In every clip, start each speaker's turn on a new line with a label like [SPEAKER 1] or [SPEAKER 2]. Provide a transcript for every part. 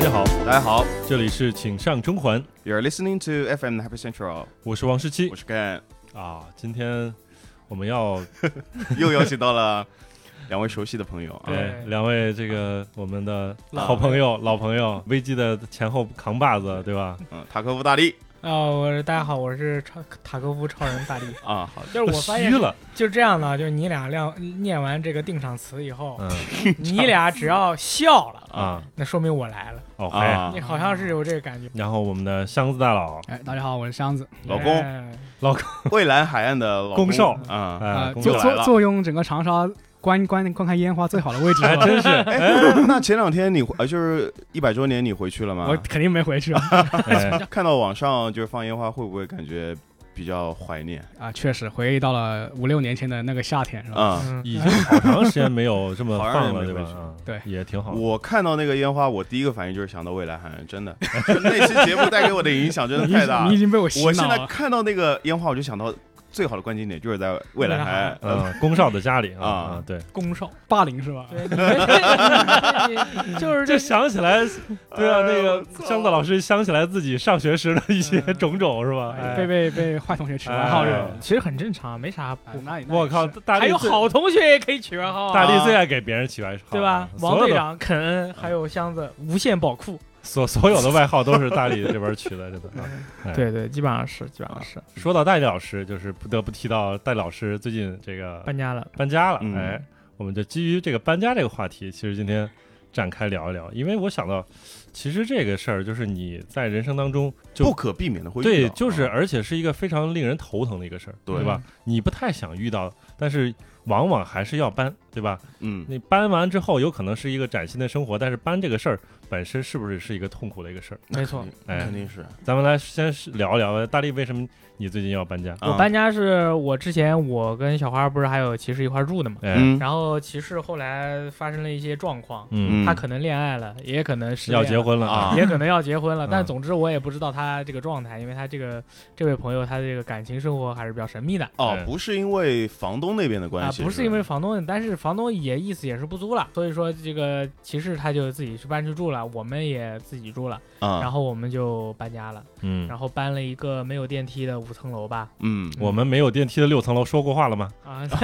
[SPEAKER 1] 家好，
[SPEAKER 2] 大家好
[SPEAKER 1] 这里是请上中环，
[SPEAKER 2] ，You're listening to FM Happy Central，
[SPEAKER 1] 我是王十七
[SPEAKER 2] 我是 Ken，
[SPEAKER 1] 啊。今天我们要
[SPEAKER 2] 又邀请到了两位熟悉的朋友啊，
[SPEAKER 1] 对
[SPEAKER 3] 哎
[SPEAKER 1] 两位这个我们的好朋友、老朋友，危机的前后扛把子，对吧？
[SPEAKER 2] 嗯，塔科夫大力
[SPEAKER 3] 啊、我是大家好，我是超塔科夫超人大力。
[SPEAKER 2] 啊，好，
[SPEAKER 3] 就是我发现
[SPEAKER 1] 虚了，
[SPEAKER 3] 就是这样的，就是你俩亮念完这个定场词以后，
[SPEAKER 1] 嗯
[SPEAKER 3] 你俩只要笑了，
[SPEAKER 1] 啊
[SPEAKER 3] 那说明我来了。
[SPEAKER 1] ，OK。
[SPEAKER 2] 啊
[SPEAKER 3] 你，好像是有这个感觉。
[SPEAKER 1] 然后我们的箱子大佬，
[SPEAKER 4] 哎，大家好，我是箱子。
[SPEAKER 2] 老公，
[SPEAKER 3] 哎
[SPEAKER 2] 蔚蓝海岸的老
[SPEAKER 1] 公少
[SPEAKER 2] 啊，
[SPEAKER 1] 哎
[SPEAKER 4] 啊，，
[SPEAKER 1] 工
[SPEAKER 2] 就
[SPEAKER 1] 作
[SPEAKER 2] 又
[SPEAKER 4] 坐
[SPEAKER 2] 来了
[SPEAKER 4] 坐坐拥整个长沙观观观看烟花最好的位置
[SPEAKER 1] 还
[SPEAKER 4] 了。
[SPEAKER 1] 真是，哎
[SPEAKER 2] 那前两天你回呃，就是一百周年你回去了吗
[SPEAKER 4] 我？肯定没回去啊！
[SPEAKER 1] 哎
[SPEAKER 2] 看到网上就是放烟花，会不会感觉比较怀念
[SPEAKER 4] 啊，确实回忆到了五六年前的那个夏天，是吧？
[SPEAKER 2] 啊？
[SPEAKER 3] 嗯，
[SPEAKER 1] 已经好长时间没有这么
[SPEAKER 2] 好
[SPEAKER 1] 放
[SPEAKER 2] 长
[SPEAKER 1] 了，对
[SPEAKER 2] 时间
[SPEAKER 1] 吧
[SPEAKER 2] 没回去？
[SPEAKER 1] 啊
[SPEAKER 4] 对
[SPEAKER 1] 也挺好。
[SPEAKER 2] 我看到那个烟花，我第一个反应就是想到蔚蓝海岸，真的，就那期节目带给我的影响真的
[SPEAKER 4] 你
[SPEAKER 2] 太大
[SPEAKER 4] 已你已
[SPEAKER 2] 了。
[SPEAKER 4] 经被我洗
[SPEAKER 2] 我现
[SPEAKER 4] 脑啊
[SPEAKER 2] 在
[SPEAKER 4] 了。
[SPEAKER 2] 看到那个烟花，我就想到最好的关键点就是在蔚蓝海岸，呃
[SPEAKER 1] 嗯，宫少的家里啊
[SPEAKER 2] 啊
[SPEAKER 1] 啊，对，
[SPEAKER 4] 攻少霸凌是吧？
[SPEAKER 3] 对，你这你 就是
[SPEAKER 1] 就
[SPEAKER 3] 这
[SPEAKER 1] 想起来，对啊，
[SPEAKER 2] 哎
[SPEAKER 1] 那
[SPEAKER 2] 我
[SPEAKER 1] 个
[SPEAKER 2] 操
[SPEAKER 1] 箱子老师想起来自己上学时的一些
[SPEAKER 3] 嗯
[SPEAKER 1] 种种，是吧？哎
[SPEAKER 4] 被被被坏同学取外号这种
[SPEAKER 1] 哎。
[SPEAKER 3] 其实很正常，没啥
[SPEAKER 4] 啊
[SPEAKER 3] 不。
[SPEAKER 4] 那那
[SPEAKER 1] 我靠，
[SPEAKER 4] 是
[SPEAKER 1] 大
[SPEAKER 3] 还
[SPEAKER 1] 力
[SPEAKER 3] 有
[SPEAKER 1] 最
[SPEAKER 3] 好同学也可以取外号啊，
[SPEAKER 1] 大力最爱给别人起外号，
[SPEAKER 3] 对吧？王
[SPEAKER 1] 所有
[SPEAKER 3] 队
[SPEAKER 1] 的
[SPEAKER 3] 长、肯恩，还有箱子，无限宝库。
[SPEAKER 1] 所所有的外号都是大力这边取的，真 的。啊哎
[SPEAKER 3] 对对，基本上是，基本上是
[SPEAKER 1] 说到大力老师，就是不得不提到大力老师最近这个
[SPEAKER 3] 搬家了。
[SPEAKER 1] 搬家了，
[SPEAKER 2] 嗯
[SPEAKER 1] 哎，我们就基于这个搬家这个话题，其实今天展开聊一聊，因为我想到，其实这个事儿就是你在人生当中就
[SPEAKER 2] 不可避免的会遇到
[SPEAKER 1] 对，就是
[SPEAKER 2] 啊
[SPEAKER 1] 而且是一个非常令人头疼的一个事儿，
[SPEAKER 2] 对
[SPEAKER 1] 吧？你不太想遇到，但是往往还是要搬，对吧？
[SPEAKER 2] 嗯，
[SPEAKER 1] 你搬完之后，有可能是一个崭新的生活，但是搬这个事儿本身是不是是一个痛苦的一个事儿？
[SPEAKER 2] 那
[SPEAKER 3] 没错
[SPEAKER 2] 肯定，
[SPEAKER 1] 哎
[SPEAKER 2] 肯定是啊
[SPEAKER 1] 咱们来先是聊一聊大力为什么你最近要搬家？
[SPEAKER 2] 啊
[SPEAKER 3] 我搬家是我之前我跟小花不是还有骑士一块儿住的嘛，
[SPEAKER 1] 哎，
[SPEAKER 2] 嗯
[SPEAKER 3] 然后骑士后来发生了一些状况，
[SPEAKER 1] 嗯
[SPEAKER 3] 他可能恋爱了，也可能是
[SPEAKER 1] 要结，婚了
[SPEAKER 2] 啊
[SPEAKER 3] 也可能要结婚了，
[SPEAKER 1] 嗯
[SPEAKER 3] 但总之我也不知道他这个状态，因为他这个这位朋友他这个感情生活还是比较神秘的
[SPEAKER 2] 哦
[SPEAKER 1] 哎，
[SPEAKER 2] 不是因为房东那边的
[SPEAKER 3] 啊
[SPEAKER 2] 关，系，
[SPEAKER 3] 不是因为房东，但是房东也意思也是不租了，所以说这个骑士他就自己去搬去住了，我们也自己住了，
[SPEAKER 2] 啊，
[SPEAKER 3] 然
[SPEAKER 2] 后
[SPEAKER 3] 后我们就搬家了，
[SPEAKER 1] 嗯，
[SPEAKER 3] 然后搬了一个没有电梯的五层 楼吧，
[SPEAKER 2] 嗯
[SPEAKER 1] 我们没有电梯的六层楼说过话了吗？
[SPEAKER 3] 啊，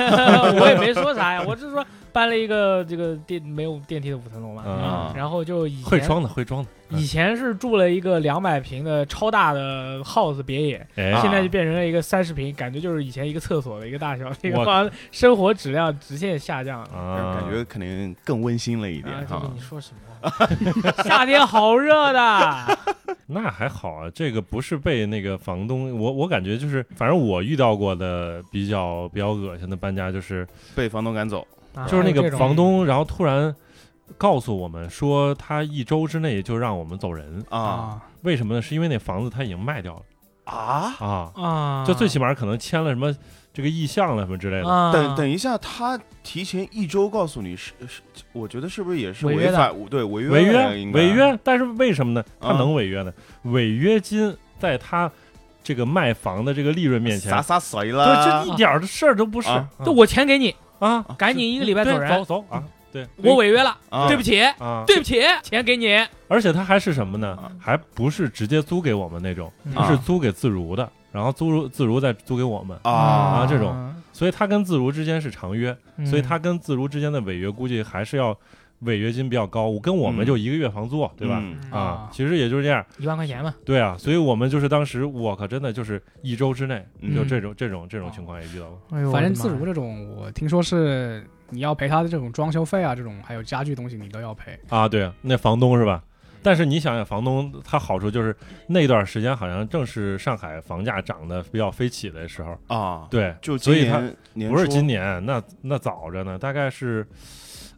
[SPEAKER 3] 我也没说啥呀，我只是说搬了一个这个电没有电梯的五层楼嘛，嗯
[SPEAKER 1] 啊，
[SPEAKER 3] 然后就以前
[SPEAKER 1] 会装的会装的，
[SPEAKER 3] 以前是住了一个两百平的超大的 house 别野，
[SPEAKER 1] 哎，
[SPEAKER 2] 啊
[SPEAKER 3] 现在就变成了一个三十平，感觉就是以前一个厕所的一个大小，那
[SPEAKER 1] 我
[SPEAKER 3] 个房子生活质量直线下降。
[SPEAKER 1] 啊，
[SPEAKER 2] 感觉肯定更温馨了一
[SPEAKER 3] 啊
[SPEAKER 2] 点！
[SPEAKER 3] 这
[SPEAKER 2] 哈
[SPEAKER 3] 个你。说什么？ 夏天好 热的，啊
[SPEAKER 1] 那还好啊，这个不是被那个房东，我我感觉就是，反正我遇到过的比较比较恶心的搬家，就是
[SPEAKER 2] 被房东赶走，
[SPEAKER 3] 啊
[SPEAKER 1] 就是那
[SPEAKER 3] 还有这
[SPEAKER 1] 个
[SPEAKER 3] 种
[SPEAKER 1] 房东，然后突然告诉我们说他一周之内就让我们走人，
[SPEAKER 2] 啊
[SPEAKER 4] 啊，
[SPEAKER 1] 为什么呢？是因为那房子他已经卖掉了
[SPEAKER 2] 啊！
[SPEAKER 1] 啊，
[SPEAKER 3] 啊，
[SPEAKER 1] 就最起码可能签了什么这个意向了什么之类的。
[SPEAKER 3] 啊，
[SPEAKER 2] 等等一下，他提前一周告诉你是是，我觉得是不是也是
[SPEAKER 3] 违约
[SPEAKER 2] 违
[SPEAKER 3] 的
[SPEAKER 2] 反对违约
[SPEAKER 1] 违
[SPEAKER 2] 了
[SPEAKER 1] 约
[SPEAKER 2] 应，该
[SPEAKER 1] 违约，但是为什么呢？他
[SPEAKER 2] 嗯
[SPEAKER 1] 能违约呢？违约金在他这个卖房的这个利润面前，
[SPEAKER 2] 洒洒
[SPEAKER 1] 对，
[SPEAKER 2] 水了
[SPEAKER 1] 这一点儿事儿都不是
[SPEAKER 2] 啊
[SPEAKER 3] 就我钱给你，
[SPEAKER 1] 啊，
[SPEAKER 3] 赶紧一个礼拜
[SPEAKER 1] 对
[SPEAKER 3] 走人嗯
[SPEAKER 1] 走，走啊，对，
[SPEAKER 3] 我违约了，
[SPEAKER 2] 啊！
[SPEAKER 3] 对不起，
[SPEAKER 1] 啊，
[SPEAKER 3] 对不起，钱给你。
[SPEAKER 1] 而且他还是什么呢
[SPEAKER 2] 啊？
[SPEAKER 1] 还不是直接租给我们那种，
[SPEAKER 2] 啊
[SPEAKER 1] 是租给自如的，然后租如自如再租给我们，
[SPEAKER 2] 啊
[SPEAKER 1] 啊这种所以他跟自如之间是长约，
[SPEAKER 3] 嗯
[SPEAKER 1] 所以他跟自如之间的违约估计还是要违约金比较高，我跟我们
[SPEAKER 2] 嗯
[SPEAKER 1] 就一个月房租，对吧？
[SPEAKER 2] 嗯
[SPEAKER 3] 嗯
[SPEAKER 1] 啊
[SPEAKER 4] 啊，
[SPEAKER 1] 其实也就是这样，
[SPEAKER 3] 一万块钱嘛，
[SPEAKER 1] 对啊，所以我们就是当时，我靠，真的就是一周之内，
[SPEAKER 2] 嗯
[SPEAKER 1] 就这种这种这种情况也遇到过。
[SPEAKER 4] 反正自如这种，我听说是你要赔他的这种装修费啊，这种还有家具东西你都要赔。
[SPEAKER 1] 啊，对啊，那房东是吧？但是你想想，房东他好处就是那段时间好像正是上海房价涨得比较飞起的时候，
[SPEAKER 2] 啊！
[SPEAKER 1] 对，
[SPEAKER 2] 就今
[SPEAKER 1] 所以他
[SPEAKER 2] 年年
[SPEAKER 1] 不是
[SPEAKER 2] 初
[SPEAKER 1] 今年，那那早着呢，大概是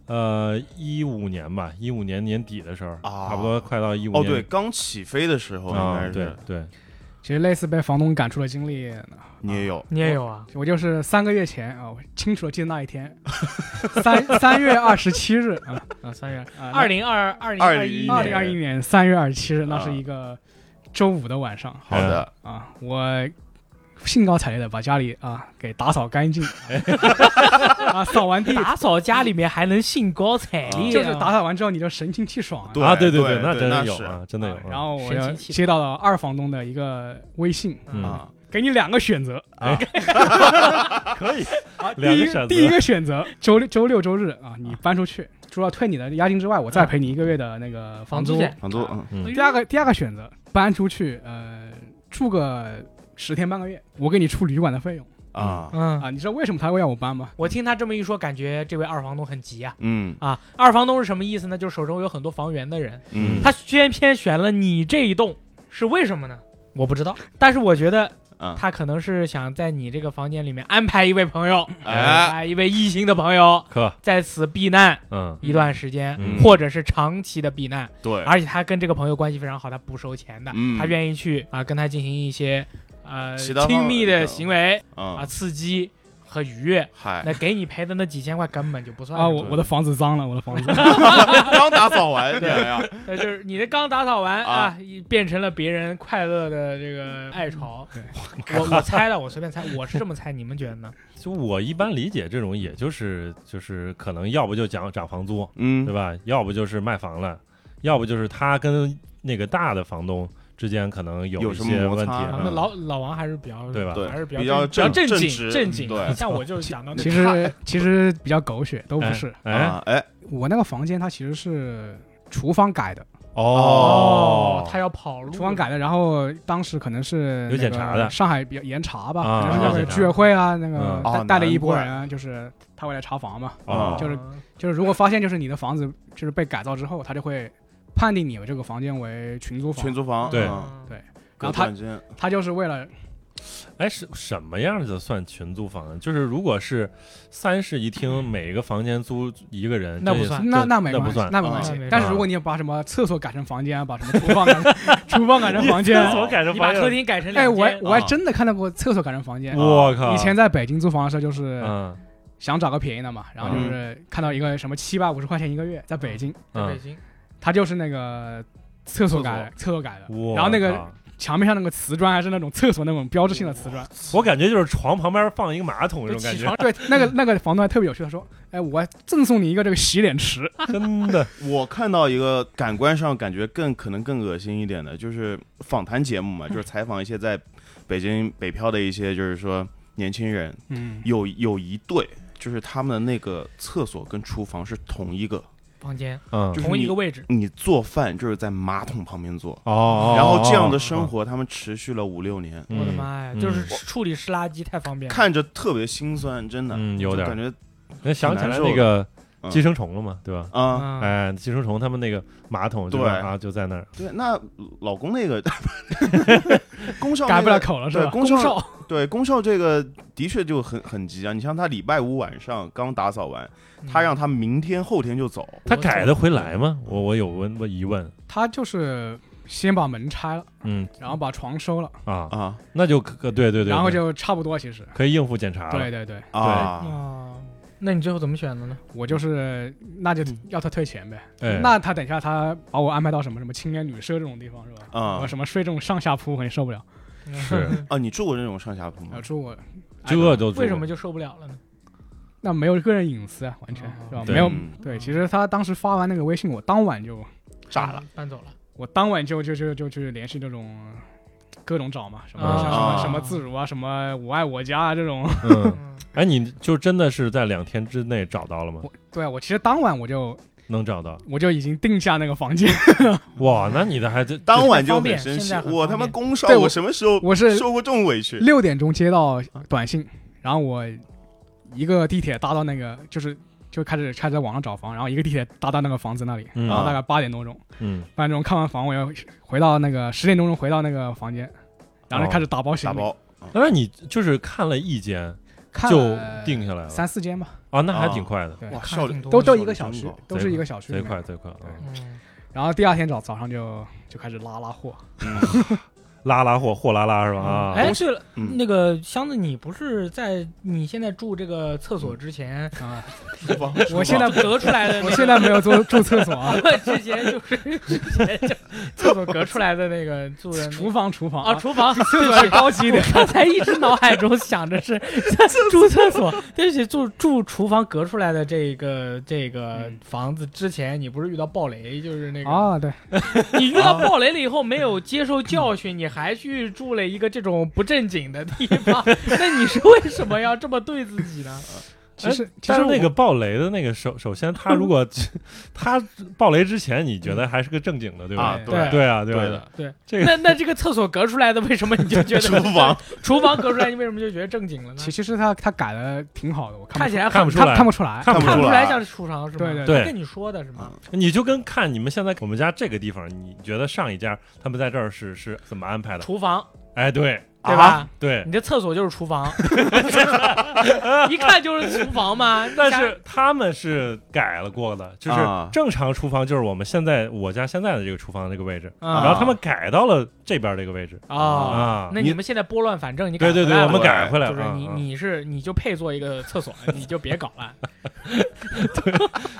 [SPEAKER 1] 呃一五年吧，一五年年底的时候，
[SPEAKER 2] 啊
[SPEAKER 1] 差不多快到一五
[SPEAKER 2] 哦，
[SPEAKER 1] 年
[SPEAKER 2] 对，刚起飞的时候应
[SPEAKER 1] 啊
[SPEAKER 2] 该，
[SPEAKER 1] 对
[SPEAKER 2] 是
[SPEAKER 1] 对，
[SPEAKER 4] 其实类似被房东赶出的经历，
[SPEAKER 2] 你也有
[SPEAKER 3] 你也有啊？
[SPEAKER 4] 我就是三个月前啊，我清楚的记得那一天， 三三月二十七日啊，
[SPEAKER 3] 啊，三月
[SPEAKER 4] 啊
[SPEAKER 3] 二零二二零一
[SPEAKER 4] 二
[SPEAKER 2] 2021
[SPEAKER 4] 零
[SPEAKER 3] 年
[SPEAKER 4] 二一年三月二十七日，
[SPEAKER 2] 啊
[SPEAKER 4] 那是一个周五的晚上
[SPEAKER 2] 好的
[SPEAKER 4] 啊，我兴高采烈的把家里啊给打扫 干净，啊扫完地
[SPEAKER 3] 打扫家里面还能兴高采烈、啊，
[SPEAKER 4] 就是打扫完之后你就神清气爽啊、
[SPEAKER 2] 对
[SPEAKER 1] 啊，对对，
[SPEAKER 2] 对
[SPEAKER 1] 那
[SPEAKER 2] 对
[SPEAKER 1] 真的
[SPEAKER 2] 那
[SPEAKER 1] 有
[SPEAKER 2] 是
[SPEAKER 1] 啊，真的有
[SPEAKER 4] 啊
[SPEAKER 1] 啊。
[SPEAKER 4] 然后我
[SPEAKER 3] 神
[SPEAKER 4] 又
[SPEAKER 3] 清气
[SPEAKER 4] 接到了二房东的一个微信，
[SPEAKER 1] 嗯，
[SPEAKER 2] 啊，
[SPEAKER 4] 给你两个选择
[SPEAKER 1] 啊，可 以，两
[SPEAKER 4] 啊第
[SPEAKER 1] 啊个
[SPEAKER 4] 一
[SPEAKER 1] 选择
[SPEAKER 4] 第 一个选择周六周六周日啊，你搬出去，除了退你的押金之外，我
[SPEAKER 1] 啊
[SPEAKER 4] 再赔你一个月的那个
[SPEAKER 3] 房租
[SPEAKER 4] 租。
[SPEAKER 3] 钱
[SPEAKER 2] 房租嗯
[SPEAKER 4] 第二个第二个选择搬出去，呃，住个十天半个月，我给你出旅馆的费用
[SPEAKER 2] 啊
[SPEAKER 3] 嗯，
[SPEAKER 4] 啊。你知道为什么他会让我搬吗？
[SPEAKER 3] 我听他这么一说，感觉这位二房东很急啊。
[SPEAKER 2] 嗯
[SPEAKER 3] 啊，二房东是什么意思呢？就是手中有很多房源的人，
[SPEAKER 2] 嗯，
[SPEAKER 3] 他偏偏选了你这一栋，是为什么呢？我不知道，但是我觉得
[SPEAKER 2] 嗯
[SPEAKER 3] 他可能是想在你这个房间里面安排一位朋友，
[SPEAKER 2] 哎，
[SPEAKER 3] 啊，一位异性的朋友
[SPEAKER 1] 可
[SPEAKER 3] 在此避难
[SPEAKER 1] 嗯
[SPEAKER 3] 一段时间，
[SPEAKER 1] 嗯
[SPEAKER 3] 或者是长期的避难，
[SPEAKER 2] 对，
[SPEAKER 3] 而且他跟这个朋友关系非常好，他不收钱的，
[SPEAKER 2] 嗯
[SPEAKER 3] 他愿意去啊跟他进行一些呃
[SPEAKER 2] 其他方
[SPEAKER 3] 亲密的
[SPEAKER 2] 面
[SPEAKER 3] 行为啊
[SPEAKER 2] 嗯，哎
[SPEAKER 3] 刺激和愉悦。
[SPEAKER 2] 嗨，
[SPEAKER 3] 那给你赔的那几千块根本就不算
[SPEAKER 4] 啊，
[SPEAKER 3] 什么
[SPEAKER 4] 我我的房子脏了，我的房子
[SPEAKER 2] 刚打扫完， 对呀，
[SPEAKER 3] 呃，就是你的刚打扫完
[SPEAKER 2] 啊
[SPEAKER 3] 啊，一变成了别人快乐的这个爱巢
[SPEAKER 2] 嗯
[SPEAKER 4] 对。
[SPEAKER 3] 我我猜的，我随便猜，我是这么猜，你们觉得呢？
[SPEAKER 1] 就我一般理解这种，也就是就是可能要不就涨涨房租，
[SPEAKER 2] 嗯
[SPEAKER 1] 对吧？要不就是卖房了，要不就是他跟那个大的房东之间可能有
[SPEAKER 2] 有
[SPEAKER 1] 一
[SPEAKER 2] 什么
[SPEAKER 1] 些
[SPEAKER 2] 摩
[SPEAKER 1] 问题，
[SPEAKER 2] 擦
[SPEAKER 3] 啊
[SPEAKER 2] 嗯
[SPEAKER 3] 那
[SPEAKER 1] 嗯
[SPEAKER 3] 老老王还是比较
[SPEAKER 1] 对吧？
[SPEAKER 2] 对
[SPEAKER 3] 还是比
[SPEAKER 2] 比
[SPEAKER 3] 较
[SPEAKER 2] 较正
[SPEAKER 3] 正正
[SPEAKER 2] 正
[SPEAKER 3] 经
[SPEAKER 2] 直嗯
[SPEAKER 3] 正经。
[SPEAKER 2] 对
[SPEAKER 3] 像我就想到那
[SPEAKER 4] 其
[SPEAKER 3] 看
[SPEAKER 4] 实其实比较狗血，都不是。
[SPEAKER 1] 哎，
[SPEAKER 2] 啊，哎，
[SPEAKER 4] 我那个房间它其实是厨房改的，
[SPEAKER 2] 哦
[SPEAKER 3] 哦，他要跑路，
[SPEAKER 4] 厨房改的，然后当时可能是
[SPEAKER 1] 有检
[SPEAKER 4] 那个
[SPEAKER 1] 查的
[SPEAKER 4] 上海比较严查吧，
[SPEAKER 1] 啊
[SPEAKER 4] 可能是那
[SPEAKER 2] 有
[SPEAKER 4] 个
[SPEAKER 2] 检查
[SPEAKER 4] 居委会啊，那个
[SPEAKER 1] 嗯
[SPEAKER 4] 带
[SPEAKER 2] 哦
[SPEAKER 4] 带了一波
[SPEAKER 2] 难
[SPEAKER 4] 人，啊就是他会来查房嘛，
[SPEAKER 2] 啊
[SPEAKER 1] 哦
[SPEAKER 4] 就是
[SPEAKER 3] 啊
[SPEAKER 4] 就是如果发现就是你的房子就是被改造之后，他就会判定你这个房间为群租房
[SPEAKER 2] 群，租房，
[SPEAKER 1] 对
[SPEAKER 2] 嗯
[SPEAKER 4] 对
[SPEAKER 2] 隔
[SPEAKER 4] 然后他
[SPEAKER 2] 断间
[SPEAKER 4] 他就是为了
[SPEAKER 1] 哎，是什么样的算群租房啊？就是如果是三室一厅，每个房间租一个人，
[SPEAKER 3] 那
[SPEAKER 1] 啊这
[SPEAKER 3] 不
[SPEAKER 1] 也
[SPEAKER 3] 算
[SPEAKER 4] 那
[SPEAKER 1] 那
[SPEAKER 4] 那没
[SPEAKER 1] 不
[SPEAKER 4] 关系
[SPEAKER 1] 算，
[SPEAKER 4] 那没关
[SPEAKER 3] 啊
[SPEAKER 4] 系。但是如果你把什么厕所改成房间，啊把什么厨 房改成厨房改成房间，啊
[SPEAKER 1] 我改成
[SPEAKER 3] 你把
[SPEAKER 1] 房
[SPEAKER 3] 客
[SPEAKER 1] 间啊
[SPEAKER 3] 厅改成
[SPEAKER 4] 哎，
[SPEAKER 3] 两
[SPEAKER 4] 我还
[SPEAKER 3] 间，
[SPEAKER 4] 我还真的看到过厕所改成房间。啊
[SPEAKER 1] 我靠！
[SPEAKER 4] 哎以前在北京租房的时候，就是
[SPEAKER 1] 嗯
[SPEAKER 4] 想找个便宜的嘛，然后就是看到一个什么七百五十块钱一个月，在北京，
[SPEAKER 3] 在北
[SPEAKER 1] 嗯，
[SPEAKER 3] 京
[SPEAKER 4] 它就是那个厕所改的，厕所改的
[SPEAKER 1] 我，
[SPEAKER 4] 然后那个
[SPEAKER 1] 靠
[SPEAKER 4] 墙面上那个瓷砖还是那种厕所那种标志性的瓷砖，
[SPEAKER 1] 我感觉就是床旁边放一个马桶这
[SPEAKER 3] 就
[SPEAKER 1] 种嗯感
[SPEAKER 3] 起
[SPEAKER 1] 觉
[SPEAKER 3] 床，
[SPEAKER 4] 对，那个那个房东还特别有趣，他说，哎，我还赠送你一个这个洗脸池，
[SPEAKER 1] 真的
[SPEAKER 2] 我看到一个感官上感觉更可能更恶心一点的，就是访谈节目嘛，就是采访一些在北京北漂的一些，就是说年轻人，
[SPEAKER 4] 嗯，
[SPEAKER 2] 有有一对，就是他们的那个厕所跟厨房是同一个，
[SPEAKER 3] 房间
[SPEAKER 1] 嗯
[SPEAKER 2] 就是
[SPEAKER 3] 同一
[SPEAKER 2] 你
[SPEAKER 3] 个位置，
[SPEAKER 2] 你做饭就是在马桶旁边做，
[SPEAKER 1] 哦，
[SPEAKER 2] 然后这样的
[SPEAKER 1] 活。
[SPEAKER 2] 生活他们持续了五六年，
[SPEAKER 3] 我的妈呀，
[SPEAKER 1] 嗯
[SPEAKER 3] 就是处理湿垃圾太方便了。
[SPEAKER 2] 看着特别心酸，真的，
[SPEAKER 1] 嗯，有
[SPEAKER 2] 就
[SPEAKER 1] 点
[SPEAKER 2] 感
[SPEAKER 1] 儿。
[SPEAKER 2] 觉
[SPEAKER 1] 那想起来
[SPEAKER 2] 难受的
[SPEAKER 1] 那个
[SPEAKER 2] 嗯
[SPEAKER 1] 寄生虫了嘛，对吧？
[SPEAKER 2] 啊。
[SPEAKER 3] 嗯，
[SPEAKER 1] 哎，寄生虫他们那个马桶就
[SPEAKER 2] 对
[SPEAKER 1] 在啊就在那儿，
[SPEAKER 2] 对，那老公那个，工少那
[SPEAKER 4] 改不了
[SPEAKER 2] 个
[SPEAKER 4] 口了是
[SPEAKER 2] 对
[SPEAKER 4] 吧？
[SPEAKER 2] 工少
[SPEAKER 4] 少，
[SPEAKER 2] 对宫少这个的确就很很急啊！你像他礼拜五晚上刚打扫完，
[SPEAKER 3] 嗯
[SPEAKER 2] 他让他明天后天就走，
[SPEAKER 1] 他改得回来吗？我我有问问疑问，
[SPEAKER 4] 他就是先把门拆了，
[SPEAKER 1] 嗯
[SPEAKER 4] 然后把床收了，
[SPEAKER 1] 啊，
[SPEAKER 2] 啊
[SPEAKER 1] 那就可对对对，
[SPEAKER 4] 然后
[SPEAKER 1] 对
[SPEAKER 4] 就差不多其实，
[SPEAKER 1] 可以应付检查
[SPEAKER 4] 对
[SPEAKER 1] 了。
[SPEAKER 4] 对对，
[SPEAKER 2] 啊！
[SPEAKER 3] 啊，那你最后怎么选的呢？
[SPEAKER 4] 我就是那就要他退钱呗，
[SPEAKER 1] 哎，
[SPEAKER 4] 那他等一下他把我安排到什么什么青年旅社这种地方是吧？
[SPEAKER 2] 啊
[SPEAKER 4] 我什么睡这种上下铺我肯定受不了，
[SPEAKER 1] 嗯
[SPEAKER 3] 嗯
[SPEAKER 1] 是
[SPEAKER 2] 啊！你住过那种上下铺吗
[SPEAKER 4] 要？啊住我哎
[SPEAKER 1] 这都
[SPEAKER 3] 为什么就受不了了呢？
[SPEAKER 4] 那没有个人隐私啊，完全
[SPEAKER 3] 哦
[SPEAKER 4] 是吧？
[SPEAKER 1] 对
[SPEAKER 4] 没有
[SPEAKER 2] 嗯
[SPEAKER 4] 对，其实他当时发完那个微信，我当晚就
[SPEAKER 2] 炸了，
[SPEAKER 3] 搬走了。
[SPEAKER 4] 我当晚就就就就去联系这种各种找嘛，什么、
[SPEAKER 1] 啊
[SPEAKER 4] 什么
[SPEAKER 2] 啊
[SPEAKER 4] 什么自如啊，什么我爱我家啊这种。
[SPEAKER 1] 嗯，
[SPEAKER 3] 嗯，
[SPEAKER 1] 哎，你就真的是在两天之内找到了吗？
[SPEAKER 4] 我对啊我其实当晚我就
[SPEAKER 1] 能找到？
[SPEAKER 4] 我就已经定下那个 房间，
[SPEAKER 1] 哇，那你的还真
[SPEAKER 2] 当晚就
[SPEAKER 3] 方便
[SPEAKER 2] 很生
[SPEAKER 3] 现
[SPEAKER 2] 气
[SPEAKER 3] 在，很
[SPEAKER 2] 我
[SPEAKER 3] 方
[SPEAKER 2] 他妈
[SPEAKER 3] 便
[SPEAKER 2] 宫少，
[SPEAKER 4] 对
[SPEAKER 2] 我
[SPEAKER 4] 我
[SPEAKER 2] 什么时候
[SPEAKER 4] 我是
[SPEAKER 2] 受过这种委屈？
[SPEAKER 4] 六点钟接到短信，然后我一个地铁搭到那个就是就开始开始在网上找房，然后一个地铁搭到那个房子那里，
[SPEAKER 1] 嗯
[SPEAKER 4] 然后大概八点多钟。
[SPEAKER 1] 嗯
[SPEAKER 4] 八点钟看完房，我要回到那个十点钟钟回到那个房间，然后就开始打包行
[SPEAKER 2] 打
[SPEAKER 4] 李，
[SPEAKER 2] 包
[SPEAKER 1] 那你就是看了一间
[SPEAKER 4] 看
[SPEAKER 1] 就
[SPEAKER 4] 了
[SPEAKER 1] 定下来了
[SPEAKER 4] 三四间吧，
[SPEAKER 1] 啊，那还挺快的，
[SPEAKER 4] 对
[SPEAKER 2] 哇，
[SPEAKER 3] 看
[SPEAKER 2] 效
[SPEAKER 3] 挺
[SPEAKER 2] 率
[SPEAKER 3] 多
[SPEAKER 4] 都
[SPEAKER 3] 的
[SPEAKER 4] 都
[SPEAKER 2] 效
[SPEAKER 4] 一个
[SPEAKER 2] 率
[SPEAKER 4] 小
[SPEAKER 2] 真
[SPEAKER 4] 区
[SPEAKER 2] 高，
[SPEAKER 4] 都是一个小区里
[SPEAKER 1] 贼
[SPEAKER 4] 面。
[SPEAKER 1] 快贼快啊！
[SPEAKER 3] 嗯
[SPEAKER 4] 然后第二天早早上就就开始拉拉货，
[SPEAKER 2] 嗯
[SPEAKER 1] 拉拉货，货拉拉是吧？啊，
[SPEAKER 3] 哎，对了，
[SPEAKER 2] 嗯
[SPEAKER 3] 那个箱子，你不是在你现在住这个厕所之前，
[SPEAKER 4] 啊！
[SPEAKER 3] 我现在隔出来的那个，
[SPEAKER 4] 我现在没有住住厕所啊，
[SPEAKER 3] 之前就是之前就厕所隔出来的那个住 的那
[SPEAKER 4] 厨房厨房
[SPEAKER 3] 啊，，厨房
[SPEAKER 4] 厕所是高级一
[SPEAKER 3] 我
[SPEAKER 4] 点。
[SPEAKER 3] 刚才一直脑海中想着是住厕所，对不起，住住厨房隔出来的这个这个
[SPEAKER 4] 嗯
[SPEAKER 3] 房子之前，你不是遇到暴雷，就是那个
[SPEAKER 4] 啊，对，
[SPEAKER 3] 你遇到暴雷了以后没有接受教训，你还去住了一个这种不正经的地方，那你是为什么要这么对自己呢？
[SPEAKER 4] 其实其
[SPEAKER 1] 但
[SPEAKER 4] 实
[SPEAKER 1] 是那
[SPEAKER 4] 我
[SPEAKER 1] 个暴雷的那个，首首先他如果他暴雷之前，你觉得还是个正经的，对吧
[SPEAKER 2] 啊，？
[SPEAKER 3] 对
[SPEAKER 1] 对啊，
[SPEAKER 2] 对
[SPEAKER 1] 吧？
[SPEAKER 2] 的，
[SPEAKER 1] 这个
[SPEAKER 3] 那那这个厕所隔出来的，为什么你就觉得
[SPEAKER 2] 厨房
[SPEAKER 3] 厨房隔出来，你为什么就觉得正经了呢？
[SPEAKER 4] 其其实他他改的挺好的，我看
[SPEAKER 3] 看
[SPEAKER 4] 不
[SPEAKER 3] 起来
[SPEAKER 1] 看
[SPEAKER 3] 很
[SPEAKER 1] 不出
[SPEAKER 4] 看
[SPEAKER 1] 来，
[SPEAKER 4] 看不出来，
[SPEAKER 1] 看不
[SPEAKER 3] 看
[SPEAKER 1] 出来
[SPEAKER 3] 不出
[SPEAKER 2] 出
[SPEAKER 3] 来
[SPEAKER 2] 来
[SPEAKER 3] 像是厨房是吗？
[SPEAKER 4] 对对
[SPEAKER 1] 对
[SPEAKER 3] 他跟你说的是吗？
[SPEAKER 1] 你就跟看你们现在我们家这个地方，你觉得上一家他们在这儿是是怎么安排的？
[SPEAKER 3] 厨房
[SPEAKER 1] 哎，对
[SPEAKER 3] 对
[SPEAKER 2] 啊
[SPEAKER 3] 吧？
[SPEAKER 1] 对，
[SPEAKER 3] 你这厕所就是厨房， 一看就是厨房嘛。
[SPEAKER 1] 但是他们是改了过的，就是
[SPEAKER 2] 啊
[SPEAKER 1] 正常厨房就是我们现在我家现在的这个厨房这个位置，
[SPEAKER 3] 啊
[SPEAKER 1] 然后他们改到了这边这个位置
[SPEAKER 3] 啊，
[SPEAKER 1] 啊。
[SPEAKER 3] 那你们现在拨乱反正，你
[SPEAKER 1] 对对对，我们
[SPEAKER 2] 了
[SPEAKER 1] 改回来
[SPEAKER 3] 就是
[SPEAKER 1] 了。
[SPEAKER 3] 你
[SPEAKER 1] 啊
[SPEAKER 3] 你是你就配做一个厕所，你就别搞了，
[SPEAKER 1] 啊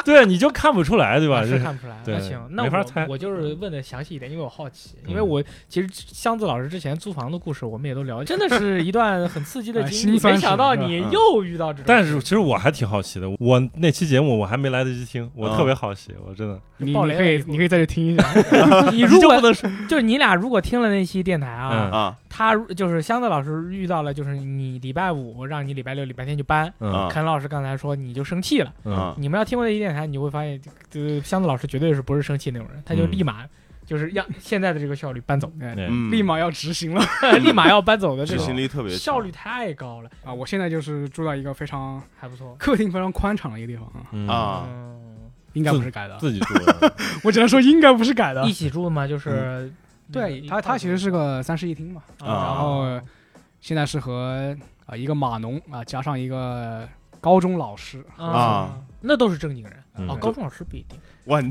[SPEAKER 1] 对，你就看不出来，对吧？
[SPEAKER 3] 啊是
[SPEAKER 1] 这
[SPEAKER 3] 看不出来。
[SPEAKER 1] 对
[SPEAKER 3] 那行，那
[SPEAKER 1] 没法
[SPEAKER 3] 我
[SPEAKER 1] 猜
[SPEAKER 3] 我就是问的详细一点，因为我好奇，
[SPEAKER 1] 嗯
[SPEAKER 3] 因为我其实箱子老师之前租房的故事我们也都了解，真的是一段很刺激的
[SPEAKER 4] 啊
[SPEAKER 3] 经历，
[SPEAKER 4] 心酸
[SPEAKER 3] 没
[SPEAKER 4] 史
[SPEAKER 3] 想到你
[SPEAKER 2] 嗯
[SPEAKER 3] 又遇到这种，
[SPEAKER 1] 但是其实我还挺好奇的，我那期节目我还没来得及听，我
[SPEAKER 2] 啊
[SPEAKER 1] 特别好奇，我真的
[SPEAKER 4] 你
[SPEAKER 3] 暴
[SPEAKER 4] 你
[SPEAKER 3] 雷
[SPEAKER 4] 可
[SPEAKER 3] 了以
[SPEAKER 4] 以
[SPEAKER 3] 后
[SPEAKER 4] 你可以再去听一下，
[SPEAKER 3] 你如
[SPEAKER 1] 就
[SPEAKER 3] 果
[SPEAKER 1] 不能说
[SPEAKER 3] 就是你俩如果听了那期电台啊
[SPEAKER 1] 嗯，
[SPEAKER 2] 啊
[SPEAKER 3] 他如就是箱子老师遇到了，就是你礼拜五让你礼拜六、礼拜天去搬。
[SPEAKER 1] 嗯
[SPEAKER 2] 啊
[SPEAKER 3] 肯老师刚才说你就生气了，
[SPEAKER 1] 嗯
[SPEAKER 2] 啊
[SPEAKER 3] 你们要听过那一电台，你会发现，呃，箱子老师绝对是不是生气那种人，他就
[SPEAKER 1] 嗯
[SPEAKER 3] 立马就是让现在的这个效率搬走，
[SPEAKER 4] 哎
[SPEAKER 1] 嗯
[SPEAKER 2] 嗯，
[SPEAKER 4] 立马要执行了
[SPEAKER 3] 立马要搬走的这
[SPEAKER 2] 执行
[SPEAKER 3] 种
[SPEAKER 2] 力特别强
[SPEAKER 3] 效率太高了，
[SPEAKER 4] 啊！我现在就是住到一个非常
[SPEAKER 3] 还不错。
[SPEAKER 4] 客厅非常宽敞的一个地方啊，
[SPEAKER 1] 嗯
[SPEAKER 2] 啊
[SPEAKER 3] 嗯，
[SPEAKER 4] 应该不是改的，
[SPEAKER 1] 自己住的，
[SPEAKER 4] 我只能说应该不是改的
[SPEAKER 3] 一。起住嘛，就是
[SPEAKER 4] 对
[SPEAKER 3] 一
[SPEAKER 4] 它，它其实是个三室一厅嘛，
[SPEAKER 3] 啊
[SPEAKER 4] 然后现在是和啊一个码农啊加上一个高中老师，
[SPEAKER 3] 啊，那都是正经人
[SPEAKER 1] 嗯
[SPEAKER 3] 哦，高中老师不一定。
[SPEAKER 2] 哇，你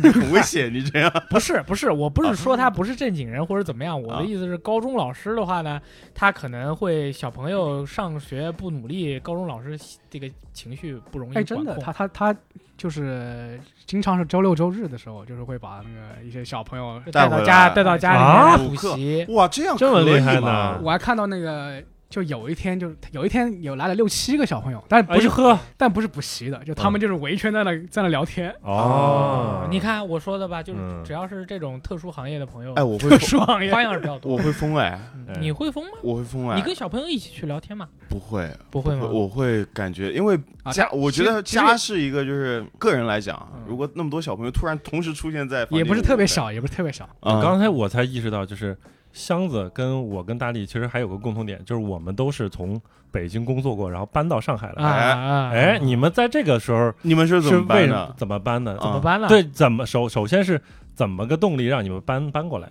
[SPEAKER 2] 你 很危险，你这样
[SPEAKER 3] 不是不是，我不是说他不是正经人或者怎么样，我的意思是，高中老师的话呢，他可能会小朋友上学不努力，高中老师这个情绪不容易
[SPEAKER 4] 哎，真的，
[SPEAKER 3] 管控
[SPEAKER 4] 他他他就是经常是周六周日的时候，就是会把那个一些小朋友，
[SPEAKER 3] 就带
[SPEAKER 2] 带
[SPEAKER 3] 到
[SPEAKER 2] 回
[SPEAKER 3] 家
[SPEAKER 2] 来
[SPEAKER 3] 带到家里
[SPEAKER 1] 啊
[SPEAKER 3] 面来补习，
[SPEAKER 2] 哇，这样
[SPEAKER 1] 这么
[SPEAKER 2] 可以
[SPEAKER 1] 厉害
[SPEAKER 2] 吗
[SPEAKER 1] 呢
[SPEAKER 4] 我还看到那个。就有一天，就是有一天有来了六七个小朋友，但
[SPEAKER 1] 哎
[SPEAKER 4] 不是、
[SPEAKER 1] 呵
[SPEAKER 4] 但不是补习的，就他们就是围圈在那、在那聊天，
[SPEAKER 1] 哦，
[SPEAKER 3] 你看我说的吧，就是
[SPEAKER 1] 嗯
[SPEAKER 3] 只要是这种特殊行业的朋友，
[SPEAKER 2] 哎，我会
[SPEAKER 4] 特
[SPEAKER 2] 疯
[SPEAKER 4] 殊行业
[SPEAKER 3] 花样是比较多。
[SPEAKER 2] 我会疯哎，
[SPEAKER 3] 嗯
[SPEAKER 1] 哎
[SPEAKER 3] 你会疯吗？
[SPEAKER 2] 我会疯哎，
[SPEAKER 3] 你跟小朋友一起去聊天吗？
[SPEAKER 2] 不会，
[SPEAKER 3] 不
[SPEAKER 1] 嗯
[SPEAKER 3] 会吗？
[SPEAKER 2] 我我会感觉，因为
[SPEAKER 4] 啊
[SPEAKER 2] 家，
[SPEAKER 4] 他
[SPEAKER 2] 我觉
[SPEAKER 4] 其实
[SPEAKER 2] 得
[SPEAKER 4] 其实
[SPEAKER 2] 家是一个就是个人来讲
[SPEAKER 3] 嗯，
[SPEAKER 2] 如果那么多小朋友突然同时出现在房间里，
[SPEAKER 4] 也不是特别
[SPEAKER 2] 少
[SPEAKER 4] 小，也不是特别小，
[SPEAKER 2] 啊。
[SPEAKER 1] 刚才我才意识到，就是箱子跟我跟大力其实还有个共同点，就是我们都是从北京工作过，然后搬到上海
[SPEAKER 3] 啊
[SPEAKER 1] 来。
[SPEAKER 3] 啊，啊
[SPEAKER 1] 哎，你们在这个时候
[SPEAKER 2] 你们是怎
[SPEAKER 1] 是
[SPEAKER 2] 么
[SPEAKER 1] 为什
[SPEAKER 2] 办
[SPEAKER 1] 么
[SPEAKER 2] 的？
[SPEAKER 1] 怎么搬的？
[SPEAKER 3] 怎么
[SPEAKER 2] 啊
[SPEAKER 3] 办呢？，
[SPEAKER 1] 对，怎么首首先是怎么个动力让你们搬搬过来？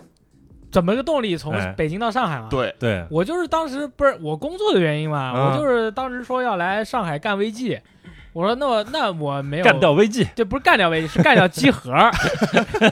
[SPEAKER 3] 怎么个动力从
[SPEAKER 1] 哎
[SPEAKER 3] 北京到上海嘛？
[SPEAKER 2] 对，
[SPEAKER 1] 对，
[SPEAKER 3] 我就是当时不是我工作的原因嘛，
[SPEAKER 1] 啊
[SPEAKER 3] 我就是当时说要来上海干微记，我说那我那我没有
[SPEAKER 1] 干，掉危机，
[SPEAKER 3] 这不是干掉微记，是干掉机核。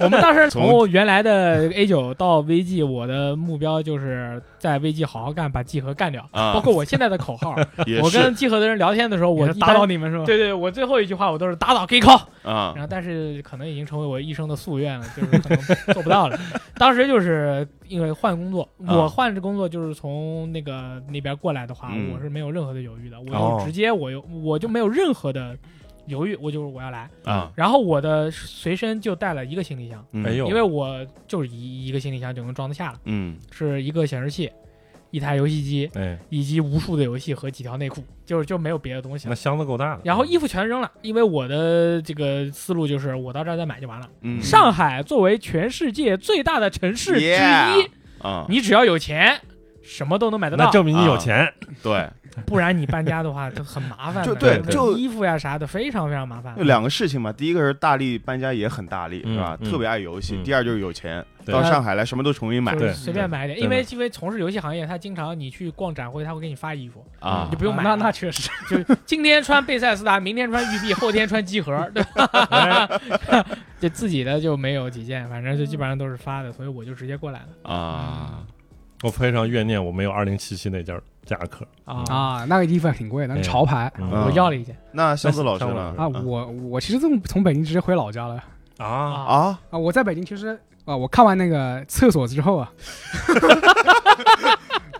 [SPEAKER 3] 我们当时从原来的 A 九到 V G，我的目标就是在 V G 好好干，把集合干掉。
[SPEAKER 2] 啊
[SPEAKER 3] 包括我现在的口号，
[SPEAKER 2] 也
[SPEAKER 3] 我
[SPEAKER 2] 是
[SPEAKER 3] 跟集合的人聊天的时候，我
[SPEAKER 4] 也
[SPEAKER 3] 一
[SPEAKER 4] 是
[SPEAKER 3] 般
[SPEAKER 4] 打扰。你们是吧？
[SPEAKER 3] 对对，我最后一句话我都是打倒 K 靠，
[SPEAKER 2] 啊
[SPEAKER 3] 然后但是可能已经成为我一生的夙愿了，就是可能做不到了。当时就是因为换工作，
[SPEAKER 2] 啊
[SPEAKER 3] 我换这工作就是从那个那边过来的话，
[SPEAKER 2] 嗯
[SPEAKER 3] 我是没有任何的犹豫的，我
[SPEAKER 1] 哦
[SPEAKER 3] 就直接我有我就没有任何的犹豫，我就是我要来。
[SPEAKER 2] 啊，
[SPEAKER 3] 然后我的随身就带了一个行李箱，
[SPEAKER 2] 嗯
[SPEAKER 1] 哎呦，
[SPEAKER 3] 因为我就是一一个行李箱就能装得下了，
[SPEAKER 2] 嗯，
[SPEAKER 3] 是一个显示器。一台游戏机，
[SPEAKER 1] 哎，
[SPEAKER 3] 以及无数的游戏和几条内裤，就是就没有别的东西
[SPEAKER 1] 那
[SPEAKER 3] 了。
[SPEAKER 1] 箱子够大的。
[SPEAKER 3] 然后衣服全扔了，因为我的这个思路就是我到这儿再买就完了。
[SPEAKER 2] 嗯
[SPEAKER 3] 上海作为全世界最大的城市之一
[SPEAKER 2] Yeah 啊，
[SPEAKER 3] 你只要有钱，什么都能买得
[SPEAKER 1] 那
[SPEAKER 3] 到。啊
[SPEAKER 1] 证明你有钱，
[SPEAKER 2] 对，
[SPEAKER 3] 不然你搬家的话，就很麻烦的。
[SPEAKER 2] 就对
[SPEAKER 3] 那个
[SPEAKER 2] 就
[SPEAKER 3] 衣服呀啥的，非常非常麻烦
[SPEAKER 2] 就。两个事情嘛。第一个是大力搬家也很大力，
[SPEAKER 1] 嗯
[SPEAKER 2] 是吧？
[SPEAKER 1] 嗯
[SPEAKER 2] 特别爱游戏
[SPEAKER 1] 嗯。
[SPEAKER 2] 第二就是有钱，
[SPEAKER 1] 对
[SPEAKER 2] 到上海来什么都重新买
[SPEAKER 3] 就
[SPEAKER 1] 对
[SPEAKER 3] 是随便买一点，
[SPEAKER 1] 对
[SPEAKER 3] 因为因为从事游戏行业，他经常你去逛展会，他会给你发衣服，
[SPEAKER 2] 啊
[SPEAKER 3] 你。不用买。
[SPEAKER 4] 哦那那确实，
[SPEAKER 3] 就今天穿贝塞斯达，明天穿育碧，后天穿集合，对吧？ 就自己的就没有几件，反正就基本上都是发的，所以我就直接过来了。
[SPEAKER 2] 啊，
[SPEAKER 1] 我非常怨念我没有二零七七那件夹克，
[SPEAKER 2] 嗯
[SPEAKER 3] 啊，
[SPEAKER 4] 啊，那个衣服还挺贵的，
[SPEAKER 1] 哎
[SPEAKER 4] 潮牌
[SPEAKER 3] 我要了一件
[SPEAKER 2] 那箱子老师呢？
[SPEAKER 4] 啊。
[SPEAKER 1] 嗯
[SPEAKER 4] 我我其实从从北京直接回老家了
[SPEAKER 1] 啊，
[SPEAKER 3] 啊，
[SPEAKER 2] 啊，
[SPEAKER 4] 啊。我在北京其实啊，我看完那个厕所之后啊，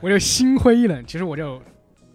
[SPEAKER 4] 我就心灰意冷。其实我就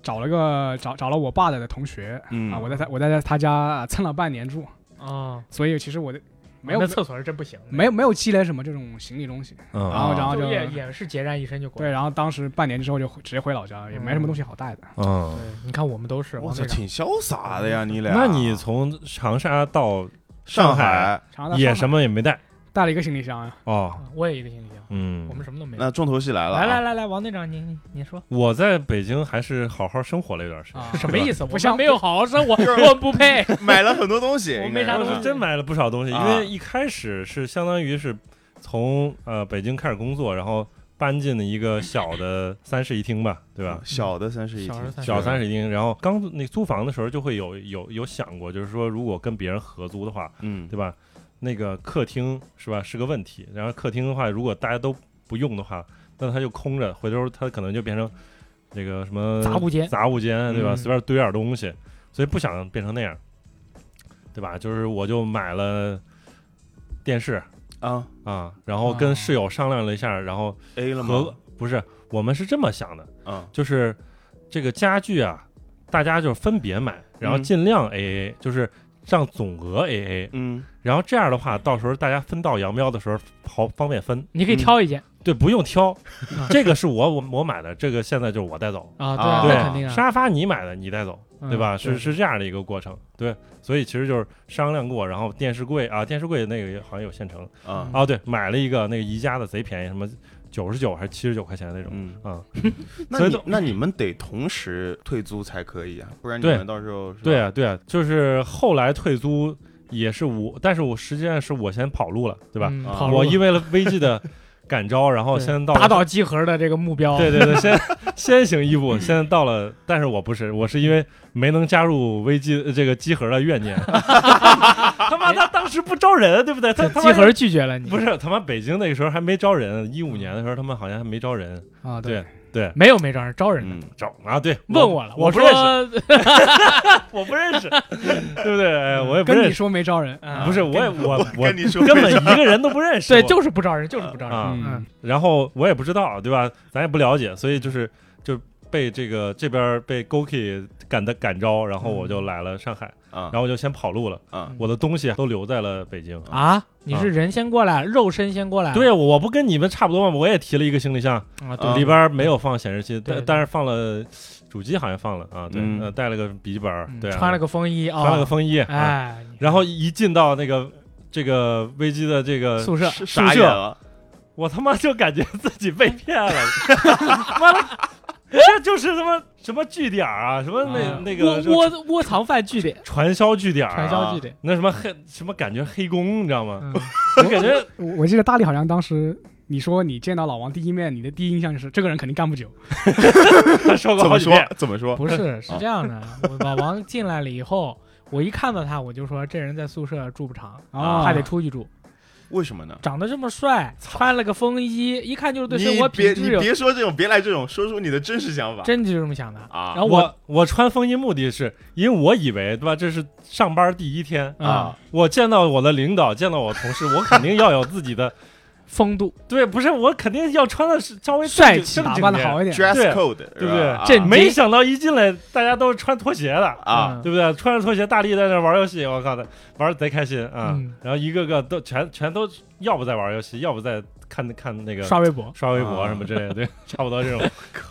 [SPEAKER 4] 找了个找找了我爸的同学
[SPEAKER 2] 嗯
[SPEAKER 4] 啊，我在他我在他家啊蹭了半年住，
[SPEAKER 3] 啊，
[SPEAKER 4] 所以其实我的没有
[SPEAKER 3] 那厕所是真不行，
[SPEAKER 4] 没有没有积累什么这种行李东西。
[SPEAKER 1] 嗯
[SPEAKER 4] 然后然后就
[SPEAKER 3] 啊就也也是孑然一身就过
[SPEAKER 4] 对，
[SPEAKER 3] 来了。
[SPEAKER 4] 然后当时半年之后就回直接回老家，也没什么东西好带的。
[SPEAKER 1] 嗯，
[SPEAKER 3] 对，你看我们都是，
[SPEAKER 2] 我
[SPEAKER 3] 王
[SPEAKER 2] 操，
[SPEAKER 3] 队长
[SPEAKER 2] 挺潇洒的呀，你俩。
[SPEAKER 1] 那你从长沙到
[SPEAKER 2] 上
[SPEAKER 1] 啊海啊
[SPEAKER 2] 海，
[SPEAKER 4] 长沙到
[SPEAKER 1] 也
[SPEAKER 4] 上海
[SPEAKER 1] 什么也没带
[SPEAKER 4] 带了一个行李箱啊，
[SPEAKER 1] 哦，
[SPEAKER 3] 啊我也一个行李箱，
[SPEAKER 1] 嗯，
[SPEAKER 3] 我们什么都没有。
[SPEAKER 2] 那重头戏来了啊，
[SPEAKER 3] 来来来来，王队长，你你你说
[SPEAKER 1] 我在北京还是好好生活了一段时间，
[SPEAKER 4] 啊
[SPEAKER 3] 什么意思？
[SPEAKER 4] 不
[SPEAKER 3] 我
[SPEAKER 4] 像
[SPEAKER 3] 们没有好好生活，
[SPEAKER 2] 就是
[SPEAKER 3] 我们不配。
[SPEAKER 2] 买了很多东西，
[SPEAKER 3] 我
[SPEAKER 2] 应该
[SPEAKER 3] 没啥
[SPEAKER 2] 是
[SPEAKER 1] 我是真买了不少东西，因
[SPEAKER 2] 啊
[SPEAKER 1] 为一开始是相当于是从呃北京开始工作，然后搬进了一个小的三室一厅吧，对吧？
[SPEAKER 2] 嗯小的三室一
[SPEAKER 3] 小
[SPEAKER 2] 厅
[SPEAKER 3] 的，三室一厅
[SPEAKER 1] 小三室一厅，然后刚那租房的时候就会有有有想过，就是说如果跟别人合租的话，
[SPEAKER 2] 嗯，
[SPEAKER 1] 对吧？那个客厅是吧是个问题，然后客厅的话，如果大家都不用的话，那它就空着，回头它可能就变成那个什么
[SPEAKER 3] 杂物间
[SPEAKER 1] 杂物间对吧？
[SPEAKER 3] 嗯
[SPEAKER 1] 随便堆点东西，所以不想变成那样，对吧？就是我就买了电视
[SPEAKER 2] 啊
[SPEAKER 1] 啊，然后跟
[SPEAKER 3] 啊
[SPEAKER 1] 室友商量了一下，然后
[SPEAKER 2] ，A 了
[SPEAKER 1] 和
[SPEAKER 2] 吗？
[SPEAKER 1] 不是我们是这么想的，
[SPEAKER 2] 啊，
[SPEAKER 1] 就是这个家具啊，大家就分别买，然后
[SPEAKER 2] 嗯
[SPEAKER 1] 尽量 AA，、就是让总额 AA，
[SPEAKER 2] 嗯，
[SPEAKER 1] 然后这样的话，到时候大家分道扬镳的时候好方便分，
[SPEAKER 3] 你可以挑一件
[SPEAKER 1] 对，不用 挑，这个是我我我买的，这个现在就是我带走，
[SPEAKER 3] 啊，对
[SPEAKER 2] 啊
[SPEAKER 3] 啊，
[SPEAKER 1] 对
[SPEAKER 3] 那肯定啊，
[SPEAKER 1] 沙发你买的你带走，对吧？
[SPEAKER 3] 嗯
[SPEAKER 1] 是是这样的一个过程，对，所以其实就是商量过，然后电视柜啊，电视柜那个也好像有现成
[SPEAKER 3] 嗯
[SPEAKER 2] 啊，
[SPEAKER 1] 啊，对，买了一个那个宜家的贼便宜，什么九十九还是七十九块钱那种。
[SPEAKER 2] 嗯，
[SPEAKER 1] 啊，
[SPEAKER 2] 那
[SPEAKER 1] 所以
[SPEAKER 2] 你
[SPEAKER 1] 都
[SPEAKER 2] 那你们得同时退租才可以啊，不然你
[SPEAKER 1] 对
[SPEAKER 2] 们到时候是吧
[SPEAKER 1] 对啊，对啊，就是后来退租也是我，但是我实际上是我先跑路了，对吧？
[SPEAKER 3] 嗯
[SPEAKER 2] 啊
[SPEAKER 3] 跑路
[SPEAKER 1] 我
[SPEAKER 3] 了
[SPEAKER 1] 因为了危机的感召，然后
[SPEAKER 3] 对
[SPEAKER 1] 先到了
[SPEAKER 3] 打倒集合的这个目标，
[SPEAKER 1] 对对对，先先行一步，现在到了，但是我不是，我是因为没能加入危机呃这个集合的怨 念。他妈，他当时不招人，对不对？他
[SPEAKER 4] 啊
[SPEAKER 1] 他妈
[SPEAKER 3] 集合拒绝了你，
[SPEAKER 1] 不是他妈北京那个时候还没招人，一五年的时候他们好像还没招人，
[SPEAKER 4] 啊，
[SPEAKER 1] 对
[SPEAKER 3] 没有没招人，招人的。
[SPEAKER 2] 嗯，
[SPEAKER 1] 招啊对，
[SPEAKER 3] 问我了，
[SPEAKER 1] 我
[SPEAKER 3] 我
[SPEAKER 1] 不
[SPEAKER 3] 说
[SPEAKER 1] 认识，我不认识， 对不对？哎我也不
[SPEAKER 4] 跟
[SPEAKER 1] 认
[SPEAKER 4] 你
[SPEAKER 1] 识，
[SPEAKER 4] 说没招人，
[SPEAKER 3] 啊
[SPEAKER 1] 不是我也我我
[SPEAKER 2] 跟你说
[SPEAKER 1] 根本一个人都不认识，
[SPEAKER 3] 对，
[SPEAKER 1] 我
[SPEAKER 3] 就是不招人，就是不招人。
[SPEAKER 1] 啊，
[SPEAKER 4] 嗯，
[SPEAKER 1] 然后我也不知道，对吧？咱也不了解，所以就是就被这个这边被 Goki 感的感召，然后我就来了上海，
[SPEAKER 2] 啊
[SPEAKER 1] 然后我就先跑路了，
[SPEAKER 2] 啊，
[SPEAKER 1] 我的东西都留在了北京。
[SPEAKER 3] 啊，你是人先过来，肉身先过来，
[SPEAKER 1] 对，我不跟你们差不多吗？我也提了一个行李箱，
[SPEAKER 3] 啊，
[SPEAKER 2] 啊
[SPEAKER 1] 里边没有放显示器，但
[SPEAKER 3] 对对
[SPEAKER 1] 但是放了主机，好像放了啊。对，
[SPEAKER 2] 嗯
[SPEAKER 1] 呃，带了个笔记本儿，对啊，
[SPEAKER 3] 嗯穿了个风衣啊，
[SPEAKER 1] 穿了个风衣， 啊
[SPEAKER 3] 哎，你
[SPEAKER 1] 然后一进到那个这个危机的这个
[SPEAKER 3] 宿舍
[SPEAKER 2] 是
[SPEAKER 1] 宿舍
[SPEAKER 2] 傻眼了，
[SPEAKER 1] 我他妈就感觉自己被骗了，完了，这就是他妈什么据点啊，什么那、
[SPEAKER 3] 啊
[SPEAKER 1] 那个
[SPEAKER 3] 窝窝窝藏犯据点，
[SPEAKER 1] 传销据点、
[SPEAKER 3] 传
[SPEAKER 1] 啊，
[SPEAKER 3] 销据点，
[SPEAKER 1] 那什么黑什么感觉黑工，你知道 吗？
[SPEAKER 3] 嗯
[SPEAKER 1] 我感觉
[SPEAKER 4] 我我记得大力好像当时你说你见到老王第一面，你的第一印象就是这个人肯定干不久
[SPEAKER 1] 他说过
[SPEAKER 2] 怎
[SPEAKER 1] 好
[SPEAKER 2] 么
[SPEAKER 1] 几
[SPEAKER 2] 说
[SPEAKER 1] 遍，
[SPEAKER 2] 怎么说？
[SPEAKER 3] 不是，是这样的，我老王进来了以后，我一看到他，我就说这人在宿舍住不长，
[SPEAKER 2] 啊
[SPEAKER 3] 还得出去住。
[SPEAKER 2] 为什么呢？
[SPEAKER 3] 长得这么帅，穿了个风衣，一看就是对生
[SPEAKER 2] 你
[SPEAKER 3] 活
[SPEAKER 2] 别
[SPEAKER 3] 品
[SPEAKER 2] 你
[SPEAKER 3] 质有，
[SPEAKER 2] 别说这种，别来这种，说出你的真实想法
[SPEAKER 3] 真就是这么想的。
[SPEAKER 2] 啊
[SPEAKER 3] 然后我
[SPEAKER 1] 我我穿风衣目的是因为我以为对吧，这是上班第一天，
[SPEAKER 3] 啊，
[SPEAKER 1] 我见到我的领导，见到我同事，我肯定要有自己的
[SPEAKER 3] 风度
[SPEAKER 1] 对，不是我肯定要穿的是稍微正
[SPEAKER 3] 帅
[SPEAKER 1] 经
[SPEAKER 3] 气
[SPEAKER 1] 正
[SPEAKER 4] 打
[SPEAKER 1] 经
[SPEAKER 4] 扮的
[SPEAKER 1] 点
[SPEAKER 4] 好一点。
[SPEAKER 2] ，dress
[SPEAKER 1] 对
[SPEAKER 2] code，
[SPEAKER 1] 对不对
[SPEAKER 3] 这
[SPEAKER 2] 这
[SPEAKER 1] 没想到一进来大家都是穿拖鞋的，
[SPEAKER 3] 嗯
[SPEAKER 2] 啊，
[SPEAKER 1] 对不对？穿着拖鞋，大力在那玩游戏，我靠的，玩的贼开心啊！
[SPEAKER 3] 嗯
[SPEAKER 1] 然后一个个都全全都要不在玩游戏，要不在看看那个
[SPEAKER 3] 刷微博，
[SPEAKER 1] 刷微博什么之类 的，对，差不多这种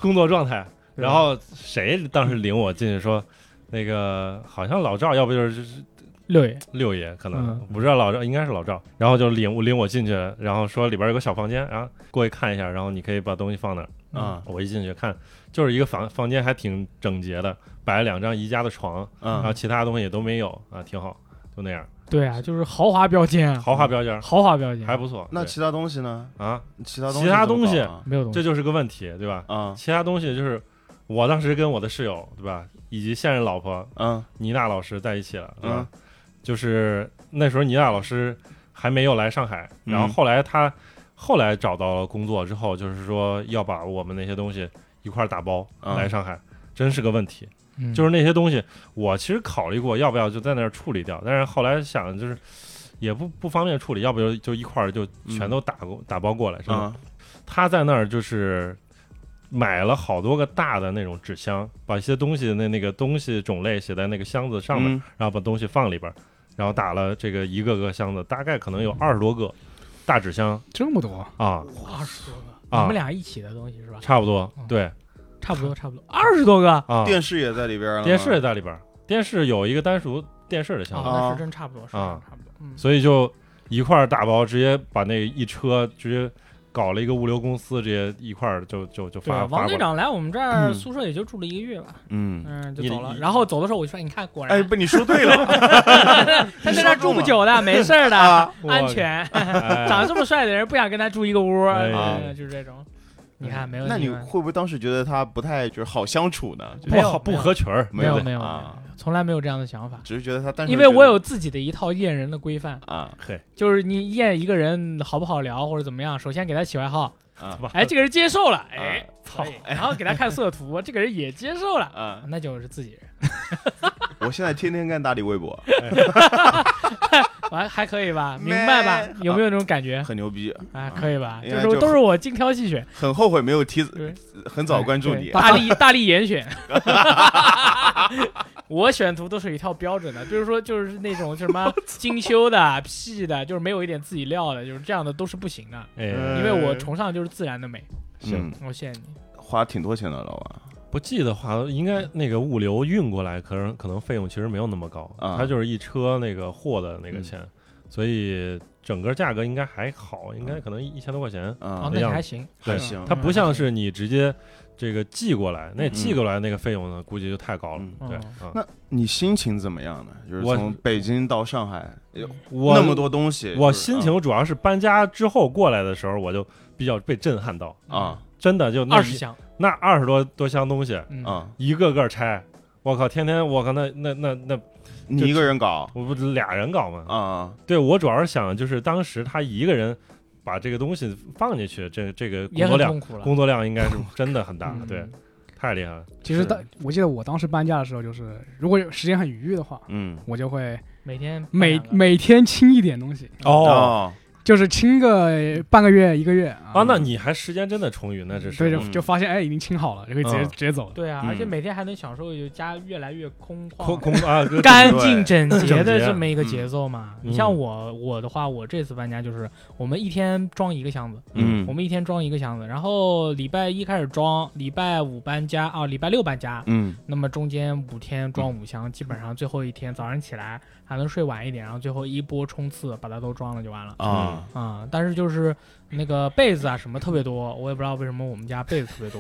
[SPEAKER 1] 工作状态。
[SPEAKER 3] 对吧
[SPEAKER 1] 然后谁当时领我进去说，那个好像老赵，要不就是就是
[SPEAKER 3] 六爷
[SPEAKER 1] 六爷，可能、
[SPEAKER 3] 嗯
[SPEAKER 1] 不知道老赵，应该是老赵。然后就领我领我进去，然后说里边有个小房间，然后过去看一下，然后你可以把东西放那儿。
[SPEAKER 2] 啊
[SPEAKER 1] 我一进去看，就是一个房房间还挺整洁的，摆了两张宜家的床，然后
[SPEAKER 2] 嗯
[SPEAKER 1] 啊其他东西也都没有啊，挺好，就那样，
[SPEAKER 3] 对啊，就是豪华标间啊，
[SPEAKER 1] 豪华标间儿
[SPEAKER 3] 豪华标间
[SPEAKER 1] 还不错。
[SPEAKER 2] 嗯那
[SPEAKER 1] 对
[SPEAKER 2] 其他嗯东西呢？
[SPEAKER 1] 啊，
[SPEAKER 2] 其他东西
[SPEAKER 1] 其他东西
[SPEAKER 2] 怎么
[SPEAKER 3] 没有东
[SPEAKER 1] 这
[SPEAKER 3] 西，
[SPEAKER 1] 就是个问题，对吧？
[SPEAKER 2] 搞啊
[SPEAKER 1] 其他东西就是我当时跟我的室友，对吧，以及现任老婆
[SPEAKER 2] 啊嗯
[SPEAKER 1] 妮娜老师在一起了，对吧？就是那时候妮娜老师还没有来上海，
[SPEAKER 2] 嗯
[SPEAKER 1] 然后后来她后来找到了工作之后，就是说要把我们那些东西一块儿打包
[SPEAKER 2] 嗯
[SPEAKER 1] 来上海，真是个问题。
[SPEAKER 3] 嗯
[SPEAKER 1] 就是那些东西，我其实考虑过要不要就在那儿处理掉，但是后来想就是也不不方便处理，要不就就一块儿就
[SPEAKER 2] 嗯
[SPEAKER 1] 全都打过、打包过来。真的，
[SPEAKER 2] 啊
[SPEAKER 1] 他在那儿就是买了好多个大的那种纸箱，把一些东西的那那个东西种类写在那个箱子上面，
[SPEAKER 2] 嗯
[SPEAKER 1] 然后把东西放里边儿，然后打了这个一个个箱子，大概可能有二十多个大纸箱
[SPEAKER 4] 这么多，
[SPEAKER 1] 啊，
[SPEAKER 3] 二十多个，
[SPEAKER 1] 啊
[SPEAKER 3] 你们俩一起的东西是吧？
[SPEAKER 1] 差不多
[SPEAKER 3] 嗯
[SPEAKER 1] 对
[SPEAKER 3] 差不多，差不多，二十多个，
[SPEAKER 1] 啊，
[SPEAKER 2] 电视啊也在里边了吗，
[SPEAKER 1] 电视也在里边儿，电视有一个单独电视的箱子。
[SPEAKER 2] 啊
[SPEAKER 3] 那是真差不多，是
[SPEAKER 1] 啊
[SPEAKER 3] 差不多，嗯，
[SPEAKER 1] 所以就一块儿打包，直接把那一车直接搞了一个物流公司，直接一块儿就就就
[SPEAKER 3] 对
[SPEAKER 1] 发，
[SPEAKER 3] 王
[SPEAKER 1] 发过
[SPEAKER 3] 队
[SPEAKER 1] 来。
[SPEAKER 3] 长来我们这儿
[SPEAKER 2] 嗯
[SPEAKER 3] 宿舍也就住了一个月吧，
[SPEAKER 2] 嗯，
[SPEAKER 3] 嗯，就
[SPEAKER 1] 你
[SPEAKER 3] 走了。
[SPEAKER 1] 你
[SPEAKER 3] 然后走的时候我就说，你看，果
[SPEAKER 2] 哎，
[SPEAKER 3] 然
[SPEAKER 2] 不，你说 对了，
[SPEAKER 3] 他在那儿住不久的，没事儿的，
[SPEAKER 2] 啊，
[SPEAKER 1] 我
[SPEAKER 3] 安全。
[SPEAKER 1] 哎
[SPEAKER 3] 长得这么帅的人不想跟他住一个屋，
[SPEAKER 1] 哎
[SPEAKER 3] 嗯就是这种。你看，没问
[SPEAKER 2] 哎那
[SPEAKER 3] 题
[SPEAKER 2] 你
[SPEAKER 3] 吧。
[SPEAKER 2] 会不会当时觉得他不太就是好相处呢？就
[SPEAKER 1] 不
[SPEAKER 3] 没有
[SPEAKER 1] 好
[SPEAKER 3] 没
[SPEAKER 1] 不
[SPEAKER 3] 有
[SPEAKER 1] 合群儿，
[SPEAKER 2] 没
[SPEAKER 3] 有
[SPEAKER 2] 有
[SPEAKER 3] 没有，
[SPEAKER 2] 啊
[SPEAKER 3] 没有从来没有这样的想法，
[SPEAKER 2] 只是觉得他单纯
[SPEAKER 3] 因为
[SPEAKER 2] 觉得
[SPEAKER 3] 我有自己的一套验人的规范，
[SPEAKER 2] 啊
[SPEAKER 3] 就是你验一个人好不好聊或者怎么样，首先给他起外号，
[SPEAKER 2] 啊
[SPEAKER 3] 哎，这个人接受了，
[SPEAKER 2] 啊
[SPEAKER 3] 哎，
[SPEAKER 1] 操
[SPEAKER 3] 可以然后给他看色图，这个人也接受了，
[SPEAKER 2] 啊！
[SPEAKER 3] 那就是自己人，
[SPEAKER 2] 我现在天天看大力微博，
[SPEAKER 3] 完还可以吧，明白吧？有没有那种感
[SPEAKER 1] 哎
[SPEAKER 3] 觉
[SPEAKER 2] 很牛逼，
[SPEAKER 3] 啊？可以吧？
[SPEAKER 2] 应
[SPEAKER 3] 就
[SPEAKER 2] 该
[SPEAKER 3] 是我
[SPEAKER 2] 就
[SPEAKER 3] 都是我精挑细选，
[SPEAKER 2] 很后悔没有提
[SPEAKER 3] 对
[SPEAKER 2] 很早关
[SPEAKER 1] 哎
[SPEAKER 2] 注
[SPEAKER 3] 对
[SPEAKER 2] 你。啊
[SPEAKER 3] 大力 大力严选。 我选图都是有一套标准的，比如说就是那种就是什么精修的、P 的，就是没有一点自己料的，就是这样的都是不行的。
[SPEAKER 1] 哎，
[SPEAKER 2] 呃
[SPEAKER 3] 因为我崇尚就是自然的美，
[SPEAKER 2] 嗯，
[SPEAKER 3] 我谢谢你。
[SPEAKER 2] 花挺多钱的老王
[SPEAKER 1] 不记得话，应该那个物流运过来，可能可能费用其实没有那么高，
[SPEAKER 2] 啊
[SPEAKER 1] 它就是一车那个货的
[SPEAKER 3] 嗯
[SPEAKER 1] 那个钱，所以整个价格应该还好，应
[SPEAKER 3] 嗯
[SPEAKER 1] 该可能一千多块钱，
[SPEAKER 3] 哦
[SPEAKER 2] 啊，，
[SPEAKER 1] 样
[SPEAKER 3] 那你
[SPEAKER 1] 子
[SPEAKER 3] 还行，
[SPEAKER 1] 对
[SPEAKER 2] 还
[SPEAKER 3] 嗯
[SPEAKER 2] 行
[SPEAKER 1] 它不像是啊你直接这个寄过来，那寄过来那个费用呢，估计就太高了。
[SPEAKER 2] 嗯
[SPEAKER 1] 对
[SPEAKER 3] 嗯，
[SPEAKER 1] 啊
[SPEAKER 2] 那你心情怎么样呢？就是
[SPEAKER 1] 我
[SPEAKER 2] 从北京到上海，有
[SPEAKER 1] 我
[SPEAKER 2] 那么多东西，
[SPEAKER 1] 我
[SPEAKER 2] 就是啊
[SPEAKER 1] 心情主要是搬家之后过来的时候，我就比较被震撼到，
[SPEAKER 2] 啊
[SPEAKER 1] 真的就那
[SPEAKER 3] 二十
[SPEAKER 1] 一
[SPEAKER 3] 箱，
[SPEAKER 1] 那二十多多箱东西，
[SPEAKER 3] 嗯，
[SPEAKER 2] 啊，
[SPEAKER 1] 一个个拆，我靠，天天我靠那那那那
[SPEAKER 2] 你一个人搞
[SPEAKER 1] 我不俩人搞吗？
[SPEAKER 2] 啊，
[SPEAKER 1] 对我主要是想就是当时他一个人把这个东西放进去，这这个
[SPEAKER 3] 也
[SPEAKER 1] 工作
[SPEAKER 3] 很
[SPEAKER 1] 量
[SPEAKER 3] 痛苦了。
[SPEAKER 1] 工作量应该是真的很大，
[SPEAKER 3] 嗯
[SPEAKER 1] 对，，太厉害了，
[SPEAKER 4] 其实
[SPEAKER 2] 是
[SPEAKER 4] 当我记得我当时搬家的时候，就是如果有时间很愉悦的话，
[SPEAKER 2] 嗯
[SPEAKER 4] 我就会
[SPEAKER 3] 每天
[SPEAKER 4] 每
[SPEAKER 3] 搬两个
[SPEAKER 4] 每天清一点东西，
[SPEAKER 1] 哦
[SPEAKER 2] 哦，
[SPEAKER 4] 就是清个半个月一个月啊
[SPEAKER 1] 啊，那你还时间真的充裕，那这
[SPEAKER 4] 对，
[SPEAKER 1] 是
[SPEAKER 4] 就就发现哎，已经清好了，就可以直接、
[SPEAKER 1] 嗯
[SPEAKER 4] 直接走了。
[SPEAKER 3] 对啊，而且
[SPEAKER 2] 嗯
[SPEAKER 3] 每天还能享受有家越来越空旷、
[SPEAKER 1] 空空啊，
[SPEAKER 3] 干净整洁的
[SPEAKER 1] 对
[SPEAKER 3] 这么一个节奏嘛。
[SPEAKER 1] 嗯
[SPEAKER 3] 你像我我的话，我这次搬家就是我们一天装一个箱子，
[SPEAKER 2] 嗯
[SPEAKER 3] 我们一天装一个箱子，然后礼拜一开始装，礼拜五搬家啊，礼拜六搬家，
[SPEAKER 2] 嗯
[SPEAKER 3] 那么中间五天装五箱，基本上最后一天早上起来还能睡晚一点，然后最后一波冲刺把它都装了就完了。
[SPEAKER 2] 啊，
[SPEAKER 3] 啊、但是就是那个被子啊什么特别多，我也不知道为什么我们家被子特别多。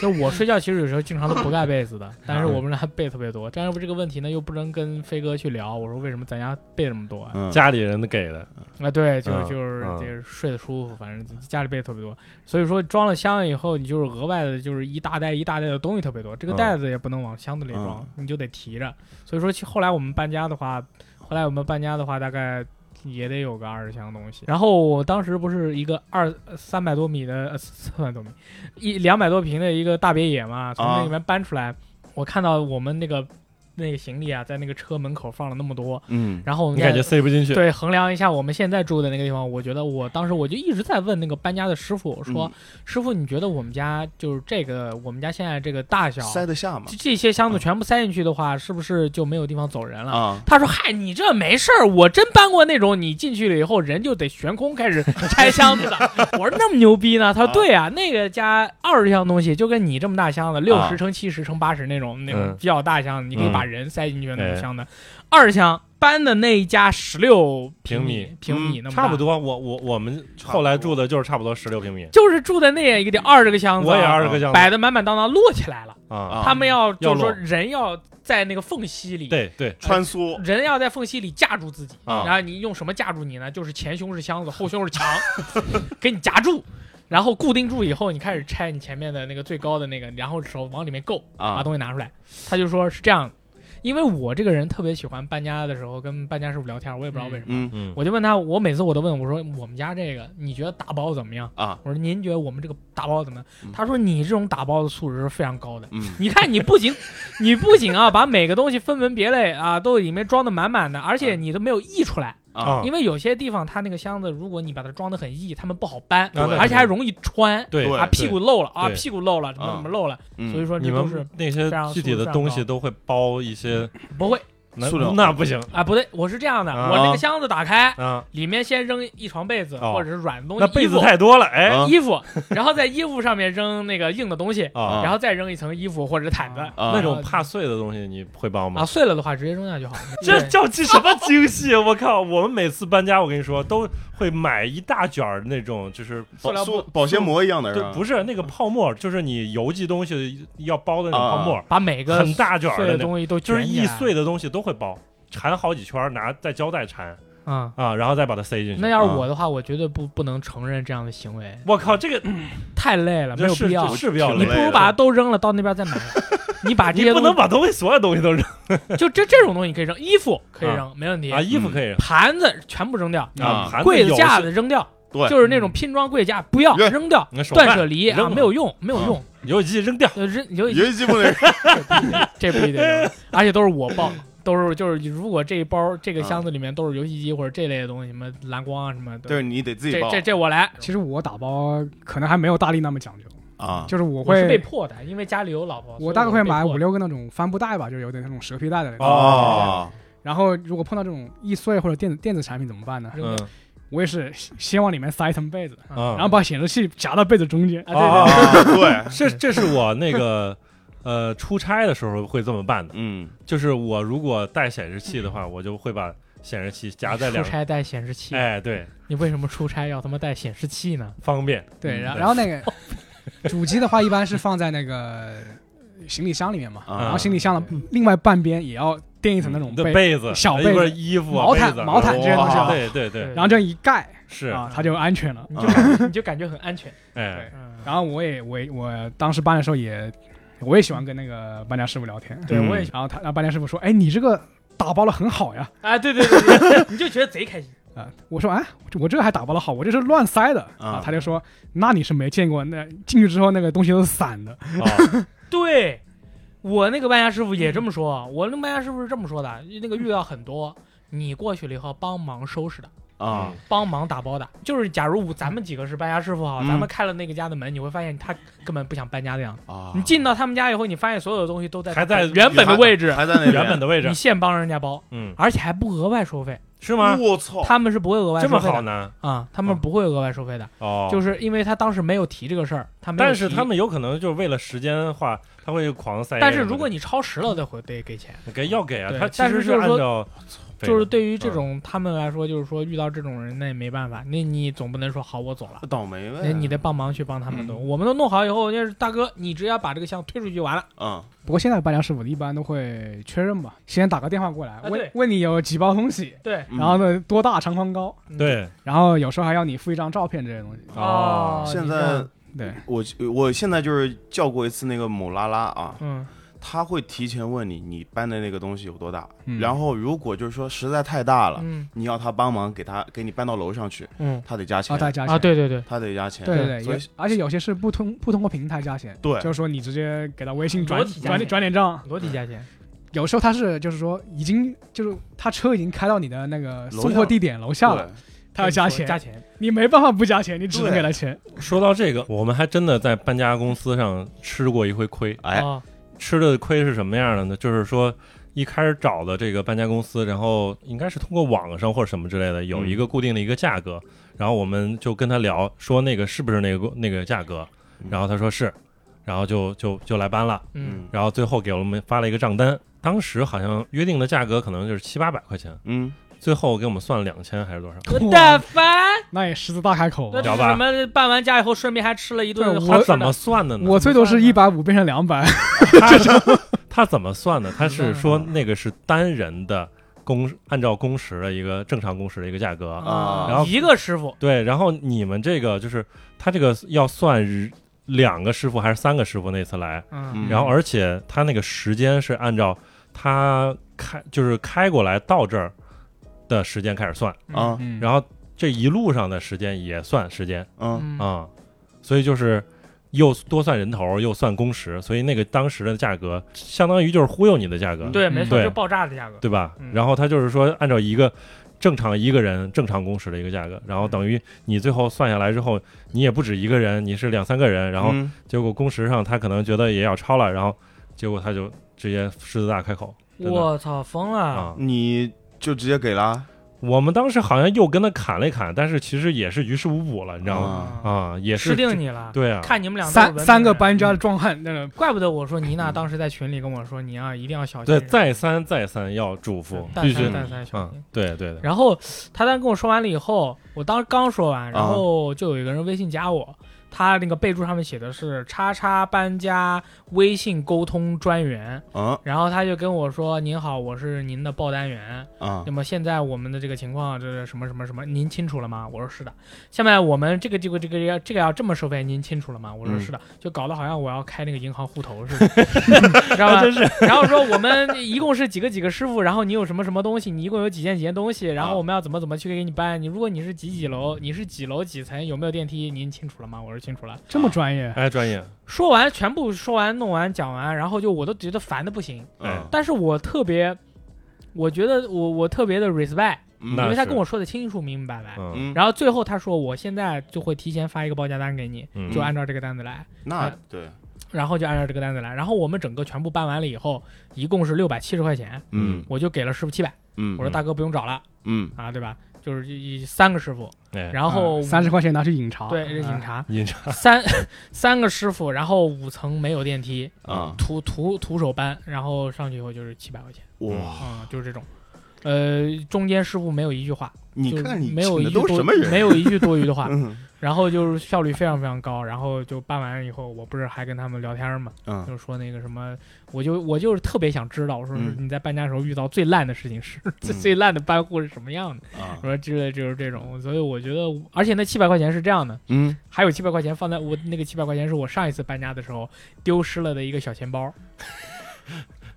[SPEAKER 3] 就我睡觉其实有时候经常都不盖被子的，但是我们家被特别多。但是这个问题呢，又不能跟飞哥去聊。我说为什么咱家被这么多啊？
[SPEAKER 2] 嗯
[SPEAKER 1] 家里人给的，
[SPEAKER 3] 啊，对，就
[SPEAKER 1] 嗯
[SPEAKER 3] 就是
[SPEAKER 1] 嗯
[SPEAKER 3] 就是睡得舒服，反正家里被特别多。所以说装了箱以后，你就是额外的，就是一大袋一大袋的东西特别多。这个
[SPEAKER 1] 嗯
[SPEAKER 3] 袋子也不能往箱子里装，你就得提着。所以说其后来我们搬家的话，后来我们搬家的话，大概也得有个二十箱东西。然后我当时不是一个二三百多米的呃三百多米，一两百多平的一个大别野嘛，从
[SPEAKER 1] 啊
[SPEAKER 3] 那里面搬出来，我看到我们那个那个行李啊，在那个车门口放了那么多，
[SPEAKER 2] 嗯
[SPEAKER 3] 然后我们
[SPEAKER 1] 你感
[SPEAKER 3] 在
[SPEAKER 1] 觉塞不进去，
[SPEAKER 3] 对，衡量一下我们现在住的那个地方，我觉得我当时我就一直在问那个搬家的师傅，我说、
[SPEAKER 2] 嗯
[SPEAKER 3] 师傅，你觉得我们家就是这个我们家现在这个大小，
[SPEAKER 2] 塞得下嘛
[SPEAKER 3] 这这些箱子全部塞进去的话，是不是就没有地方走人了？
[SPEAKER 2] 啊，
[SPEAKER 3] 他说：“嗨，你这没事儿，我真搬过那种，你进去了以后人就得悬空开始拆箱 子的。”我说：“那么牛逼呢？”他说：“
[SPEAKER 2] 啊
[SPEAKER 3] 对啊，那个家二十箱东西就跟你这么大箱子，六
[SPEAKER 2] 啊
[SPEAKER 3] 十乘七十乘八十那种那种
[SPEAKER 1] 嗯
[SPEAKER 3] 比较大箱子，你可以
[SPEAKER 1] 嗯
[SPEAKER 3] 把人塞进去的那
[SPEAKER 1] 哎
[SPEAKER 3] 种箱子。二十箱搬的那一家十六平平
[SPEAKER 2] 平米
[SPEAKER 3] 米那么
[SPEAKER 1] 嗯
[SPEAKER 3] 大
[SPEAKER 1] 差不，多，我我我们后来住的就是差不多十六平米，
[SPEAKER 3] 就是住在那样一个地，二十个箱子，
[SPEAKER 1] 我也二十个箱子
[SPEAKER 3] 摆的满满当当，摞起来了。
[SPEAKER 1] 啊，
[SPEAKER 2] 啊
[SPEAKER 3] 他们要就是说
[SPEAKER 1] 要摞
[SPEAKER 3] 人要在那个缝隙里，
[SPEAKER 1] 对对，
[SPEAKER 2] 穿梭
[SPEAKER 3] 人要在缝隙里架住自己，
[SPEAKER 1] 啊
[SPEAKER 3] 然后你用什么架住你呢？就是前胸是箱子，后胸是墙， 给你夹住，然后固定住以后，你开始拆你前面的那个最高的那个，然后手往里面够，把
[SPEAKER 2] 啊
[SPEAKER 3] 东西拿出来。他就说是这样，因为我这个人特别喜欢搬家的时候跟搬家师傅聊天，我也不知道为什么，
[SPEAKER 2] 嗯
[SPEAKER 1] 嗯
[SPEAKER 3] 我就问他，我每次我都问我说我们家这个你觉得打包怎么样？
[SPEAKER 2] 啊，
[SPEAKER 3] 我说您觉得我们这个打包怎么样？
[SPEAKER 2] 嗯
[SPEAKER 3] 他说你这种打包的素质是非常高的。
[SPEAKER 2] 嗯
[SPEAKER 3] 你看，你不仅，你不仅啊，把每个东西分门别类啊，都里面装的满满的，而
[SPEAKER 1] 嗯
[SPEAKER 3] 且你都没有溢出来。
[SPEAKER 2] 啊，
[SPEAKER 3] 因为有些地方它那个箱子，如果你把它装的很溢，他们不好搬，
[SPEAKER 1] 啊对
[SPEAKER 3] 而且还容易穿
[SPEAKER 1] 对
[SPEAKER 2] 对
[SPEAKER 3] 啊，屁股露了啊，
[SPEAKER 1] 对
[SPEAKER 3] 屁股露了，怎么怎么露了，
[SPEAKER 2] 嗯
[SPEAKER 3] 所以说
[SPEAKER 1] 你
[SPEAKER 3] 这都是
[SPEAKER 1] 们那些具体的东西都会包一些
[SPEAKER 3] 不会
[SPEAKER 1] 那
[SPEAKER 2] 塑料
[SPEAKER 1] 那不行
[SPEAKER 3] 啊，不对，我是这样的，
[SPEAKER 1] 啊
[SPEAKER 3] 我这个箱子打开，
[SPEAKER 1] 啊，
[SPEAKER 3] 里面先扔一床被子
[SPEAKER 1] 哦
[SPEAKER 3] 或者是软的东西，
[SPEAKER 1] 那被
[SPEAKER 3] 衣
[SPEAKER 1] 子
[SPEAKER 3] 服
[SPEAKER 1] 太多了，哎
[SPEAKER 2] 啊
[SPEAKER 3] 衣服，然后在衣服上面扔那个硬的东西，
[SPEAKER 1] 啊
[SPEAKER 2] 啊，
[SPEAKER 3] 然后再扔一层衣服或者毯子
[SPEAKER 4] 啊
[SPEAKER 2] 啊
[SPEAKER 1] 那种怕碎的东西你会包
[SPEAKER 3] 啊，
[SPEAKER 1] 吗？
[SPEAKER 3] 碎了的话直接扔下就好了。
[SPEAKER 1] 这
[SPEAKER 3] 对
[SPEAKER 1] 叫记什么精细？啊我靠！我们每次搬家，我跟你说，都会买一大卷儿那种，就是
[SPEAKER 2] 保
[SPEAKER 1] 塑料布
[SPEAKER 2] 塑保鲜膜一样的啊是
[SPEAKER 1] 对
[SPEAKER 3] 啊
[SPEAKER 2] 吧？，
[SPEAKER 1] 不是那个泡沫，就是你邮寄东西要包的那种泡沫，
[SPEAKER 3] 把每个
[SPEAKER 1] 很大卷儿
[SPEAKER 3] 啊碎
[SPEAKER 1] 的
[SPEAKER 3] 的
[SPEAKER 1] 那种，
[SPEAKER 3] 东西都啊
[SPEAKER 1] 就是
[SPEAKER 3] 卷起来
[SPEAKER 1] 易碎的东西都会包，缠好几圈儿，拿再胶带缠
[SPEAKER 3] 啊。
[SPEAKER 1] 啊，然后再把它塞进去。
[SPEAKER 3] 那要是我的话，我绝对不不能承认这样的行为，
[SPEAKER 1] 我靠，这个
[SPEAKER 3] 太累啊了，没
[SPEAKER 1] 这
[SPEAKER 3] 有
[SPEAKER 1] 是
[SPEAKER 3] 必要
[SPEAKER 1] 这。是比较
[SPEAKER 2] 挺
[SPEAKER 1] 累
[SPEAKER 3] 你
[SPEAKER 1] 的，
[SPEAKER 3] 不如把它都扔了，到那边再买。你把这
[SPEAKER 1] 你
[SPEAKER 3] 些
[SPEAKER 1] 不
[SPEAKER 3] 东
[SPEAKER 1] 能把东西所有东西都扔
[SPEAKER 3] 西，就这这种东西可以扔，衣服可以扔，没问题
[SPEAKER 1] 啊，。衣服可以扔
[SPEAKER 3] 盘子全部扔掉，
[SPEAKER 4] 嗯
[SPEAKER 2] 啊
[SPEAKER 1] 盘
[SPEAKER 3] 嗯柜
[SPEAKER 1] 有
[SPEAKER 3] 子
[SPEAKER 1] 是
[SPEAKER 3] 架子扔掉，
[SPEAKER 2] 对
[SPEAKER 3] 就是那种拼装柜架不要
[SPEAKER 2] 扔
[SPEAKER 3] 扔掉
[SPEAKER 1] 嗯那，手办
[SPEAKER 3] 断舍离
[SPEAKER 1] 扔
[SPEAKER 3] 啊，
[SPEAKER 1] 了
[SPEAKER 3] 没有用，没有
[SPEAKER 2] 啊
[SPEAKER 3] 用，
[SPEAKER 1] 游戏机扔掉，
[SPEAKER 3] 就扔有
[SPEAKER 2] 游戏不能
[SPEAKER 3] 这不一定有，而且都是我 报，都是就是如果这一包这个
[SPEAKER 1] 啊
[SPEAKER 3] 箱子里面都是游戏机或者这类的东西，什么蓝光啊什么的，
[SPEAKER 2] 对，你得自己
[SPEAKER 3] 这
[SPEAKER 2] 报
[SPEAKER 3] 这这我来，
[SPEAKER 4] 其实我打包可能还没有大力那么讲究，
[SPEAKER 2] 啊，
[SPEAKER 4] 就是我
[SPEAKER 3] 我是被
[SPEAKER 4] 会
[SPEAKER 3] 迫的，因为家里有老婆，所以
[SPEAKER 4] 我大概会买
[SPEAKER 3] 被迫
[SPEAKER 4] 五六个那种帆布袋吧，就是有点那种蛇皮袋的那种。
[SPEAKER 1] 哦
[SPEAKER 2] 哦，
[SPEAKER 4] 然后如果碰到这种易碎或者电子电子产品怎么办呢？
[SPEAKER 3] 扔
[SPEAKER 1] 嗯
[SPEAKER 3] 掉
[SPEAKER 4] 我也是先先往里面塞一层被子，
[SPEAKER 1] 啊，
[SPEAKER 4] 然后把显示器夹到被子中间。
[SPEAKER 3] 啊，对对
[SPEAKER 1] 哦
[SPEAKER 3] 对，
[SPEAKER 2] 啊，对，
[SPEAKER 1] 这这是我那个呃出差的时候会这么办的，
[SPEAKER 2] 嗯，
[SPEAKER 1] 就是我如果带显示器的话，我就会把显示器夹在两
[SPEAKER 3] 出，差带显示器，
[SPEAKER 1] 哎，对，
[SPEAKER 3] 你为什么出差要他妈带显示器呢？
[SPEAKER 1] 方便
[SPEAKER 4] 对，然
[SPEAKER 1] 嗯
[SPEAKER 4] 然后那个主机的话，一般是放在那个行李箱里面嘛，
[SPEAKER 2] 啊
[SPEAKER 4] 然后行李箱的另外半边也要垫一层那种
[SPEAKER 1] 的
[SPEAKER 4] 被，
[SPEAKER 1] 被子、
[SPEAKER 4] 小
[SPEAKER 1] 哎
[SPEAKER 4] 被
[SPEAKER 1] 不是
[SPEAKER 4] 子
[SPEAKER 1] 衣服啊、
[SPEAKER 4] 毛毯
[SPEAKER 1] 被子啊
[SPEAKER 4] 毛毯这些东西
[SPEAKER 2] 哇
[SPEAKER 1] 对对对，
[SPEAKER 4] 然后这样一盖
[SPEAKER 1] 是，
[SPEAKER 4] 啊，它就安全了。
[SPEAKER 3] 你就感你就感觉很安全。
[SPEAKER 1] 哎，
[SPEAKER 3] 嗯
[SPEAKER 4] 然后我也我我当时搬的时候也，我也喜欢跟那个搬家师傅聊天。
[SPEAKER 3] 对
[SPEAKER 2] 嗯
[SPEAKER 3] 我也喜
[SPEAKER 4] 然后他，然后搬家师傅说：“哎，你这个打包的很好呀。
[SPEAKER 3] 欢啊，对对对对，对你就觉得贼开心。”
[SPEAKER 4] 啊，我说：“啊，我这个还打包的好，我这是乱塞的。”
[SPEAKER 2] 啊
[SPEAKER 4] 啊，他就说：“那你是没见过，那进去之后那个东西都是散的。
[SPEAKER 1] 哦，
[SPEAKER 3] 对，我那个搬家师傅也这么说，我那搬家师傅是这么说的，那个遇到很多你过去了以后帮忙收拾的，
[SPEAKER 2] 啊，
[SPEAKER 3] 帮忙打包的，就是假如我咱们几个是搬家师傅哈，
[SPEAKER 2] 嗯
[SPEAKER 3] 咱们开了那个家的门，你会发现他根本不想搬家的样子。
[SPEAKER 2] 啊，
[SPEAKER 3] 你进到他们家以后，你发现所有的东西都在
[SPEAKER 1] 还在
[SPEAKER 3] 原本的位置，
[SPEAKER 2] 还在那
[SPEAKER 1] 原本
[SPEAKER 2] 的，
[SPEAKER 1] 的位置
[SPEAKER 3] 你，现帮人家包，
[SPEAKER 1] 嗯，
[SPEAKER 3] 而且还不额外收费，
[SPEAKER 1] 是吗？
[SPEAKER 2] 我操，
[SPEAKER 3] 他们是不会额外收
[SPEAKER 1] 哦这
[SPEAKER 3] 费的
[SPEAKER 1] 么好呢？
[SPEAKER 3] 啊，他们不会额外收费的，
[SPEAKER 1] 哦，
[SPEAKER 3] 就。是因为他当时没有提这个事儿，他没有
[SPEAKER 1] 但是
[SPEAKER 3] 提
[SPEAKER 1] 他。们有可能就是为了时间的话，他会狂塞。
[SPEAKER 3] 但是如果你超时了，得回得给钱。
[SPEAKER 1] 给要给啊，
[SPEAKER 3] 对
[SPEAKER 1] 他其
[SPEAKER 3] 但
[SPEAKER 1] 实
[SPEAKER 3] 是就是
[SPEAKER 1] 按
[SPEAKER 3] 说
[SPEAKER 1] 照费
[SPEAKER 3] 就是
[SPEAKER 1] 的
[SPEAKER 3] 对于这种他们来说，就是说遇到这种人，那也没办法，那你总不能说好我走了，
[SPEAKER 2] 倒霉
[SPEAKER 1] 呃
[SPEAKER 2] 呗，
[SPEAKER 3] 那你得帮忙去帮他们
[SPEAKER 1] 嗯
[SPEAKER 3] 弄。我们都弄好以后，就是大哥，你直接把这个箱推出去就完了。
[SPEAKER 2] 嗯，”
[SPEAKER 4] 不过现在搬家师傅一般都会确认吧，先打个电话过来，问
[SPEAKER 3] 啊对
[SPEAKER 4] 问你有几包东西，
[SPEAKER 3] 对
[SPEAKER 2] 嗯
[SPEAKER 4] 然后呢多大、长宽高，
[SPEAKER 1] 对
[SPEAKER 4] 然后有时候还要你附一张照片这些东西。
[SPEAKER 1] 哦
[SPEAKER 2] 现在
[SPEAKER 4] 对，
[SPEAKER 2] 我呃我现在就是叫过一次那个某拉拉啊，
[SPEAKER 3] 嗯，
[SPEAKER 2] 他会提前问你你搬的那个东西有多大，
[SPEAKER 4] 嗯
[SPEAKER 2] 然后如果就是说实在太大了，
[SPEAKER 3] 嗯
[SPEAKER 2] 你要他帮忙给他给你搬到楼上去，
[SPEAKER 3] 嗯
[SPEAKER 2] 他得加钱
[SPEAKER 4] 啊，，再加
[SPEAKER 3] 啊，
[SPEAKER 4] 钱。
[SPEAKER 3] 对对对，
[SPEAKER 2] 他得加钱，
[SPEAKER 4] 对对
[SPEAKER 2] 所
[SPEAKER 4] 对
[SPEAKER 2] 以
[SPEAKER 4] 有，而且有些是不通不通过平台加钱，
[SPEAKER 2] 对
[SPEAKER 4] 就是说你直接给他微信转
[SPEAKER 3] 裸体加
[SPEAKER 4] 转
[SPEAKER 3] 钱
[SPEAKER 4] 转点账。
[SPEAKER 3] 裸体加钱，
[SPEAKER 4] 有时候他是就是说已经就是他车已经开到你的那个
[SPEAKER 2] 楼
[SPEAKER 4] 送
[SPEAKER 2] 下
[SPEAKER 4] 货地点楼下了，他要加钱，
[SPEAKER 3] 加钱，
[SPEAKER 4] 你没办法不加钱，你只能
[SPEAKER 2] 对
[SPEAKER 4] 给他钱。
[SPEAKER 1] 说到这个，我们还真的在搬家公司上吃过一回亏。
[SPEAKER 2] 哎
[SPEAKER 3] 哦
[SPEAKER 1] 吃的亏是什么样的呢？就是说一开始找的这个搬家公司，然后应该是通过网上或者什么之类的，有
[SPEAKER 3] 嗯
[SPEAKER 1] 一个固定的一个价格，然后我们就跟他聊说那个是不是那个那个价格，
[SPEAKER 2] 嗯
[SPEAKER 1] 然后他说是，然后就就就来搬了，
[SPEAKER 3] 嗯，
[SPEAKER 1] 然后最后给我们发了一个账单，当时好像约定的价格可能就是七八百块钱，
[SPEAKER 2] 嗯
[SPEAKER 1] 最后给我们算了两千还是多少？
[SPEAKER 3] 我的烦，
[SPEAKER 4] 那也狮子大开口
[SPEAKER 3] 那这
[SPEAKER 4] 啊。
[SPEAKER 1] 屌
[SPEAKER 3] 是
[SPEAKER 1] 吧
[SPEAKER 3] 什么？办完家以后顺便还吃了一顿
[SPEAKER 4] 对
[SPEAKER 1] 他
[SPEAKER 3] 好吃的，
[SPEAKER 1] 怎么算的呢？
[SPEAKER 4] 我最多
[SPEAKER 3] 怎
[SPEAKER 4] 是
[SPEAKER 3] 么
[SPEAKER 4] 一百五变成两百，
[SPEAKER 1] 他他怎么算的？他是说那个是单人的工，按照工时的一个正常工时的一个价格。
[SPEAKER 3] 嗯
[SPEAKER 2] 啊
[SPEAKER 1] 然后
[SPEAKER 3] 一个师傅
[SPEAKER 1] 对，然后你们这个就是他这个要算日两个师傅还是三个师傅那次来，
[SPEAKER 3] 嗯
[SPEAKER 1] 然后而且他那个时间是按照他开就是开过来到这儿的时间开始算，
[SPEAKER 2] 啊
[SPEAKER 4] 嗯，
[SPEAKER 1] 然后这一路上的时间也算时间
[SPEAKER 2] 嗯
[SPEAKER 3] 嗯
[SPEAKER 1] 啊、所以就是又多算人头，又算工时，所以那个当时的价格相当于就是忽悠你的价格，
[SPEAKER 4] 嗯
[SPEAKER 3] 对，没错，
[SPEAKER 1] 对
[SPEAKER 3] 就爆炸的价格。
[SPEAKER 1] 对吧？
[SPEAKER 3] 嗯
[SPEAKER 1] 然后他就是说，按照一个正常一个人正常工时的一个价格，
[SPEAKER 3] 嗯
[SPEAKER 1] 然后等于你最后算下来之后，你也不止一个人，你是两三个人，然后
[SPEAKER 2] 嗯
[SPEAKER 1] 结果工时上他可能觉得也要超了，然后结果他就直接狮子大开口真的
[SPEAKER 3] 我操，疯了！
[SPEAKER 1] 啊！
[SPEAKER 2] 你就直接给啦，
[SPEAKER 1] 我们当时好像又跟他砍了一砍，但是其实也是于事无补了，你知道吗？
[SPEAKER 3] 啊，
[SPEAKER 1] 啊，也是
[SPEAKER 3] 吃定你了。
[SPEAKER 1] 对啊，
[SPEAKER 3] 看你们俩都是文
[SPEAKER 4] 三
[SPEAKER 3] 明
[SPEAKER 4] 三个
[SPEAKER 3] 人嗯
[SPEAKER 4] 搬家的壮汉，那个
[SPEAKER 3] 怪不得我说妮娜当时在群里跟我说，你啊一定要小心
[SPEAKER 1] 对，
[SPEAKER 3] 人。
[SPEAKER 1] 再三再三要嘱咐，
[SPEAKER 3] 但
[SPEAKER 1] 必
[SPEAKER 3] 三
[SPEAKER 1] 须，
[SPEAKER 3] 但三小心
[SPEAKER 1] 嗯，。对对的，
[SPEAKER 3] 然后他当时跟我说完了以后，我当时刚说完，
[SPEAKER 1] 啊
[SPEAKER 3] 然后就有一个人微信加我，他那个备注上面写的是“叉叉搬家微信沟通专员
[SPEAKER 2] 嗯”，
[SPEAKER 3] 然后他就跟我说：“您好，我是您的报单员。
[SPEAKER 2] 啊
[SPEAKER 3] 那么现在我们的这个情况，这是什么什么什么，您清楚了吗？”我说：“是的。”下面我们这个这个这个要这个要这么收费，您清楚了吗？我说：“
[SPEAKER 2] 嗯
[SPEAKER 3] 是的。”就搞得好像我要开那个银行户头似的，知道吧？
[SPEAKER 1] 真是
[SPEAKER 3] 然后说我们一共是几个几个师傅，然后你有什么什么东西，你一共有几件几件东西，然后我们要怎么怎么去给你搬。你如果你是几几楼，你是几楼几层，有没有电梯，您清楚了吗？我说清楚了。
[SPEAKER 4] 这么专业，
[SPEAKER 1] 哎，专业，
[SPEAKER 3] 说完全部说完弄完讲完，然后就我都觉得烦的不行，
[SPEAKER 1] 哎
[SPEAKER 2] 嗯
[SPEAKER 3] 但是我特别，我觉得我我特别的 respect，
[SPEAKER 2] 嗯
[SPEAKER 1] 那
[SPEAKER 3] 因为他
[SPEAKER 1] 是
[SPEAKER 3] 跟我说的清楚明明白白。
[SPEAKER 1] 嗯，
[SPEAKER 2] 嗯，
[SPEAKER 3] 然后最后他说，我现在就会提前发一个报价单给你，
[SPEAKER 1] 嗯
[SPEAKER 3] 就按照这个单子来。
[SPEAKER 2] 那对，
[SPEAKER 3] 然后就按照这个单子来，然后我们整个全部搬完了以后，一共是六百七十块钱，
[SPEAKER 2] 嗯
[SPEAKER 3] 我就给了师傅七百，
[SPEAKER 2] 嗯
[SPEAKER 3] 我说大哥不用找了
[SPEAKER 2] 嗯
[SPEAKER 3] 啊，对吧？就是一一三个师傅，
[SPEAKER 1] 哎，嗯
[SPEAKER 3] 然后
[SPEAKER 4] 啊三十块钱拿去饮茶，
[SPEAKER 3] 对
[SPEAKER 4] 啊
[SPEAKER 3] 警察
[SPEAKER 1] 你这
[SPEAKER 3] 三三个师傅，然后五层没有电梯，
[SPEAKER 2] 啊，
[SPEAKER 3] 徒徒徒手搬，然后上去以后就是七百块钱，
[SPEAKER 2] 哇，
[SPEAKER 3] 嗯，就是这种。呃，中间师傅没有一句话，
[SPEAKER 2] 你
[SPEAKER 3] 就是
[SPEAKER 2] 看你
[SPEAKER 3] 没有
[SPEAKER 2] 请
[SPEAKER 3] 一
[SPEAKER 2] 的
[SPEAKER 3] 句
[SPEAKER 2] 都是
[SPEAKER 3] 多
[SPEAKER 2] 什么人？
[SPEAKER 3] 没有一句多余的话，
[SPEAKER 2] 嗯
[SPEAKER 3] 然后就是效率非常非常高。然后就搬完了以后，我不是还跟他们聊天嘛，
[SPEAKER 2] 嗯
[SPEAKER 3] 就是说那个什么，我就我就是特别想知道，我说
[SPEAKER 2] 嗯
[SPEAKER 3] 你在搬家的时候遇到最烂的事情是、最
[SPEAKER 2] 嗯
[SPEAKER 3] 最烂的搬户是什么样的？
[SPEAKER 2] 啊
[SPEAKER 3] 我说之类就是这种，所以我觉得，而且那七百块钱是这样的，
[SPEAKER 2] 嗯，
[SPEAKER 3] 还有七百块钱放在我那个七百块钱是我上一次搬家的时候丢失了的一个小钱 包，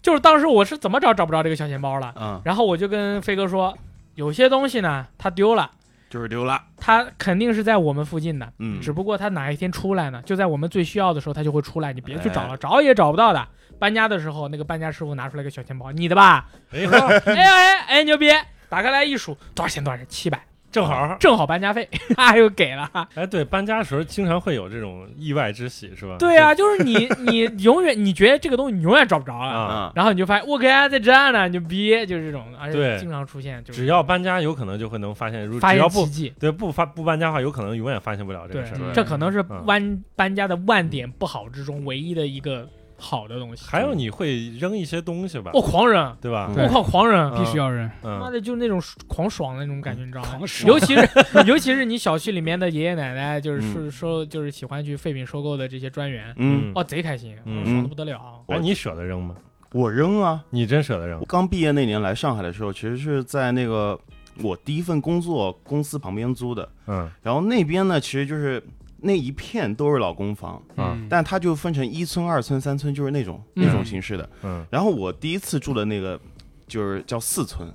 [SPEAKER 3] 就是当时我是怎么找找不着这个小钱包了，
[SPEAKER 2] 啊，
[SPEAKER 3] 然后我就跟飞哥说，有些东西呢他丢了，
[SPEAKER 2] 就是丢了，
[SPEAKER 3] 他肯定是在我们附近的，
[SPEAKER 2] 嗯，
[SPEAKER 3] 只不过他哪一天出来呢？就在我们最需要的时候，他就会出来，你别去找了，
[SPEAKER 2] 哎
[SPEAKER 3] 找也找不到的。搬家的时候，那个搬家师傅拿出来个小钱包，你的吧？
[SPEAKER 1] 哎呦，
[SPEAKER 3] 哎哎哎，牛逼！打开来一数，多少钱？多少钱？七百，
[SPEAKER 1] 正好，
[SPEAKER 3] 正好搬家费， 啊，又给了。
[SPEAKER 1] 嗯哎，对，搬家时候经常会有这种意外之喜，是吧？
[SPEAKER 3] 对啊，就是你， 你永远你觉得这个东西你永远找不着了，
[SPEAKER 1] 啊，
[SPEAKER 2] 啊，
[SPEAKER 3] 然后你就发现我靠，在这儿呢，牛逼，就是这种的，而且
[SPEAKER 1] 对
[SPEAKER 3] 经常出现，就
[SPEAKER 1] 只
[SPEAKER 3] 是
[SPEAKER 1] 要搬家，有可能就会能发现，如
[SPEAKER 3] 发
[SPEAKER 1] 只
[SPEAKER 3] 现
[SPEAKER 1] 要
[SPEAKER 3] 奇
[SPEAKER 1] 不
[SPEAKER 3] 迹。
[SPEAKER 1] 对不发不搬家的话，有可能永远发现不了这
[SPEAKER 3] 对
[SPEAKER 1] 个事儿。
[SPEAKER 2] 对，
[SPEAKER 3] 这可能是
[SPEAKER 1] 嗯
[SPEAKER 3] 搬搬家的万点不好之中唯一的一个好的东西。
[SPEAKER 1] 还有你会扔一些东西吧
[SPEAKER 3] 我，狂人，啊
[SPEAKER 1] 对吧？
[SPEAKER 2] 对
[SPEAKER 3] 我靠，狂人，啊
[SPEAKER 4] 必须要扔，
[SPEAKER 3] 哦妈
[SPEAKER 1] 嗯，
[SPEAKER 3] 的，就是那种狂爽的那种感觉，你知道吗
[SPEAKER 4] 狂？爽
[SPEAKER 3] 尤其是 尤其是你小区里面的爷爷奶奶，就是
[SPEAKER 2] 嗯
[SPEAKER 3] 收收，就是喜欢去废品收购的这些专员，
[SPEAKER 2] 嗯，
[SPEAKER 3] 哦，贼开心，
[SPEAKER 1] 嗯
[SPEAKER 3] 爽的不得了。啊
[SPEAKER 1] 哎，你舍得扔吗？
[SPEAKER 2] 我扔啊，
[SPEAKER 1] 你真舍得扔
[SPEAKER 2] 我？刚毕业那年来上海的时候，其实是在那个我第一份工作公司旁边租的，
[SPEAKER 1] 嗯
[SPEAKER 2] 然后那边呢，其实就是那一片都是老公房，
[SPEAKER 1] 啊
[SPEAKER 4] 嗯
[SPEAKER 2] 但它就分成一村、二村、三村，就是那种
[SPEAKER 3] 嗯
[SPEAKER 2] 那种形式的。
[SPEAKER 1] 嗯
[SPEAKER 2] 然后我第一次住的那个就是叫四村，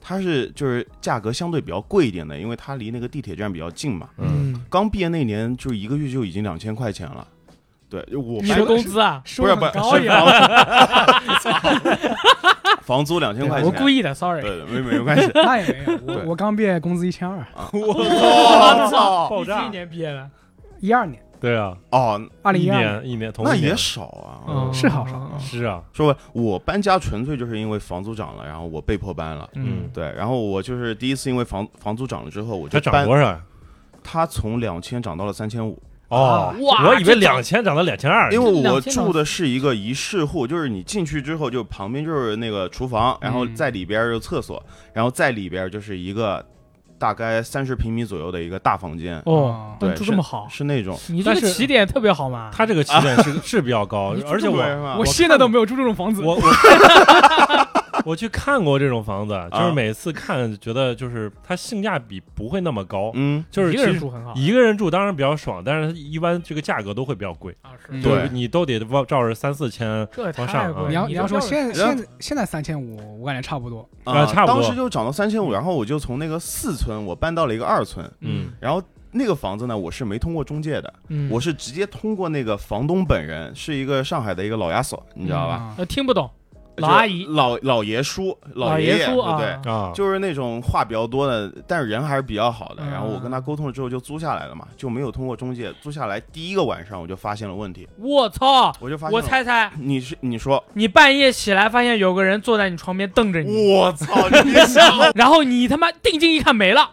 [SPEAKER 2] 它是就是价格相对比较贵一点的，因为它离那个地铁站比较近嘛。
[SPEAKER 1] 嗯，
[SPEAKER 2] 刚毕业那年就一个月就已经两千块钱了，对我
[SPEAKER 3] 你的工资啊，
[SPEAKER 4] 收
[SPEAKER 2] 不是
[SPEAKER 4] 入
[SPEAKER 2] 不
[SPEAKER 4] 很
[SPEAKER 2] 是
[SPEAKER 4] 高。
[SPEAKER 3] 高
[SPEAKER 2] 是
[SPEAKER 3] 呀
[SPEAKER 2] 房操房 租两千块钱，
[SPEAKER 3] 我故意的，sorry。
[SPEAKER 2] 对没没关系
[SPEAKER 4] 那也没有，
[SPEAKER 2] 对
[SPEAKER 4] 我我刚毕业，工资一千二，
[SPEAKER 2] 我操！
[SPEAKER 1] 爆炸
[SPEAKER 3] 一年毕业的，
[SPEAKER 4] 一二年，
[SPEAKER 1] 对啊，
[SPEAKER 2] 哦，
[SPEAKER 4] 二零
[SPEAKER 1] 一
[SPEAKER 4] 一二，
[SPEAKER 1] 年一年，同
[SPEAKER 2] 那
[SPEAKER 1] 一
[SPEAKER 2] 也
[SPEAKER 1] 年
[SPEAKER 2] 少啊。
[SPEAKER 3] 嗯
[SPEAKER 4] 是好少
[SPEAKER 1] 是啊，
[SPEAKER 2] 说吧，我搬家纯粹就是因为房租涨了，然后我被迫搬了。
[SPEAKER 3] 嗯，
[SPEAKER 2] 对，然后我就是第一次因为房房租涨了之后，我
[SPEAKER 1] 它
[SPEAKER 2] 就
[SPEAKER 1] 涨
[SPEAKER 2] 搬，
[SPEAKER 1] 多少？呀？
[SPEAKER 2] 它从两千涨到了三千五，
[SPEAKER 1] 哦，
[SPEAKER 3] 啊哇
[SPEAKER 1] 我以为
[SPEAKER 3] 这
[SPEAKER 1] 两千涨到两千二，
[SPEAKER 2] 因为我
[SPEAKER 3] 2000
[SPEAKER 2] 住的是一个一室户，就是你进去之后就旁边就是那个厨房，然后
[SPEAKER 4] 嗯
[SPEAKER 2] 在里边儿有厕所，然后在里边儿就是一个大概三十平米左右的一个大房间，
[SPEAKER 3] 哦，
[SPEAKER 2] 对
[SPEAKER 3] 能住这么好，
[SPEAKER 2] 是那种，
[SPEAKER 3] 嗯你这个
[SPEAKER 1] 但是
[SPEAKER 3] 起点特别好嘛？
[SPEAKER 1] 它这个起点是是比较高
[SPEAKER 3] 你，住
[SPEAKER 1] 而且
[SPEAKER 2] 中国
[SPEAKER 1] 我
[SPEAKER 2] 人嘛
[SPEAKER 4] 我现在都没有住这种房子，
[SPEAKER 1] 我我 我去看过这种房子，就是
[SPEAKER 2] 啊
[SPEAKER 1] 每次看觉得就是它性价比不会那么高，
[SPEAKER 2] 嗯，
[SPEAKER 1] 就是
[SPEAKER 3] 一
[SPEAKER 1] 其
[SPEAKER 3] 个人
[SPEAKER 1] 实
[SPEAKER 3] 住啊很好
[SPEAKER 1] 一个人住当然比较爽，但是它一般这个价格都会比较贵，
[SPEAKER 3] 啊，是
[SPEAKER 4] 嗯
[SPEAKER 1] 就是
[SPEAKER 2] 对
[SPEAKER 1] 你都得照照着三四千，
[SPEAKER 3] 这也
[SPEAKER 1] 往上
[SPEAKER 3] 太
[SPEAKER 1] 啊
[SPEAKER 3] 贵了。
[SPEAKER 4] 你要你要说
[SPEAKER 3] 这
[SPEAKER 4] 现
[SPEAKER 2] 然后
[SPEAKER 4] 现现在三千五，我感觉差不多。
[SPEAKER 1] 啊差不多
[SPEAKER 2] 当时就涨到三千五，然后我就从那个四寸我搬到了一个二寸，
[SPEAKER 1] 嗯
[SPEAKER 2] 然后那个房子呢，我是没通过中介的，
[SPEAKER 3] 嗯，
[SPEAKER 2] 我是直接通过那个房东本人，是一个上海的一个老亚索，你知道吧？
[SPEAKER 4] 啊
[SPEAKER 3] 呃听不懂，
[SPEAKER 2] 就是
[SPEAKER 3] 老阿姨
[SPEAKER 2] 老老爷叔、
[SPEAKER 3] 老
[SPEAKER 2] 爷
[SPEAKER 3] 叔
[SPEAKER 2] 对不对？
[SPEAKER 3] 啊，
[SPEAKER 1] 啊，
[SPEAKER 2] 就是那种话比较多的，但是人还是比较好的。
[SPEAKER 3] 嗯
[SPEAKER 2] 然后我跟他沟通了之后就租下来了嘛，就没有通过中介租下来。第一个晚上我就发现了问题，
[SPEAKER 3] 我操！
[SPEAKER 2] 我就发现
[SPEAKER 3] 我
[SPEAKER 2] 了
[SPEAKER 3] 猜猜，
[SPEAKER 2] 你是你说
[SPEAKER 3] 你半夜起来发现有个人坐在你床边瞪着你，
[SPEAKER 2] 我操，你 别想
[SPEAKER 3] 然后你他妈定睛一看没了，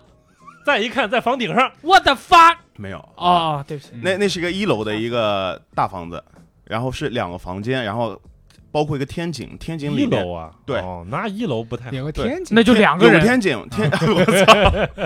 [SPEAKER 1] 再一看在房顶上，
[SPEAKER 3] 我的发
[SPEAKER 2] 没有啊？
[SPEAKER 3] 哦，对不
[SPEAKER 4] 嗯
[SPEAKER 3] 起，
[SPEAKER 2] 那那是一个一楼的一个大房子，然后是两个房间，然后包括一个天井，天井
[SPEAKER 1] 一
[SPEAKER 2] 里面
[SPEAKER 1] 楼啊，
[SPEAKER 2] 对
[SPEAKER 1] 哦，那一楼不太好
[SPEAKER 4] 有个天井，
[SPEAKER 3] 那就两个
[SPEAKER 2] 有
[SPEAKER 3] 人，啊
[SPEAKER 2] 天井，天， 我操，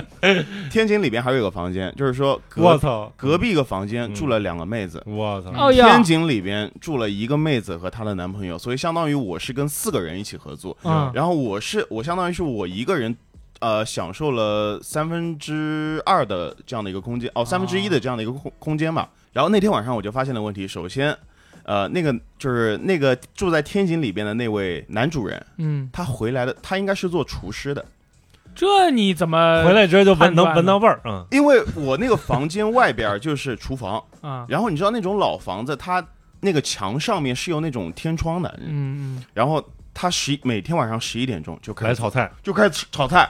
[SPEAKER 2] 天井里边还有一个房间，就是说
[SPEAKER 1] 我
[SPEAKER 2] 隔
[SPEAKER 1] 操，
[SPEAKER 2] 隔壁一个房间
[SPEAKER 1] 嗯
[SPEAKER 2] 住了两个妹子。
[SPEAKER 1] 我操，
[SPEAKER 3] 哎呀
[SPEAKER 2] 天，井里边住了一个妹子和她的男朋友，所以相当于我是跟四个人一起合租，
[SPEAKER 3] 嗯，
[SPEAKER 2] 然后我是我相当于是我一个人，呃，享受了三分之二的这样的一个空间，
[SPEAKER 3] 啊
[SPEAKER 2] 哦，三分之一的这样的一个空空间吧。然后那天晚上我就发现了问题，首先，呃，那个就是那个住在天井里边的那位男主人，
[SPEAKER 3] 嗯，
[SPEAKER 2] 他回来的，他应该是做厨师的，
[SPEAKER 3] 这你怎么
[SPEAKER 1] 回来之后就闻
[SPEAKER 3] 判断
[SPEAKER 1] 能
[SPEAKER 3] 了
[SPEAKER 1] 闻到味儿，嗯，
[SPEAKER 2] 因为我那个房间外边儿就是厨房，
[SPEAKER 3] 啊？
[SPEAKER 2] 然后你知道那种老房子，它那个墙上面是有那种天窗的，
[SPEAKER 3] 嗯，嗯
[SPEAKER 2] 然后。他十一每天晚上十一点钟就开
[SPEAKER 1] 来
[SPEAKER 2] 始
[SPEAKER 1] 炒菜，
[SPEAKER 2] 就开始炒 菜，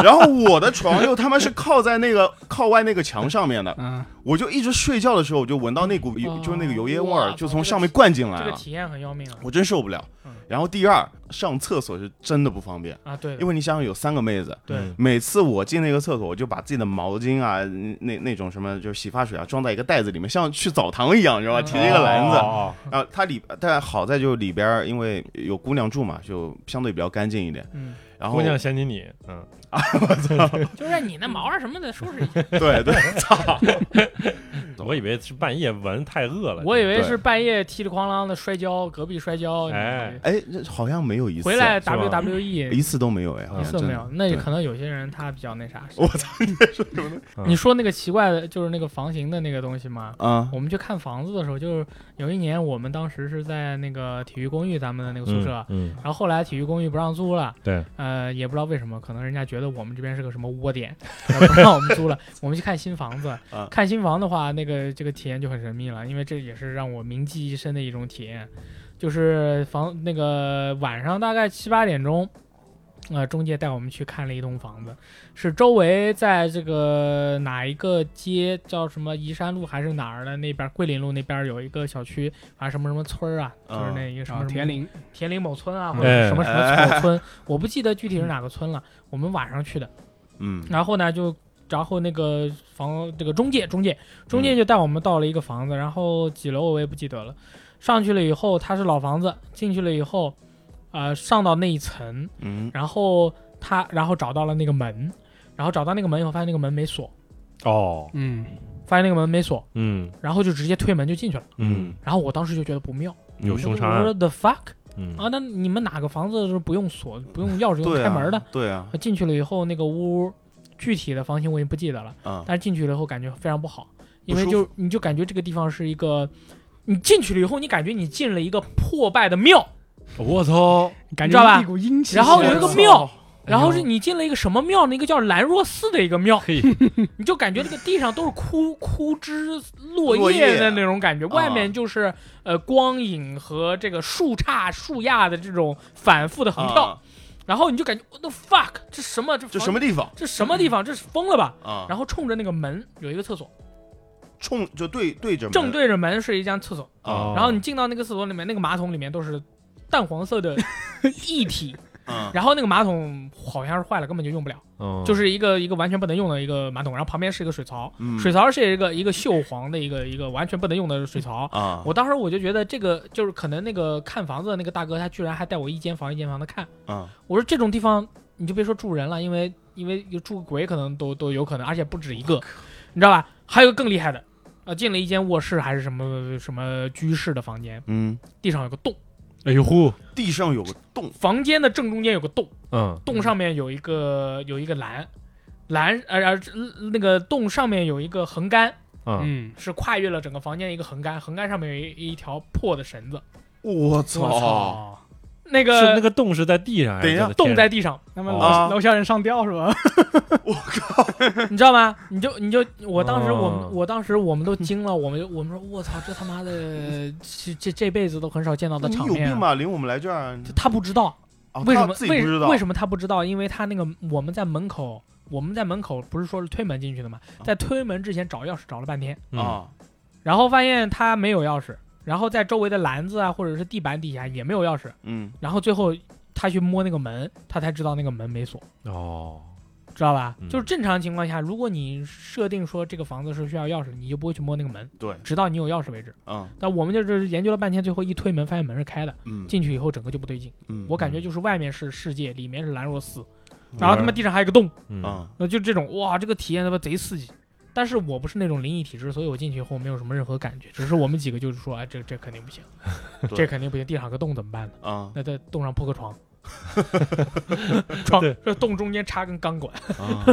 [SPEAKER 2] 然后我的床又他妈是靠在那个靠外那个墙上面的，
[SPEAKER 4] 嗯，
[SPEAKER 2] 我就一直睡觉的时候，我就闻到那股油，
[SPEAKER 3] 哦
[SPEAKER 2] 就是那个油烟味
[SPEAKER 3] 哇
[SPEAKER 2] 儿，就从上面灌进来
[SPEAKER 3] 这个
[SPEAKER 2] 了，
[SPEAKER 3] 体验很要命啊！
[SPEAKER 2] 我真受不了
[SPEAKER 3] 嗯。
[SPEAKER 2] 然后第二，上厕所是真的不方便，
[SPEAKER 3] 啊，对的，
[SPEAKER 2] 因为你想想有三个妹子，
[SPEAKER 3] 对
[SPEAKER 1] 嗯
[SPEAKER 2] 每次我进那个厕所，我就把自己的毛巾啊，那那种什么就是洗发水啊，装在一个袋子里面，像去澡堂一样，你知道吧？
[SPEAKER 3] 嗯
[SPEAKER 2] 提着一个篮子。
[SPEAKER 1] 哦
[SPEAKER 2] 然后它里，但好在就里边儿因为有姑娘住嘛，就相对比较干净一点。
[SPEAKER 3] 嗯，
[SPEAKER 2] 然后
[SPEAKER 1] 姑娘嫌弃你，嗯，
[SPEAKER 3] 就让你那毛啊什么的收拾一下。
[SPEAKER 2] 对对，操！
[SPEAKER 1] 我以为是半夜闻太饿了，
[SPEAKER 3] 我以为是半夜踢里哐啷的摔跤，隔壁摔跤，
[SPEAKER 1] 哎
[SPEAKER 3] 你
[SPEAKER 2] 哎，这好像没有一次，
[SPEAKER 3] 回来 E，
[SPEAKER 1] 是吧
[SPEAKER 3] WWE
[SPEAKER 2] 一次都没有哎，好
[SPEAKER 3] 一
[SPEAKER 2] 像
[SPEAKER 3] 次都没有，
[SPEAKER 2] 真的
[SPEAKER 3] 那
[SPEAKER 2] 对
[SPEAKER 3] 可能有些人他比较那啥。
[SPEAKER 2] 我操！
[SPEAKER 1] 嗯
[SPEAKER 3] 你说那个奇怪的，就是那个房型的那个东西吗？
[SPEAKER 2] 啊
[SPEAKER 3] 我们去看房子的时候，就是有一年我们当时是在那个体育公寓，咱们的那个宿舍。啊
[SPEAKER 1] 嗯，嗯，
[SPEAKER 3] 然后后来体育公寓不让租了，
[SPEAKER 1] 对，
[SPEAKER 3] 呃，也不知道为什么，可能人家觉得我们这边是个什么窝点，呃不让我们租了。我们去看新房子
[SPEAKER 2] 啊，
[SPEAKER 3] 看新房的话，那个这个体验就很神秘了，因为这也是让我铭记一生的一种体验，就是房那个晚上大概七八点钟。呃，中介带我们去看了一栋房子，是周围在这个哪一个街叫什么宜山路还是哪儿的那边桂林路那边有一个小区，反正什么什么村儿啊，就是
[SPEAKER 2] 嗯
[SPEAKER 3] 那一个什么
[SPEAKER 4] 啊
[SPEAKER 3] 什么
[SPEAKER 4] 田林
[SPEAKER 3] 田林某村啊，
[SPEAKER 1] 嗯哎
[SPEAKER 3] 或者什么什么某村，我不记得具体是哪个村了。我们晚上去的，
[SPEAKER 2] 嗯
[SPEAKER 3] 然后呢就，然后那个房这个中介中介
[SPEAKER 1] 嗯
[SPEAKER 3] 中介就带我们到了一个房子，然后几楼我也不记得了。上去了以后，它是老房子，进去了以后，呃，上到那一层，
[SPEAKER 2] 嗯
[SPEAKER 3] 然后他然后找到了那个门，然后找到那个门以后，发现那个门没锁，
[SPEAKER 1] 哦，
[SPEAKER 4] 嗯，
[SPEAKER 3] 发现那个门没锁，
[SPEAKER 1] 嗯
[SPEAKER 3] 然后就直接推门就进去了。
[SPEAKER 1] 嗯，
[SPEAKER 3] 然后我当时就觉得不妙，
[SPEAKER 1] 有凶杀
[SPEAKER 3] 我说
[SPEAKER 1] 案，
[SPEAKER 3] the fuck
[SPEAKER 1] 嗯
[SPEAKER 3] 啊，那你们哪个房子是不用锁、不 用钥匙、用
[SPEAKER 2] 对
[SPEAKER 3] 嗯开
[SPEAKER 2] 啊
[SPEAKER 3] 门的？，
[SPEAKER 2] 对啊，
[SPEAKER 3] 进去了以后，那个屋具体的房型我已经不记得了，
[SPEAKER 2] 啊
[SPEAKER 3] 但是进去了以后感觉非常不好，因为
[SPEAKER 2] 不舒
[SPEAKER 3] 就你就感觉这个地方是一个，你进去了以后，你感觉你进了一个破败的庙，
[SPEAKER 1] 我操，
[SPEAKER 4] 感
[SPEAKER 3] 你知道吧
[SPEAKER 4] 觉一股阴气。
[SPEAKER 3] 然后有一个庙，
[SPEAKER 4] 呦
[SPEAKER 3] 然后
[SPEAKER 2] 哎
[SPEAKER 3] 是你进了一个什么庙呢？一个叫兰若寺的一个庙，
[SPEAKER 1] 嘿，
[SPEAKER 3] 你就感觉这个地上都是枯枯枝落
[SPEAKER 2] 落
[SPEAKER 3] 叶
[SPEAKER 2] 叶
[SPEAKER 3] 的那种感觉，
[SPEAKER 2] 啊
[SPEAKER 3] 外面就是呃光影和这个树杈、树桠的这种反复的横跳，
[SPEAKER 2] 啊，
[SPEAKER 3] 然后你就感觉我的 fuck，这什么这
[SPEAKER 2] 这
[SPEAKER 3] 房
[SPEAKER 2] 什么地方
[SPEAKER 3] 这什么地方？这是疯了吧？
[SPEAKER 2] 啊？
[SPEAKER 3] 然后冲着那个门有一个厕所，
[SPEAKER 2] 冲就对对着门啊
[SPEAKER 3] 正对着门是一间厕所，
[SPEAKER 1] 哦
[SPEAKER 3] 然后你进到那个厕所里面，那个马桶里面都是淡黄色 的液体，
[SPEAKER 2] 啊，哦
[SPEAKER 3] 然后那个马桶好像是坏了，根本就用不了，
[SPEAKER 1] 嗯
[SPEAKER 3] 就是一个一个完全不能用的一个马桶，然后旁边是一个水槽，
[SPEAKER 2] 嗯
[SPEAKER 3] 水槽是一个一个锈黄的一个一个完全不能用的水槽。
[SPEAKER 2] 啊，
[SPEAKER 3] 我当时我就觉得这个就是可能那个看房子的那个大哥，他居然还带我一间房一间房的看，
[SPEAKER 2] 啊
[SPEAKER 3] 我说这种地方你就别说住人了，因为因为有住鬼可能都都有可能，而且不止一个，你知道吧？还有一个更厉害的，呃，进了一间卧室还是什么什么居室的房间，
[SPEAKER 2] 嗯
[SPEAKER 3] 地上有个洞，
[SPEAKER 1] 哎呦呼，
[SPEAKER 2] 地上有个洞，
[SPEAKER 3] 房间的正中间有个洞，
[SPEAKER 1] 嗯，
[SPEAKER 3] 洞上面有一个有一个栏，栏呃呃那个洞上面有一个横杆，
[SPEAKER 1] 嗯，
[SPEAKER 4] 嗯，
[SPEAKER 3] 是跨越了整个房间的一个横杆，横杆上面有一一条破的绳子，
[SPEAKER 2] 我
[SPEAKER 1] 哦
[SPEAKER 3] 我
[SPEAKER 2] 操！
[SPEAKER 3] 操，那
[SPEAKER 1] 是
[SPEAKER 3] 个
[SPEAKER 1] 那个洞是在地上还
[SPEAKER 2] 等一
[SPEAKER 1] 是
[SPEAKER 2] 下
[SPEAKER 1] 的
[SPEAKER 3] 洞
[SPEAKER 1] 天上？
[SPEAKER 3] 在地上，
[SPEAKER 4] 那
[SPEAKER 1] 哦
[SPEAKER 4] 么
[SPEAKER 2] 啊
[SPEAKER 4] 楼楼下人上吊是吧？
[SPEAKER 3] 你知道吗？你就你就我当时我们、
[SPEAKER 1] 哦
[SPEAKER 3] 我当时我们都惊了，我们就我们说我操，这他妈的这这这辈子都很少见到的
[SPEAKER 2] 你
[SPEAKER 3] 场
[SPEAKER 2] 有
[SPEAKER 3] 面
[SPEAKER 2] 病
[SPEAKER 3] 啊。
[SPEAKER 2] 吧？领我们来这儿，
[SPEAKER 3] 他不知道
[SPEAKER 2] 啊
[SPEAKER 3] 为什
[SPEAKER 2] 他
[SPEAKER 3] 么
[SPEAKER 2] 自己
[SPEAKER 3] 为
[SPEAKER 2] 不知道？
[SPEAKER 3] 为什么他不知道？因为他那个我们在门口，我们在门口不是说是推门进去的嘛，在推门之前找钥匙找了半天，
[SPEAKER 1] 嗯，
[SPEAKER 2] 啊？
[SPEAKER 3] 然后发现他没有钥匙，然后在周围的篮子啊或者是地板底下也没有钥匙，
[SPEAKER 2] 嗯，
[SPEAKER 3] 然后最后他去摸那个门，他才知道那个门没锁。
[SPEAKER 1] 哦，
[SPEAKER 3] 知道吧？
[SPEAKER 1] 嗯
[SPEAKER 3] 就是正常情况下，如果你设定说这个房子是需要钥匙，你就不会去摸那个门，
[SPEAKER 2] 对，
[SPEAKER 3] 直到你有钥匙为止。
[SPEAKER 2] 嗯
[SPEAKER 3] 但我们就是研究了半天，最后一推门发现门是开的，
[SPEAKER 2] 嗯
[SPEAKER 3] 进去以后整个就不对劲。
[SPEAKER 2] 嗯，
[SPEAKER 3] 我感觉就是外面是世界，里面是兰若寺，
[SPEAKER 1] 嗯
[SPEAKER 3] 然后他妈地上还有一个洞，
[SPEAKER 1] 嗯，
[SPEAKER 2] 啊，
[SPEAKER 3] 那就这种哇，这个体验他妈贼刺激。但是我不是那种灵异体质，所以我进去以后没有什么任何感觉，只是我们几个就是说，哎，这这肯定 不行，
[SPEAKER 2] 对
[SPEAKER 3] 这肯定不行，地上有个洞怎么办呢？
[SPEAKER 2] 啊
[SPEAKER 3] 那在洞上铺个床， 床
[SPEAKER 1] 对
[SPEAKER 3] 这洞中间插根钢管，
[SPEAKER 2] 啊，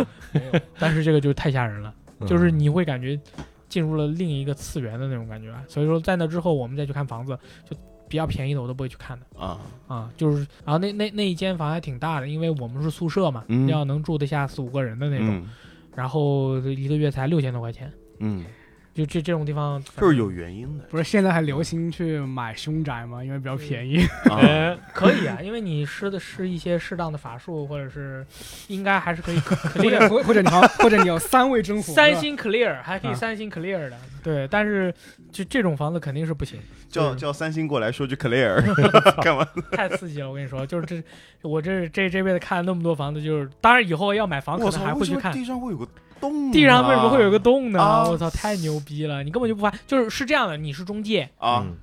[SPEAKER 3] 但是这个就太吓人了。就是
[SPEAKER 1] 嗯
[SPEAKER 3] 你会感觉进入了另一个次元的那种感觉啊吧。所以说，在那之后，我们再去看房子，就比较便宜的我都不会去看的
[SPEAKER 2] 啊，
[SPEAKER 3] 啊。就是，然后那那那一间房还挺大的，因为我们是宿舍嘛，
[SPEAKER 2] 嗯
[SPEAKER 3] 要能住得下四五个人的那种，
[SPEAKER 2] 嗯
[SPEAKER 3] 然后一个月才六千多块钱，
[SPEAKER 2] 嗯，
[SPEAKER 3] 就这这种地方
[SPEAKER 2] 就是有原因的
[SPEAKER 4] 不是现在还流行去买凶宅吗？因为比较便宜。
[SPEAKER 1] 嗯
[SPEAKER 2] 啊。
[SPEAKER 4] 哎
[SPEAKER 3] 可以啊，因为你施的施一些适当的法术，或者是应该还是可以
[SPEAKER 4] 或
[SPEAKER 3] clear
[SPEAKER 4] 者或或者你好，或者你有三位征服，
[SPEAKER 3] 三
[SPEAKER 4] 是吧
[SPEAKER 3] 星 clear 还可以
[SPEAKER 4] 啊
[SPEAKER 3] 三星 clear 的，对，但是就这种房子肯定是不行。
[SPEAKER 2] 叫
[SPEAKER 3] 嗯
[SPEAKER 2] 叫三星过来说句 clear，干嘛？
[SPEAKER 3] 太刺激了，我跟你说，就是这，我这这这辈子看了那么多房子，就是当然以后要买房可
[SPEAKER 2] 我
[SPEAKER 3] 能
[SPEAKER 2] 操，
[SPEAKER 3] 还
[SPEAKER 2] 为
[SPEAKER 3] 会
[SPEAKER 2] 什
[SPEAKER 3] 去
[SPEAKER 2] 么
[SPEAKER 3] 看。
[SPEAKER 2] 地上会有个洞啊？
[SPEAKER 3] 地上为什么会有个洞呢？
[SPEAKER 2] 啊
[SPEAKER 3] 我操，太牛逼了！你根本就不怕，就是是这样的，你是中介，
[SPEAKER 2] 啊？
[SPEAKER 1] 嗯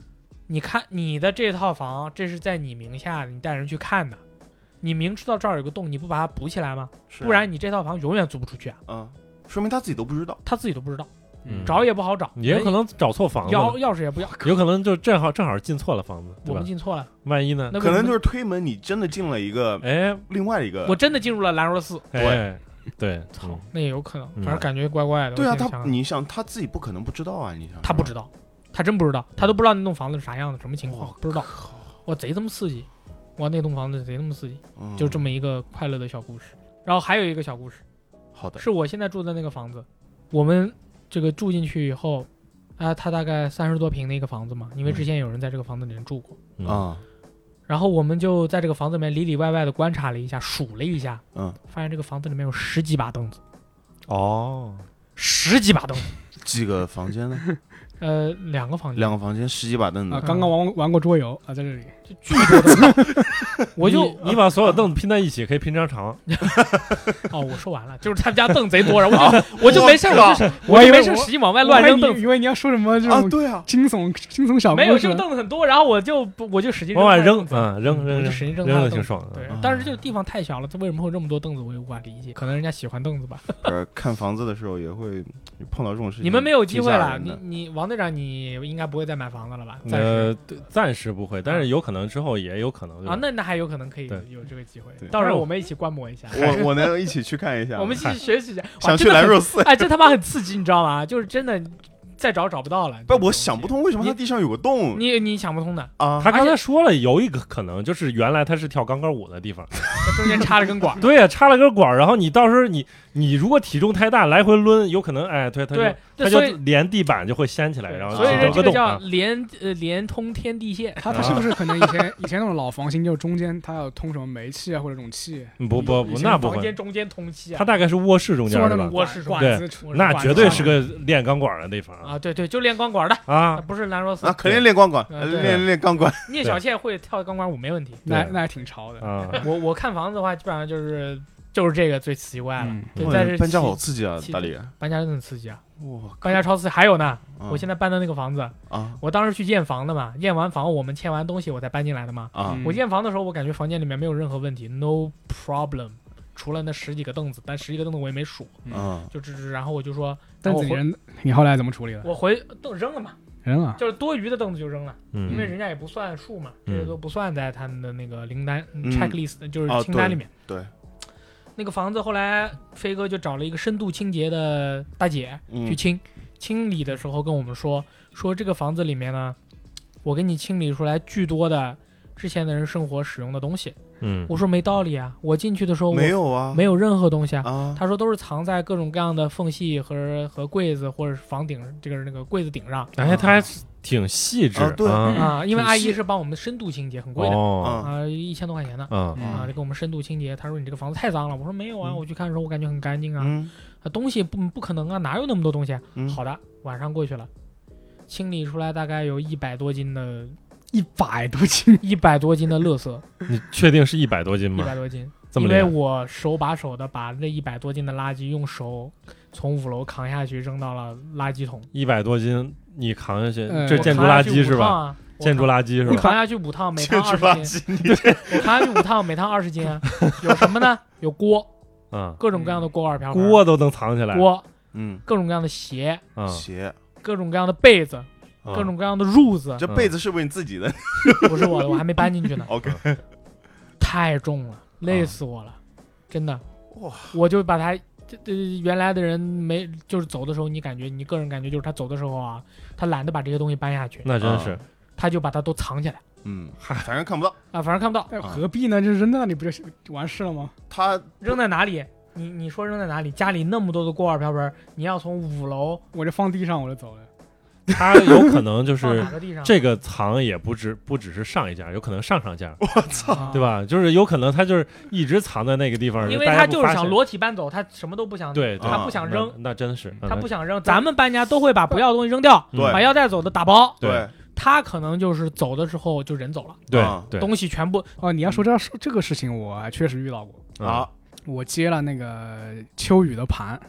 [SPEAKER 3] 你看你的这套房，这是在你名下，你带人去看的，你明知道这儿有个洞，你不把它补起来吗？
[SPEAKER 2] 是
[SPEAKER 3] 不然你这套房永远租不出去啊！
[SPEAKER 2] 啊，说明他自己都不知道。
[SPEAKER 3] 他自己都不知道，
[SPEAKER 1] 嗯
[SPEAKER 4] 啊
[SPEAKER 3] 找也不好找，
[SPEAKER 1] 也有可能找错房子
[SPEAKER 3] 钥
[SPEAKER 1] 了，
[SPEAKER 3] 钥匙也不要，
[SPEAKER 1] 有可能就正好正好进错了房子，
[SPEAKER 3] 我
[SPEAKER 1] 对吧
[SPEAKER 3] 们？进错了，
[SPEAKER 1] 万一呢？
[SPEAKER 2] 嗯
[SPEAKER 3] 那
[SPEAKER 2] 可能就是是推门，你真的进了一个
[SPEAKER 1] 哎
[SPEAKER 2] 另外一个。
[SPEAKER 3] 呃我真的进入了兰若寺，
[SPEAKER 1] 哎，对，
[SPEAKER 3] 操
[SPEAKER 1] 嗯，
[SPEAKER 3] 那也有可能，
[SPEAKER 1] 嗯
[SPEAKER 3] 反正感觉怪怪的。
[SPEAKER 2] 对啊，
[SPEAKER 3] 我现在想
[SPEAKER 2] 他
[SPEAKER 3] 想
[SPEAKER 2] 你想他自己不可能不知道啊，你想
[SPEAKER 3] 他不知
[SPEAKER 2] 道
[SPEAKER 3] 道，他真不知道，他都不知道那栋房子是啥样的，什么情况
[SPEAKER 2] 哇，
[SPEAKER 3] 不知道。我贼他妈刺激，哇，那栋房子贼他妈刺激，，
[SPEAKER 2] 嗯
[SPEAKER 3] 就这么一个快乐的小故事。然后还有一个小故事，
[SPEAKER 2] 好的。
[SPEAKER 3] 是我现在住的那个房子，我们这个住进去以后，啊，它大概三十多平的一个房子嘛，因为
[SPEAKER 2] 嗯
[SPEAKER 3] 之前有人在这个房子里面住过，
[SPEAKER 1] 嗯
[SPEAKER 2] 啊，
[SPEAKER 3] 然后我们就在这个房子里面里里外外的观察了一下，数了一下，
[SPEAKER 2] 嗯，
[SPEAKER 3] 发现这个房子里面有十几把凳子，
[SPEAKER 1] 哦，
[SPEAKER 3] 十几把凳子，
[SPEAKER 2] 几个房 间呢？
[SPEAKER 3] 呃，两个房间，
[SPEAKER 2] 两个房间，十几把凳
[SPEAKER 4] 啊，
[SPEAKER 1] 嗯
[SPEAKER 2] 子。
[SPEAKER 4] 刚刚玩玩过桌游啊，在这里
[SPEAKER 3] 就巨多凳子， 我就
[SPEAKER 1] 你你把所有凳子拼在一起，可以拼张床。
[SPEAKER 3] 哦，我说完了，就是他们家凳贼多，然后我就我就没事儿，我就是
[SPEAKER 4] 我
[SPEAKER 3] 我
[SPEAKER 4] 以
[SPEAKER 3] 就
[SPEAKER 4] 为
[SPEAKER 3] 没事儿
[SPEAKER 4] 我
[SPEAKER 3] 使劲往外乱扔凳
[SPEAKER 4] 我还
[SPEAKER 3] 子，
[SPEAKER 4] 以以为你要说什么这
[SPEAKER 2] 啊，
[SPEAKER 4] 种
[SPEAKER 2] 对 啊，
[SPEAKER 4] 惊悚惊悚小故
[SPEAKER 3] 没
[SPEAKER 4] 事，
[SPEAKER 3] 有，就是凳子很多，然后我就不我就使劲
[SPEAKER 1] 往外
[SPEAKER 3] 他的
[SPEAKER 1] 扔
[SPEAKER 3] 凳，子
[SPEAKER 1] 嗯，扔
[SPEAKER 3] 我
[SPEAKER 1] 扔
[SPEAKER 3] 就使劲
[SPEAKER 1] 扔，
[SPEAKER 3] 扔
[SPEAKER 1] 扔
[SPEAKER 3] 他
[SPEAKER 1] 的挺
[SPEAKER 3] 的凳子。
[SPEAKER 1] 爽的。
[SPEAKER 3] 对
[SPEAKER 2] 嗯，
[SPEAKER 3] 但是这个地方太小了，他为什么会有这么多凳子，我也无法理解。可能人家喜欢凳子吧。
[SPEAKER 2] 不是呃看房子的时候也会碰到这种事情。
[SPEAKER 3] 你们没有机会
[SPEAKER 2] 挺吓
[SPEAKER 3] 了，
[SPEAKER 2] 人
[SPEAKER 3] 你
[SPEAKER 2] 的
[SPEAKER 3] 你王队长，你应该不会再买房子了吧？暂时
[SPEAKER 1] 呃，对暂时不会，但是有可能之后也有可能。对吧
[SPEAKER 3] 啊，那那还有可能可以
[SPEAKER 1] 对
[SPEAKER 3] 有这个机会
[SPEAKER 2] 对，
[SPEAKER 3] 到时候我们一起观摩一下，
[SPEAKER 2] 我我能一起去看一下吗。
[SPEAKER 3] 我们一起学习一下。哇
[SPEAKER 2] 想去
[SPEAKER 3] 真的
[SPEAKER 2] 兰
[SPEAKER 3] 很
[SPEAKER 2] 若寺。
[SPEAKER 3] 哎，这他妈很刺激，你知道吗？就是真的，再找找不到了。
[SPEAKER 2] 不是，
[SPEAKER 3] 这种
[SPEAKER 2] 我
[SPEAKER 3] 东西
[SPEAKER 2] 想不，通为什么它
[SPEAKER 3] 你
[SPEAKER 2] 地上有个洞
[SPEAKER 3] 你你想不通的。
[SPEAKER 2] 啊。
[SPEAKER 1] 他刚才说了，有一个可能就是原来他是跳钢管舞的地 方。。
[SPEAKER 3] 中间插了根管儿
[SPEAKER 1] 对呀，插了根管儿，然后你到时候你你如果体重太大，来回抡，有可能哎，对， 他就
[SPEAKER 3] 对，
[SPEAKER 1] 他
[SPEAKER 3] 所
[SPEAKER 1] 就
[SPEAKER 3] 以
[SPEAKER 1] 连地板就会掀起来，然后
[SPEAKER 3] 所以
[SPEAKER 1] 整个
[SPEAKER 3] 说这个
[SPEAKER 1] 洞
[SPEAKER 3] 叫
[SPEAKER 1] 啊。
[SPEAKER 3] 连呃连通天地 线。
[SPEAKER 4] 他他是不是可能以前以前那种老房型，就中间他要通什么煤气啊或者这种气，
[SPEAKER 1] 嗯不不不，
[SPEAKER 4] 以前
[SPEAKER 1] 那不
[SPEAKER 3] 房
[SPEAKER 1] 会
[SPEAKER 3] 间，中间通气
[SPEAKER 1] 他
[SPEAKER 3] 啊，
[SPEAKER 1] 大概是卧室中间是
[SPEAKER 4] 做那
[SPEAKER 1] 吧
[SPEAKER 4] 种？
[SPEAKER 3] 卧室中
[SPEAKER 4] 管
[SPEAKER 1] 对
[SPEAKER 4] 子出，
[SPEAKER 1] 那
[SPEAKER 3] 管
[SPEAKER 1] 绝
[SPEAKER 3] 子
[SPEAKER 1] 对
[SPEAKER 3] 上
[SPEAKER 1] 是个练钢管儿的地方
[SPEAKER 3] 啊，对对，就练钢管的，
[SPEAKER 1] 啊！
[SPEAKER 3] 不是兰若寺
[SPEAKER 2] 啊，。肯定练钢管，
[SPEAKER 3] 嗯对
[SPEAKER 2] 练练钢管。
[SPEAKER 3] 聂小倩会跳钢管舞没问题。
[SPEAKER 4] 那
[SPEAKER 1] 对
[SPEAKER 4] 那还挺潮的。
[SPEAKER 1] 啊，
[SPEAKER 3] 我我看房子的话，基本上就是就是这个最奇怪了
[SPEAKER 4] 嗯。
[SPEAKER 3] 对，但是
[SPEAKER 2] 搬家
[SPEAKER 3] 其
[SPEAKER 2] 好刺激啊，
[SPEAKER 3] 其
[SPEAKER 2] 大理。
[SPEAKER 3] 搬家真的很刺激啊，
[SPEAKER 2] 哇，
[SPEAKER 3] 搬家超刺激。还有呢，
[SPEAKER 2] 嗯
[SPEAKER 3] 我现在搬的那个房子，
[SPEAKER 2] 啊
[SPEAKER 3] 我当时去验房的嘛，验完房我们签完东西我才搬进来的嘛。
[SPEAKER 2] 啊
[SPEAKER 4] 嗯
[SPEAKER 3] 我验房的时候，我感觉房间里面没有任何问题，no problem。除了那十几个凳子，但十几个凳子我也没数，
[SPEAKER 2] 啊
[SPEAKER 3] 就只只然后我就说，
[SPEAKER 4] 但
[SPEAKER 3] 然后
[SPEAKER 4] 是
[SPEAKER 3] 我
[SPEAKER 4] 你
[SPEAKER 3] 回
[SPEAKER 4] 人你后来怎么处理的？啊
[SPEAKER 3] 我回都扔了嘛，
[SPEAKER 4] 扔了，
[SPEAKER 3] 就是多余的凳子就扔了，因为
[SPEAKER 1] 嗯
[SPEAKER 3] 人家也不算数嘛，
[SPEAKER 1] 嗯
[SPEAKER 3] 这些都不算在他们的那个名单、
[SPEAKER 2] 嗯
[SPEAKER 3] checklist，就是
[SPEAKER 2] 哦
[SPEAKER 3] 清单里面。
[SPEAKER 2] 对，
[SPEAKER 3] 那个房子后来飞哥就找了一个深度清洁的大姐去
[SPEAKER 2] 嗯
[SPEAKER 3] 清，清理的时候跟我们说，说这个房子里面呢，我给你清理出来巨多的之前的人生活使用的东西。
[SPEAKER 1] 嗯
[SPEAKER 3] 我说没道理啊，我进去的时候我
[SPEAKER 2] 没有啊，
[SPEAKER 3] 没有任何东西啊。
[SPEAKER 2] 啊，
[SPEAKER 3] 他说都是藏在各种各样的缝隙和和柜子或者是房顶这个那个柜子顶上
[SPEAKER 1] 哎，他还挺细致
[SPEAKER 2] 啊对
[SPEAKER 1] 啊
[SPEAKER 3] 啊，因为
[SPEAKER 2] 挺
[SPEAKER 3] 阿
[SPEAKER 2] 细
[SPEAKER 3] 姨是帮我们深度清洁，很贵的
[SPEAKER 1] 哦
[SPEAKER 3] 啊，一千多块钱呢。
[SPEAKER 1] 嗯
[SPEAKER 3] 啊，
[SPEAKER 4] 嗯
[SPEAKER 3] 就给我们深度清洁。他说你这个房子太脏了。我说没有啊，
[SPEAKER 2] 嗯
[SPEAKER 3] 我去看的时候我感觉很干净啊。
[SPEAKER 2] 嗯
[SPEAKER 3] 啊东西不不可能啊，哪有那么多东西、啊？
[SPEAKER 2] 嗯，
[SPEAKER 3] 好的，晚上过去了，清理出来大概有一百多斤的，
[SPEAKER 4] 一百多斤，
[SPEAKER 3] 一百多斤的垃圾，
[SPEAKER 1] 你确定是一百多斤
[SPEAKER 3] 一
[SPEAKER 1] 吗
[SPEAKER 3] 百？多斤。
[SPEAKER 1] 这么
[SPEAKER 3] 因
[SPEAKER 1] 厉
[SPEAKER 3] 为
[SPEAKER 1] 害？
[SPEAKER 3] 我手把手的把那一百多斤的垃圾用手从五楼扛下去，扔到了垃圾桶。
[SPEAKER 1] 一百多斤你扛下去，
[SPEAKER 4] 呃
[SPEAKER 1] 这
[SPEAKER 4] 我
[SPEAKER 1] 建筑垃圾是吧？
[SPEAKER 3] 吧？
[SPEAKER 1] 建筑垃
[SPEAKER 3] 垃
[SPEAKER 1] 圾是
[SPEAKER 3] 啊我
[SPEAKER 1] 吧？
[SPEAKER 3] 扛下去五趟， 每
[SPEAKER 2] 建
[SPEAKER 3] 趟
[SPEAKER 2] 筑
[SPEAKER 3] 二
[SPEAKER 2] 垃
[SPEAKER 3] 十斤。
[SPEAKER 2] 圾，你这
[SPEAKER 3] 我扛下去五趟，每趟二十 斤啊。有什么呢？有锅，
[SPEAKER 1] 嗯，
[SPEAKER 3] 各种各样的锅碗瓢盆。
[SPEAKER 1] 锅都能藏起来。
[SPEAKER 3] 锅，
[SPEAKER 2] 嗯，
[SPEAKER 3] 各种各样的鞋，
[SPEAKER 1] 嗯，
[SPEAKER 2] 鞋，
[SPEAKER 3] 各种各样的被子，
[SPEAKER 1] 嗯
[SPEAKER 3] 各种各样的褥子，
[SPEAKER 2] 这被子是不是你自己的，
[SPEAKER 3] 嗯不是我的，我还没搬进去呢
[SPEAKER 2] ？OK，
[SPEAKER 3] 太重了，累死我了，真的。
[SPEAKER 2] 哇！
[SPEAKER 3] 我就把它，这这原来的人没，就是走的时候，你感觉你个人感觉就是他走的时候啊，他懒得把这些东西搬下去，
[SPEAKER 1] 那真
[SPEAKER 4] 嗯
[SPEAKER 1] 是
[SPEAKER 3] 他就把它都藏起来
[SPEAKER 2] 嗯，反正看不到，
[SPEAKER 3] 啊，反正看不到，
[SPEAKER 4] 哎何必呢？就扔在那里不就行就完事了吗？
[SPEAKER 2] 他
[SPEAKER 3] 扔在哪里？你你说扔在哪里？家里那么多的锅碗瓢盆，你要从五楼
[SPEAKER 4] 我就放地上我就走了。
[SPEAKER 1] 他有可能 就
[SPEAKER 3] 放
[SPEAKER 1] 是
[SPEAKER 4] 嗯
[SPEAKER 3] 哪个地上？
[SPEAKER 1] 这个藏也不止不只是上一家，有可能上上家，
[SPEAKER 4] 哦
[SPEAKER 3] 啊
[SPEAKER 1] 对？吧？就是有可能他就是一直藏在那个地方，
[SPEAKER 3] 因为
[SPEAKER 1] 大家
[SPEAKER 3] 他
[SPEAKER 1] 不
[SPEAKER 3] 就是
[SPEAKER 1] 发
[SPEAKER 3] 想
[SPEAKER 1] 现
[SPEAKER 3] 裸体搬走，他什么都不想，
[SPEAKER 1] 对，对嗯
[SPEAKER 3] 他不想
[SPEAKER 1] 那
[SPEAKER 3] 扔，
[SPEAKER 1] 那真
[SPEAKER 4] 嗯
[SPEAKER 1] 是
[SPEAKER 3] 他不想扔。咱们搬家都会把不要的东西扔掉，
[SPEAKER 1] 嗯
[SPEAKER 2] 对
[SPEAKER 3] 把要带走的打包。
[SPEAKER 1] 对
[SPEAKER 3] 他可能就是走的时候就人走了，
[SPEAKER 1] 对
[SPEAKER 2] 啊
[SPEAKER 1] 对
[SPEAKER 3] 东西全部
[SPEAKER 4] 哦，你要说这说这个事情，我还确实遇到过。
[SPEAKER 1] 啊，
[SPEAKER 2] 啊，
[SPEAKER 4] 我接了那个秋雨的 盘，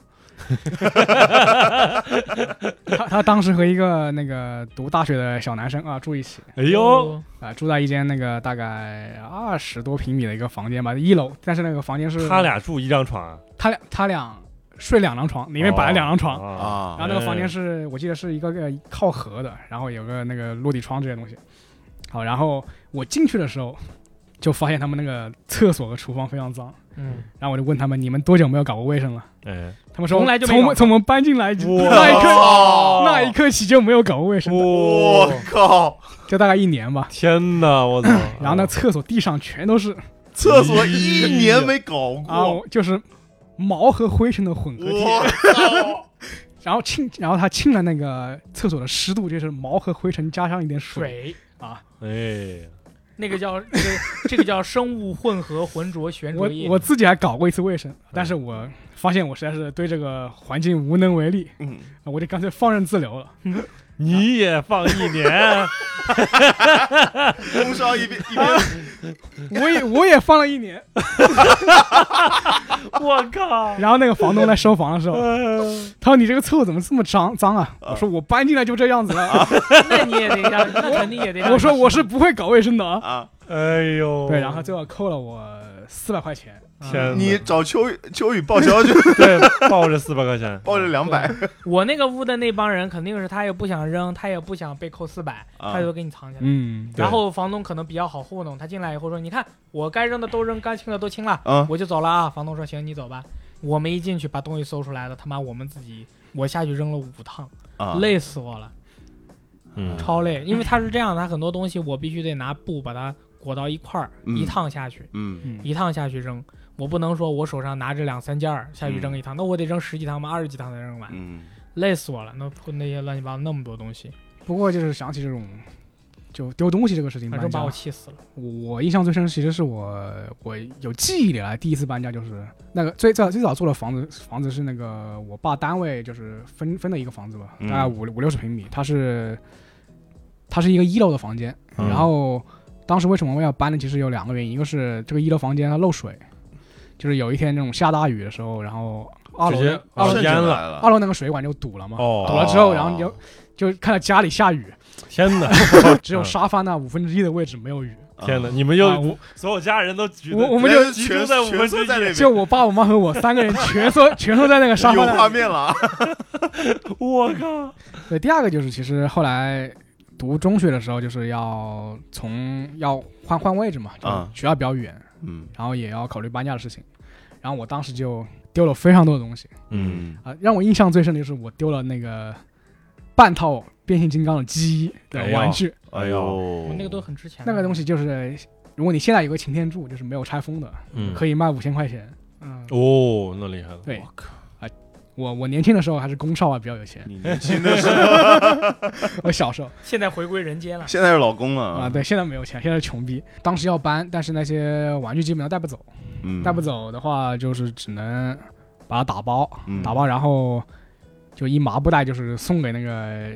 [SPEAKER 4] 他他当时和一个那个读大学的小男生啊住一起
[SPEAKER 1] 哎呦，
[SPEAKER 4] 啊、住在一间那个大概二十多平米的一个房间吧，一楼，但是那个房间是
[SPEAKER 1] 他俩住一张床啊，
[SPEAKER 4] 他俩他俩睡两张床，里面摆了两张床。
[SPEAKER 3] 嗯
[SPEAKER 1] 啊，
[SPEAKER 2] 啊
[SPEAKER 4] 然后那个房间是我记得是一个个靠河的，然后有个那个落地窗这些东西。好，然后我进去的时候，就发现他们那个厕所和厨房非常脏，
[SPEAKER 3] 嗯，
[SPEAKER 4] 然后我就问他们：“你们多久没有搞过卫生了？”
[SPEAKER 1] 哎，
[SPEAKER 4] 他们说
[SPEAKER 3] 从来就没
[SPEAKER 4] 从我
[SPEAKER 3] 搞
[SPEAKER 4] 们从我们搬进来那一刻
[SPEAKER 2] 哇
[SPEAKER 4] 那一刻起就没有搞过卫生，
[SPEAKER 2] 我
[SPEAKER 1] 哇，
[SPEAKER 2] 靠，
[SPEAKER 4] 就大概一年吧。
[SPEAKER 1] 天哪，我操！
[SPEAKER 4] 然后呢，厕所地上全都是
[SPEAKER 2] 厕
[SPEAKER 3] 哎
[SPEAKER 2] 所一年没搞
[SPEAKER 4] 啊，
[SPEAKER 2] 过，
[SPEAKER 4] 我就是毛和灰尘的混合体。
[SPEAKER 2] 我操，
[SPEAKER 4] 然后清，然后他清了那个厕所的湿度，就是毛和灰尘加上一点水
[SPEAKER 3] 水
[SPEAKER 4] 啊。
[SPEAKER 1] 哎，
[SPEAKER 3] 那个叫这个这个叫生物混合浑浊悬浊
[SPEAKER 4] 我
[SPEAKER 3] 液，
[SPEAKER 4] 我自己还搞过一次卫生，
[SPEAKER 3] 嗯
[SPEAKER 4] 但是我发现我实在是对这个环境无能为力，
[SPEAKER 2] 嗯，
[SPEAKER 4] 我就干脆放任自流了。
[SPEAKER 1] 你也放一 年，
[SPEAKER 2] 工伤一边一边
[SPEAKER 3] 嗯
[SPEAKER 4] 我也我也放了一年，
[SPEAKER 1] 我靠！
[SPEAKER 4] 然后那个房东来收房的时
[SPEAKER 3] 嗯
[SPEAKER 4] 候，他说：“你这个厕所怎么这么脏脏啊？”我说：“我搬进来就这样子了。”
[SPEAKER 3] 啊那你也得 让，那肯定也得让。
[SPEAKER 4] 我说我是不会搞卫生的啊。
[SPEAKER 2] 啊，
[SPEAKER 1] 哎
[SPEAKER 3] 哦
[SPEAKER 1] 呦，
[SPEAKER 4] 对，然后最后扣了我四百块钱，
[SPEAKER 3] 嗯
[SPEAKER 1] 天哪，
[SPEAKER 2] 你找秋雨秋雨报销去，
[SPEAKER 1] 对 抱着四百块钱，
[SPEAKER 2] 报了两百，
[SPEAKER 3] 我那个屋的那帮人肯定是他也不想扔，他也不想被扣四百，
[SPEAKER 2] 啊
[SPEAKER 3] 他就给你藏起来。
[SPEAKER 4] 嗯，
[SPEAKER 1] 对
[SPEAKER 3] 然后房东可能比较好糊弄，他进来以后说：“你看，我该扔的都扔，该清的都清了，
[SPEAKER 2] 啊
[SPEAKER 3] 我就走了啊。”房东说：“行，你走吧。”我们一进去把东西搜出来了，他妈我们自己，我下去扔了五趟，
[SPEAKER 2] 啊，
[SPEAKER 3] 累死我了。
[SPEAKER 1] 嗯，
[SPEAKER 3] 超累，因为它是这样，它很多东西我必须得拿布把它裹到一块儿，
[SPEAKER 2] 嗯
[SPEAKER 3] 一趟下去，
[SPEAKER 2] 嗯
[SPEAKER 3] 一趟下去扔。我不能说我手上拿着两三件儿下去扔一趟，那我得扔十几趟吧，二十几趟才扔完，
[SPEAKER 2] 嗯，
[SPEAKER 3] 累死我了。那那些乱七八糟那么多东西，
[SPEAKER 4] 不过就是想起这种就丢东西这个事情
[SPEAKER 3] 反
[SPEAKER 4] 搬
[SPEAKER 3] 正
[SPEAKER 4] 家
[SPEAKER 3] 把我，气死了。
[SPEAKER 4] 我我印象最深其实是我我有记忆以来第一次搬家，就是那个最最早最早住的房子，房子是那个我爸单位就是分分的一个房子吧，
[SPEAKER 2] 嗯
[SPEAKER 4] 大概五五六十平米，它是它是一个一楼的房间，
[SPEAKER 1] 嗯
[SPEAKER 4] 然后当时为什么我要搬呢？其实有两个原因，一个是这个一楼房间它漏水，就是有一天那种下大雨的时候，然后二楼
[SPEAKER 1] 直接啊
[SPEAKER 4] 的二
[SPEAKER 1] 渗
[SPEAKER 4] 楼
[SPEAKER 1] 进
[SPEAKER 4] 的
[SPEAKER 1] 来
[SPEAKER 2] 淹
[SPEAKER 1] 了
[SPEAKER 4] 二楼那个水管就堵了嘛，堵
[SPEAKER 1] 哦，
[SPEAKER 4] 了之后，然后你就就看到家里下雨，
[SPEAKER 1] 天哪，
[SPEAKER 4] 只
[SPEAKER 1] 嗯
[SPEAKER 4] 有沙发那五分之一的位置没有雨，
[SPEAKER 1] 天哪，你们又
[SPEAKER 4] 啊我
[SPEAKER 1] 所有家人都举
[SPEAKER 4] 我我
[SPEAKER 2] 我
[SPEAKER 4] 们就
[SPEAKER 1] 集中在五分之一
[SPEAKER 2] 在那边，
[SPEAKER 4] 就我爸我妈和我三个人全缩 全缩在那个沙
[SPEAKER 2] 有
[SPEAKER 4] 发那
[SPEAKER 2] 画
[SPEAKER 4] 里，
[SPEAKER 2] 面了啊，
[SPEAKER 1] 我靠，
[SPEAKER 4] 对，第二个就是其实后来读中学的时候，就是要从要换换位置嘛，就是
[SPEAKER 2] 啊
[SPEAKER 4] 学校比较远，
[SPEAKER 2] 嗯
[SPEAKER 4] 然后也要考虑搬家的事情。然后我当时就丢了非常多的东西
[SPEAKER 1] 嗯，
[SPEAKER 4] 啊、让我印象最深的就是我丢了那个半套变形金刚的机翼的
[SPEAKER 1] 哎呀
[SPEAKER 4] 玩具，
[SPEAKER 2] 哦
[SPEAKER 1] 哎呦，
[SPEAKER 3] 那个都很值钱的，
[SPEAKER 4] 那个东西就是如果你现在有个擎天柱，就是没有拆封的，
[SPEAKER 1] 嗯，
[SPEAKER 4] 可以卖五千块钱。
[SPEAKER 3] 嗯，
[SPEAKER 1] 哦，那厉害了，
[SPEAKER 4] 对，啊、我我年轻的时候还是公少啊，比较有钱。
[SPEAKER 2] 你年轻的时候
[SPEAKER 4] 我小时候
[SPEAKER 3] 现在回归人间了。
[SPEAKER 2] 现在是老公了
[SPEAKER 4] 啊，，对，现在没有钱，现在是穷逼。当时要搬，但是那些玩具基本上带不走，
[SPEAKER 2] 嗯，
[SPEAKER 4] 带不走的话就是只能把它打包，
[SPEAKER 2] 嗯
[SPEAKER 4] 打包然后就一麻布袋，就是送给那个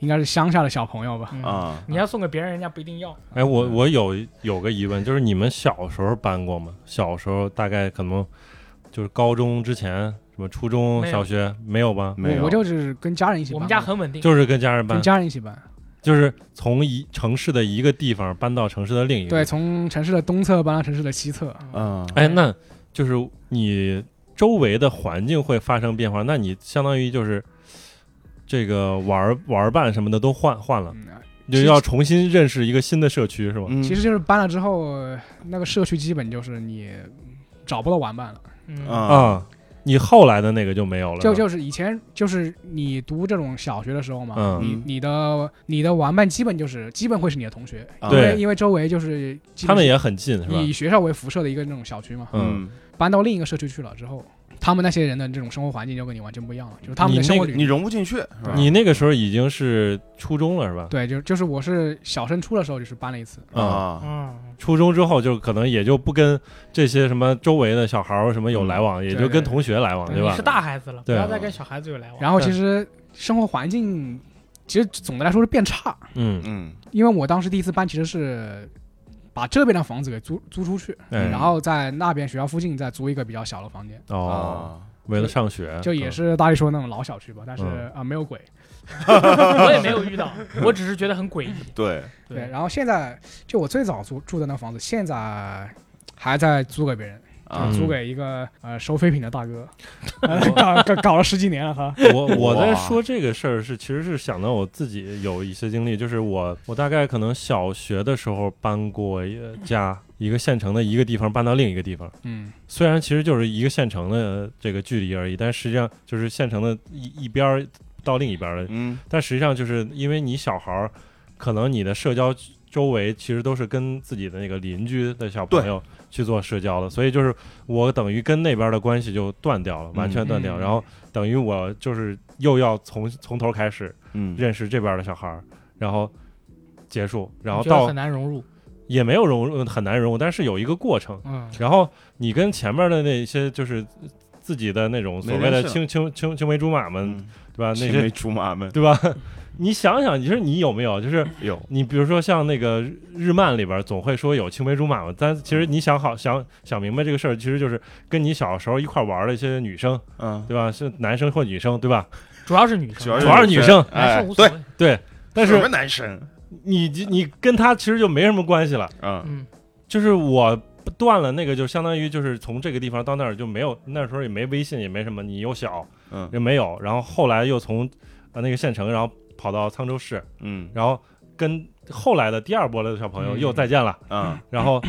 [SPEAKER 4] 应该是乡下的小朋友吧。
[SPEAKER 3] 嗯，
[SPEAKER 2] 啊，
[SPEAKER 3] 你要送给别人，人家不一定要。
[SPEAKER 1] 哎，我我有有个疑问，就是你们小时候搬过吗？小时候大概可能就是高中之前，什么初中
[SPEAKER 3] 没、有
[SPEAKER 1] 小学没有吧？
[SPEAKER 2] 没有，
[SPEAKER 4] 我我就是跟家人一起搬，
[SPEAKER 3] 我们家很稳定，
[SPEAKER 1] 就是跟家人搬
[SPEAKER 4] 跟，家人一起搬，
[SPEAKER 1] 就是从一城市的一个地方搬到城市的另一个。
[SPEAKER 4] 对，，从城市的东侧搬到城市的西侧。
[SPEAKER 2] 嗯
[SPEAKER 1] 哎，那就是你周围的环境会发生变化，那你相当于就是这个玩儿玩儿伴什么的都换换了，
[SPEAKER 4] 嗯，
[SPEAKER 1] 你就要重新认识一个新的社区，是吧？
[SPEAKER 2] 嗯
[SPEAKER 4] 其实就是搬了之后，那个社区基本就是你找不到玩伴了。
[SPEAKER 3] 嗯，
[SPEAKER 2] 啊
[SPEAKER 1] 啊，你后来的那个就没有了，
[SPEAKER 4] 就是
[SPEAKER 1] 吧
[SPEAKER 4] 就是以前就是你读这种小学的时候嘛，
[SPEAKER 1] 嗯
[SPEAKER 4] 你
[SPEAKER 2] 嗯
[SPEAKER 4] 你的你的玩伴基本就是基本会是你的同学，
[SPEAKER 2] 啊
[SPEAKER 4] 因为
[SPEAKER 1] 对
[SPEAKER 4] 因为周围就是基
[SPEAKER 1] 他
[SPEAKER 4] 本
[SPEAKER 1] 们
[SPEAKER 4] 是
[SPEAKER 1] 也很近，是吧？
[SPEAKER 4] 以学校为辐射的一个那种小区嘛，
[SPEAKER 1] 嗯，
[SPEAKER 2] 嗯，
[SPEAKER 4] 搬到另一个社区去了之后，他们那些人的这种生活环境就跟你完全不一样了，就是他们的
[SPEAKER 1] 你那
[SPEAKER 4] 生活
[SPEAKER 1] 个
[SPEAKER 4] 里
[SPEAKER 2] 你融不进去，是吧
[SPEAKER 1] 你那个时候已经是初中了，是吧？
[SPEAKER 4] 对，就就是我是小升初的时候就是搬了一次，
[SPEAKER 1] 啊、
[SPEAKER 2] 啊，
[SPEAKER 3] 嗯，
[SPEAKER 1] 初中之后就可能也就不跟这些什么周围的小孩儿什么有来往，也就跟同学来往，
[SPEAKER 4] 嗯对
[SPEAKER 1] 对
[SPEAKER 4] 对
[SPEAKER 3] 你
[SPEAKER 1] 吧
[SPEAKER 3] 是？大孩子了，不
[SPEAKER 1] 对
[SPEAKER 3] 要再跟小孩子有来往。
[SPEAKER 4] 然后其
[SPEAKER 1] 嗯
[SPEAKER 4] 实生活环境其实总的来说是变差，
[SPEAKER 1] 嗯，
[SPEAKER 2] 嗯
[SPEAKER 4] 因为我当时第一次搬其实是。把这边的房子给租租出去，
[SPEAKER 1] 哎，
[SPEAKER 4] 然后在那边学校附近再租一个比较小的房间，
[SPEAKER 1] 哦，
[SPEAKER 2] 啊，
[SPEAKER 1] 为了上学，
[SPEAKER 4] 就也是大力说的那种老小区吧，但是
[SPEAKER 1] 嗯
[SPEAKER 4] 啊、没有鬼。
[SPEAKER 3] 我也没有遇到，我只是觉得很诡异。
[SPEAKER 2] 对，
[SPEAKER 4] 对，然后现在就我最早住住的那房子，现在还在租给别人，
[SPEAKER 2] 啊
[SPEAKER 1] 嗯
[SPEAKER 4] 租给一个呃收废品的 大哥，呃搞搞搞了十几年了他。
[SPEAKER 1] 我我
[SPEAKER 2] 哇
[SPEAKER 1] 在说这个事儿是，其实是想到我自己有一些经历，就是我我大概可能小学的时候搬过一个家，一个县城的一个地方搬到另一个地方，
[SPEAKER 4] 嗯，
[SPEAKER 1] 虽然其实就是一个县城的这个距离而已，但实际上就是县城的一一边儿到另一边儿的
[SPEAKER 2] 嗯
[SPEAKER 1] 但实际上就是因为你小孩儿，可能你的社交周围其实都是跟自己的那个邻居的小朋友去做社交的，所以就是我等于跟那边的关系就断掉了，完全断掉，
[SPEAKER 4] 嗯
[SPEAKER 1] 然后等于我就是又要从从头开始
[SPEAKER 2] 嗯，
[SPEAKER 1] 认识这边的小孩儿，然后结束，然后
[SPEAKER 3] 我觉得
[SPEAKER 1] 到
[SPEAKER 3] 很难融入。
[SPEAKER 1] 也没有融入很难融入，但是有一个过程，
[SPEAKER 3] 嗯，
[SPEAKER 1] 然后你跟前面的那些就是自己的那种所谓
[SPEAKER 2] 没
[SPEAKER 1] 的
[SPEAKER 2] 认识
[SPEAKER 1] 青青青青梅竹马们，
[SPEAKER 2] 嗯
[SPEAKER 1] 对吧？啊那
[SPEAKER 2] 青
[SPEAKER 1] 些
[SPEAKER 2] 梅竹马 们
[SPEAKER 1] 对吧？你想想，你说你有没有？就是
[SPEAKER 2] 有，
[SPEAKER 1] 你比如说像那个日日漫里边总会说有青梅竹马嘛，但其实你想好想想明白这个事儿，其实就是跟你小时候一块玩的一些女生，
[SPEAKER 2] 嗯，
[SPEAKER 1] 对吧？是男生或女生，对吧？
[SPEAKER 3] 主要是女
[SPEAKER 2] 主要
[SPEAKER 1] 主
[SPEAKER 3] 生，
[SPEAKER 1] 要是女生
[SPEAKER 3] 男
[SPEAKER 2] 哎
[SPEAKER 3] 生无，所
[SPEAKER 2] 对，
[SPEAKER 3] 谓。
[SPEAKER 1] 但
[SPEAKER 2] 什么
[SPEAKER 1] 是
[SPEAKER 2] 男生？
[SPEAKER 1] 你你跟他其实就没什么关系了，
[SPEAKER 2] 嗯
[SPEAKER 3] 嗯，
[SPEAKER 1] 就是我断了那个，就相当于就是从这个地方到那儿就没有，那时候也没微信，也没什么，你又小
[SPEAKER 2] 嗯
[SPEAKER 1] 也没有，然后后来又从呃那个县城，然后跑到沧州市，
[SPEAKER 2] 嗯
[SPEAKER 1] 然后跟后来的第二波的小朋友
[SPEAKER 4] 嗯
[SPEAKER 1] 又再 见了。
[SPEAKER 2] 嗯
[SPEAKER 1] 然后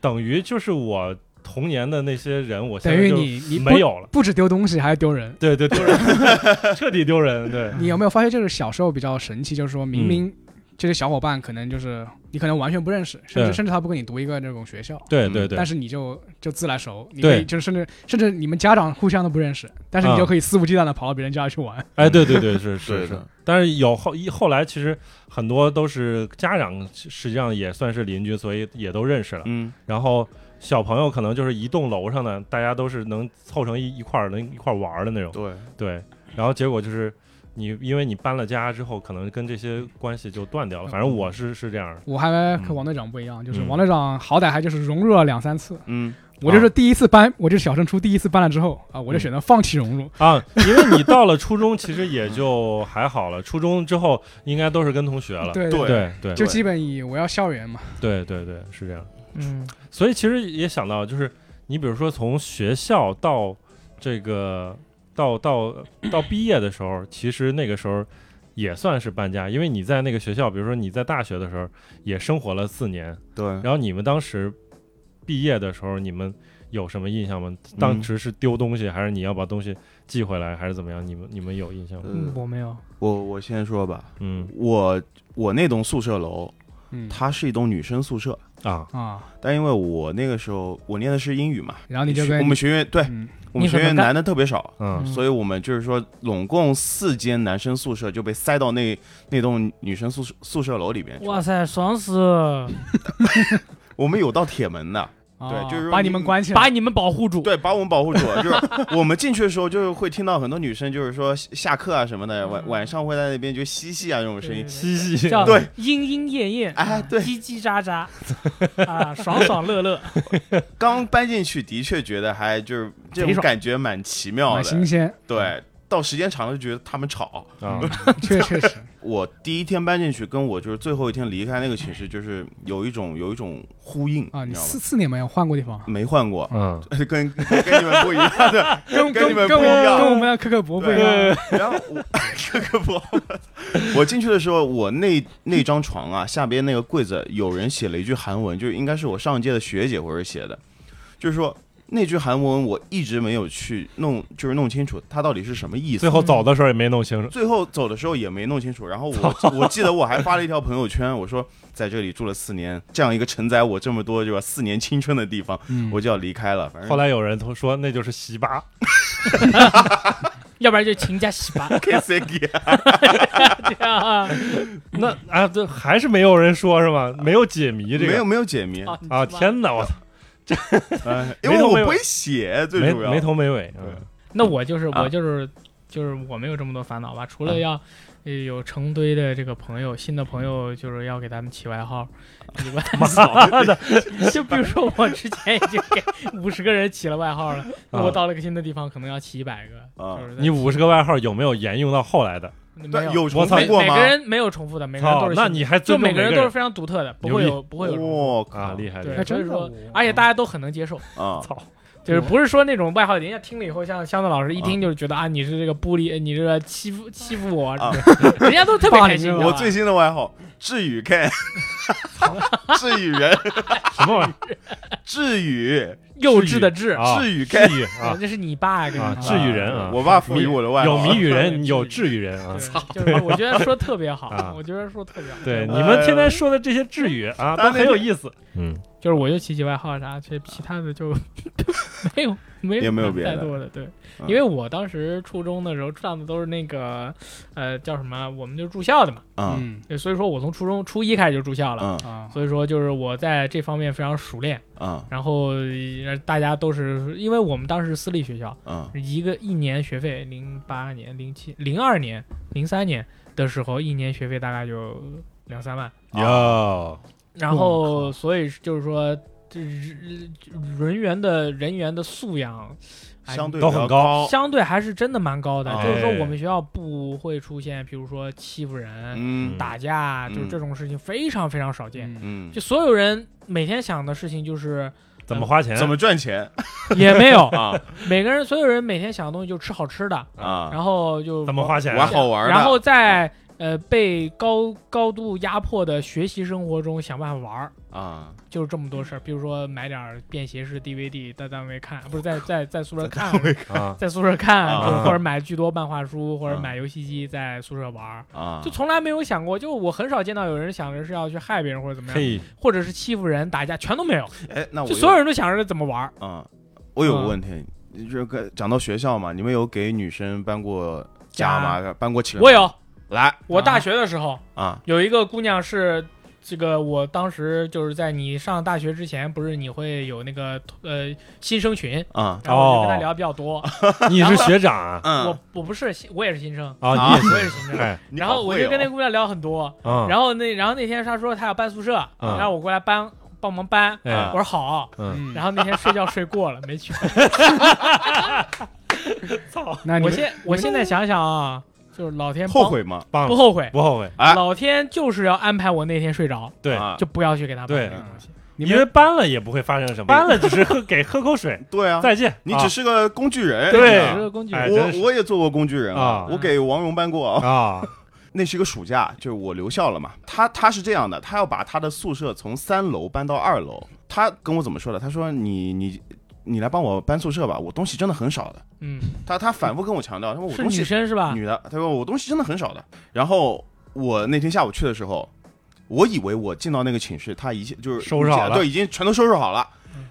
[SPEAKER 1] 等于就是我童年的那些人，我现
[SPEAKER 4] 等
[SPEAKER 1] 在
[SPEAKER 4] 于
[SPEAKER 1] 就
[SPEAKER 4] 你你不
[SPEAKER 1] 没有了，
[SPEAKER 4] 不止丢东西，还要丢人。
[SPEAKER 1] 对对，丢人， 彻底丢人，对，
[SPEAKER 4] 你有没有发现，就是小时候比较神奇，就是说
[SPEAKER 1] 嗯
[SPEAKER 4] 明明这些小伙伴可能就是你可能完全不认识，甚
[SPEAKER 1] 对
[SPEAKER 4] 至甚至他不跟你读一个那种学校，
[SPEAKER 1] 对
[SPEAKER 2] 嗯
[SPEAKER 1] 对对
[SPEAKER 4] 但，是你就就自来熟，你
[SPEAKER 1] 对
[SPEAKER 4] 可以就是甚至甚至你们家长互相都不认识，但是你
[SPEAKER 1] 啊
[SPEAKER 4] 就可以肆无忌惮的跑到别人家去玩。
[SPEAKER 1] 哎，对对对，是
[SPEAKER 2] 对
[SPEAKER 1] 是是
[SPEAKER 2] 的，
[SPEAKER 1] 但是有后一后来其实很多都是家长，实际上也算是邻居，所以也都认识了。
[SPEAKER 2] 嗯
[SPEAKER 1] 然后小朋友可能就是一栋楼上的，大家都是能凑成一一块儿能一块儿玩儿的那种，
[SPEAKER 2] 对，
[SPEAKER 1] 对。然后结果就是你因为你搬了家之后，可能跟这些关系就断掉了。反正我是是这样的，
[SPEAKER 4] 我还
[SPEAKER 1] 嗯
[SPEAKER 4] 和王队长不一样，就是
[SPEAKER 1] 嗯
[SPEAKER 4] 王队长好歹还就是融入了两三次，
[SPEAKER 2] 嗯
[SPEAKER 4] 我就是第一次搬，我就是小升初第一次搬了之后啊，我就选择放弃融入。
[SPEAKER 1] 啊，因为你到了初中，其实也就还好了。初中之后应该都是跟同学了。
[SPEAKER 4] 对
[SPEAKER 2] 对
[SPEAKER 1] 对对
[SPEAKER 4] 就基本以我要校园嘛，
[SPEAKER 1] 对对对，是这样。
[SPEAKER 3] 嗯，
[SPEAKER 1] 所以其实也想到，就是你比如说从学校到这个到到到毕业的时候，其实那个时候也算是搬家，因为你在那个学校，比如说你在大学的时候也生活了四年，
[SPEAKER 2] 对，呃然
[SPEAKER 1] 然后你们当时毕业的时候，你们有什么印象吗？
[SPEAKER 2] 嗯
[SPEAKER 1] 当时是丢东西，还是你要把东西寄回来，还是怎么样？你们你们有印象
[SPEAKER 2] 呃
[SPEAKER 1] 吗？
[SPEAKER 3] 嗯，我没有，
[SPEAKER 2] 我我先说吧，
[SPEAKER 1] 嗯
[SPEAKER 2] 我我那栋宿舍楼，
[SPEAKER 4] 嗯
[SPEAKER 2] 它是一栋女生宿舍，
[SPEAKER 1] 啊，
[SPEAKER 4] 啊，
[SPEAKER 2] 但因为我那个时候我念的是英语嘛，
[SPEAKER 4] 然后啊你就
[SPEAKER 2] 学我
[SPEAKER 4] 跟
[SPEAKER 2] 们学院对
[SPEAKER 4] 嗯
[SPEAKER 2] 我们
[SPEAKER 3] 你
[SPEAKER 2] 学
[SPEAKER 3] 很
[SPEAKER 2] 院
[SPEAKER 3] 能干
[SPEAKER 2] 男的特别少，
[SPEAKER 1] 嗯
[SPEAKER 3] 嗯
[SPEAKER 2] 所以我们就是说总共四间男生宿舍就被塞到那那栋女生宿舍宿舍楼里边去了。
[SPEAKER 3] 哇塞，爽死！
[SPEAKER 2] 我们有到铁门的，
[SPEAKER 4] 啊
[SPEAKER 2] 就是说
[SPEAKER 4] 把
[SPEAKER 2] 你
[SPEAKER 4] 你们关起来，
[SPEAKER 3] 把你们保护住。
[SPEAKER 2] 对，把我们保护住了。就是 我们进去的时候，就是会听到很多女生就是说下下课啊什么的，晚晚上会在那边就嬉戏啊这种声音。
[SPEAKER 1] 嘻嘻，
[SPEAKER 3] 叫
[SPEAKER 2] 对
[SPEAKER 3] 莺莺燕燕，
[SPEAKER 2] 哎对
[SPEAKER 3] 叽叽喳 喳，啊，爽爽乐乐，
[SPEAKER 2] 刚搬进去的确觉得还就是这
[SPEAKER 3] 贼
[SPEAKER 2] 种
[SPEAKER 3] 爽
[SPEAKER 2] 感觉蛮奇妙
[SPEAKER 4] 蛮新
[SPEAKER 2] 的，
[SPEAKER 4] 鲜，
[SPEAKER 2] 对。到时间长了就觉得他们吵。
[SPEAKER 1] 啊，
[SPEAKER 4] 确确实，
[SPEAKER 2] 我第一天搬进去，跟我就是最后一天离开那个寝室，就是有一种有一种呼应
[SPEAKER 4] 啊，
[SPEAKER 2] 你
[SPEAKER 4] 你
[SPEAKER 2] 知道
[SPEAKER 4] 四
[SPEAKER 2] 吗？
[SPEAKER 4] 四年没有换过地方，
[SPEAKER 2] 没换 过，
[SPEAKER 1] 嗯，
[SPEAKER 2] 跟跟跟你们不一样的， 跟跟你们
[SPEAKER 4] 跟
[SPEAKER 2] 不
[SPEAKER 4] 我
[SPEAKER 2] 一样。
[SPEAKER 4] 跟我们要刻刻薄不一样，
[SPEAKER 2] 然后我这个不好，我进去的时候，我那那张床啊，下边那个柜子有人写了一句韩文，就是应该是我上一届的学姐或者写的，就是说那句韩文我一直没有去弄，就是弄清楚它到底是什么意
[SPEAKER 1] 最
[SPEAKER 2] 思。
[SPEAKER 1] 后走的时候也没弄清楚，
[SPEAKER 2] 最后走的时候也没弄清楚，然 后我我记得我还发了一条朋友圈，我说在这里住了四年，这样一个承载我这么多对吧四年青春的地方，
[SPEAKER 4] 嗯
[SPEAKER 2] 我就要离开了。反正
[SPEAKER 1] 后来有人都说那就是西巴，
[SPEAKER 3] 要不然就勤 加洗吧，
[SPEAKER 2] K C G
[SPEAKER 3] 这样啊，
[SPEAKER 1] 那啊，这还是没有人说是吗？没有解谜这
[SPEAKER 2] 没有
[SPEAKER 1] 个
[SPEAKER 2] 没有解谜，
[SPEAKER 3] 啊
[SPEAKER 1] 啊！，
[SPEAKER 3] 你知道吗
[SPEAKER 1] 天哪，我操，
[SPEAKER 2] 哎因
[SPEAKER 1] 没
[SPEAKER 2] 为
[SPEAKER 1] 头
[SPEAKER 2] 我
[SPEAKER 1] 没
[SPEAKER 2] 不
[SPEAKER 1] 尾
[SPEAKER 2] 会写， 最
[SPEAKER 1] 没
[SPEAKER 2] 主要
[SPEAKER 1] 没头没尾，
[SPEAKER 2] 对
[SPEAKER 1] 嗯
[SPEAKER 3] 那我就是
[SPEAKER 2] 啊
[SPEAKER 3] 我就是就是我没有这么多烦恼吧，除了
[SPEAKER 2] 嗯
[SPEAKER 3] 要呃有成堆的这个朋友，新的朋友就是要给他们起外号，以外，
[SPEAKER 1] 妈的，
[SPEAKER 3] 就比如说我之前已经给五十个人起了外号了，那我到了个新的地方可能要起一百个，
[SPEAKER 2] 啊
[SPEAKER 3] 就是在
[SPEAKER 1] 你五十个外号有没有沿用到后来的？
[SPEAKER 3] 没
[SPEAKER 2] 对，
[SPEAKER 3] 有
[SPEAKER 2] 有重
[SPEAKER 1] 我操
[SPEAKER 2] 复
[SPEAKER 3] 每
[SPEAKER 2] 过
[SPEAKER 3] 每
[SPEAKER 2] 吗
[SPEAKER 3] 个？人没有重复的，每个人
[SPEAKER 1] 操
[SPEAKER 3] 都是
[SPEAKER 1] 哦那
[SPEAKER 3] 新的
[SPEAKER 1] 你还
[SPEAKER 3] 就
[SPEAKER 1] 尊重每
[SPEAKER 3] 每个人
[SPEAKER 1] 人
[SPEAKER 3] 都是非常独特的，不会有不会有重复
[SPEAKER 2] 我
[SPEAKER 1] 啊，厉害
[SPEAKER 3] 的
[SPEAKER 1] 厉
[SPEAKER 3] 对，
[SPEAKER 1] 害，
[SPEAKER 3] 所以
[SPEAKER 4] 真的
[SPEAKER 3] 说
[SPEAKER 4] 我，
[SPEAKER 3] 而且大家都很能接受，
[SPEAKER 2] 啊！
[SPEAKER 1] 操，
[SPEAKER 3] 就是
[SPEAKER 4] 我
[SPEAKER 3] 不是说那种外号，人家听了以后，像香子老师一听就是觉得啊，你是这个玻璃，你这个欺负欺负我，
[SPEAKER 2] 嗯啊
[SPEAKER 3] 人家都特别开心。
[SPEAKER 2] 我最新的外号智宇 K，智宇人，
[SPEAKER 1] 什么玩意
[SPEAKER 2] 智宇
[SPEAKER 3] 幼稚的稚
[SPEAKER 1] 儿，啊？
[SPEAKER 2] 智宇 K，
[SPEAKER 1] 至于
[SPEAKER 3] 啊
[SPEAKER 1] 啊
[SPEAKER 3] 那是你爸跟
[SPEAKER 1] 啊，
[SPEAKER 3] 你
[SPEAKER 1] 至于人啊，
[SPEAKER 2] 我爸赋予我的外号
[SPEAKER 1] 有谜语人，
[SPEAKER 3] 对
[SPEAKER 1] 有
[SPEAKER 3] 至
[SPEAKER 1] 至于人啊。
[SPEAKER 3] 操，就是我觉得说特别
[SPEAKER 1] 啊
[SPEAKER 3] 好，我觉得说特别好。
[SPEAKER 1] 对，你
[SPEAKER 2] 哎
[SPEAKER 1] 们
[SPEAKER 2] 呦
[SPEAKER 1] 天天说的这些至于啊，都
[SPEAKER 2] 他那
[SPEAKER 1] 很有意思。嗯，
[SPEAKER 3] 就是我就起起外号啥，其实其他的就 没有没有
[SPEAKER 2] 也没有别的
[SPEAKER 3] 太多的对，
[SPEAKER 2] 嗯
[SPEAKER 3] 因为我当时初中的时候上的都是那个呃叫什么，我们就住校的嘛，
[SPEAKER 2] 嗯
[SPEAKER 4] 嗯
[SPEAKER 3] 对所以说我从初中初一开始就住校了，
[SPEAKER 2] 嗯
[SPEAKER 4] 啊，
[SPEAKER 3] 所以说就是我在这方面非常熟练。
[SPEAKER 2] 嗯
[SPEAKER 3] 然后呃大家都是因为我们当时私立学校，
[SPEAKER 2] 嗯
[SPEAKER 3] 一个一年学费，零八年、零七、零二年、零三年的时候，一年学费大概就两三万。
[SPEAKER 1] 啊哟，
[SPEAKER 3] 然后，所以就是说，这人人员的人员的素养，哎
[SPEAKER 2] 相对
[SPEAKER 1] 都
[SPEAKER 2] 比较
[SPEAKER 1] 很高
[SPEAKER 3] 相对还是真的蛮高的。
[SPEAKER 2] 哎
[SPEAKER 3] 就是说，我们学校不会出现，比如说欺负人、
[SPEAKER 2] 嗯
[SPEAKER 3] 打架，就是
[SPEAKER 2] 嗯
[SPEAKER 3] 这种事情非常非常少见。
[SPEAKER 4] 嗯
[SPEAKER 2] 嗯
[SPEAKER 3] 就，所有人每天想的事情就是
[SPEAKER 1] 怎么花钱？
[SPEAKER 2] 怎么赚钱
[SPEAKER 3] 也没有，
[SPEAKER 2] 啊
[SPEAKER 3] 每个人所有人每天想的东西就吃好吃的，
[SPEAKER 2] 啊？
[SPEAKER 3] 然后就
[SPEAKER 1] 怎么花钱？
[SPEAKER 2] 玩好玩的，
[SPEAKER 3] 然后在呃被高高度压迫的学习生活中想办法玩儿，
[SPEAKER 2] 啊，
[SPEAKER 3] 就是这么多事儿。比如说买点儿便携式 DVD 在单位看，不是在在在宿舍看，
[SPEAKER 1] 啊，
[SPEAKER 3] 在宿舍看，
[SPEAKER 2] 啊
[SPEAKER 3] 就是或者买巨多漫画书，或者
[SPEAKER 2] 啊
[SPEAKER 3] 买游戏机在宿舍玩儿。
[SPEAKER 2] 啊，
[SPEAKER 3] 就从来没有想过，就我很少见到有人想着是要去害别人或者怎么样，
[SPEAKER 1] 嘿，
[SPEAKER 3] 或者是欺负人、打架，全都没有。
[SPEAKER 2] 哎，那我
[SPEAKER 3] 就
[SPEAKER 2] 有
[SPEAKER 3] 所有人都想着怎么玩儿。
[SPEAKER 2] 啊，我有个
[SPEAKER 3] 嗯
[SPEAKER 2] 问题，这个讲到学校嘛，你们有给女生搬过家吗？搬过寝？
[SPEAKER 3] 我有，
[SPEAKER 2] 来
[SPEAKER 3] 我大学的时候，
[SPEAKER 2] 啊
[SPEAKER 3] 有一个姑娘是这个，我当时就是在你上大学之前，不是你会有那个呃新生群，
[SPEAKER 2] 啊
[SPEAKER 3] 然后我就跟她
[SPEAKER 1] 哦
[SPEAKER 3] 聊比较多。
[SPEAKER 1] 你是学长啊？
[SPEAKER 2] 嗯
[SPEAKER 3] 我，我不是新，我也是新生，
[SPEAKER 1] 啊，
[SPEAKER 2] 啊
[SPEAKER 1] 你
[SPEAKER 3] 我
[SPEAKER 1] 也
[SPEAKER 3] 也
[SPEAKER 1] 是
[SPEAKER 3] 是新生。
[SPEAKER 1] 哎，
[SPEAKER 2] 你
[SPEAKER 3] 然
[SPEAKER 2] 好
[SPEAKER 3] 后我
[SPEAKER 2] 会
[SPEAKER 3] 就跟那
[SPEAKER 2] 哦
[SPEAKER 3] 姑娘聊很多，
[SPEAKER 1] 嗯，
[SPEAKER 3] 然后那然后那天她说她要搬宿舍，
[SPEAKER 1] 嗯
[SPEAKER 3] 让我过来搬帮忙搬，我
[SPEAKER 1] 哎，
[SPEAKER 3] 说好。
[SPEAKER 1] 嗯，
[SPEAKER 3] 然后那天睡觉睡过了，没去。
[SPEAKER 4] 那你
[SPEAKER 3] 我
[SPEAKER 4] 们
[SPEAKER 3] 现我现在想想啊，就是老天帮
[SPEAKER 2] 后悔吗？
[SPEAKER 1] 棒
[SPEAKER 3] 不
[SPEAKER 1] 了，
[SPEAKER 3] 后悔，
[SPEAKER 1] 不后悔，
[SPEAKER 2] 哎
[SPEAKER 3] 老天就是要安排我那天睡着，
[SPEAKER 1] 对
[SPEAKER 2] 啊
[SPEAKER 3] 就不要去给他
[SPEAKER 1] 对
[SPEAKER 3] 买那个东西。
[SPEAKER 4] 你
[SPEAKER 1] 因
[SPEAKER 4] 们
[SPEAKER 1] 为搬了也不会发生什么，搬了只是喝 给喝口水，
[SPEAKER 2] 对啊，
[SPEAKER 1] 再见。
[SPEAKER 2] 你只是个工具人，
[SPEAKER 1] 对
[SPEAKER 2] 你
[SPEAKER 3] 这
[SPEAKER 2] 知道
[SPEAKER 3] 个工具
[SPEAKER 1] 哎
[SPEAKER 3] 人，
[SPEAKER 1] 真是
[SPEAKER 2] 我我也做过工具人
[SPEAKER 1] 啊
[SPEAKER 2] 我给王蓉搬过啊
[SPEAKER 1] 啊，啊
[SPEAKER 2] 那是一个暑假，就是我留校了嘛。他他是这样的，他要把他的宿舍从三楼搬到二楼。他跟我怎么说的？他说你你你来帮我搬宿舍吧，我东西真的很少的。
[SPEAKER 3] 嗯，
[SPEAKER 2] 他他反复跟我强调，他说我
[SPEAKER 3] 是
[SPEAKER 2] 东西
[SPEAKER 3] 女生是吧？
[SPEAKER 2] 女的，他说我东西真的很少的。然后我那天下午去的时候，我以为我进到那个寝室，他一切就是
[SPEAKER 1] 收拾好了
[SPEAKER 2] 对，已经全都收拾好了。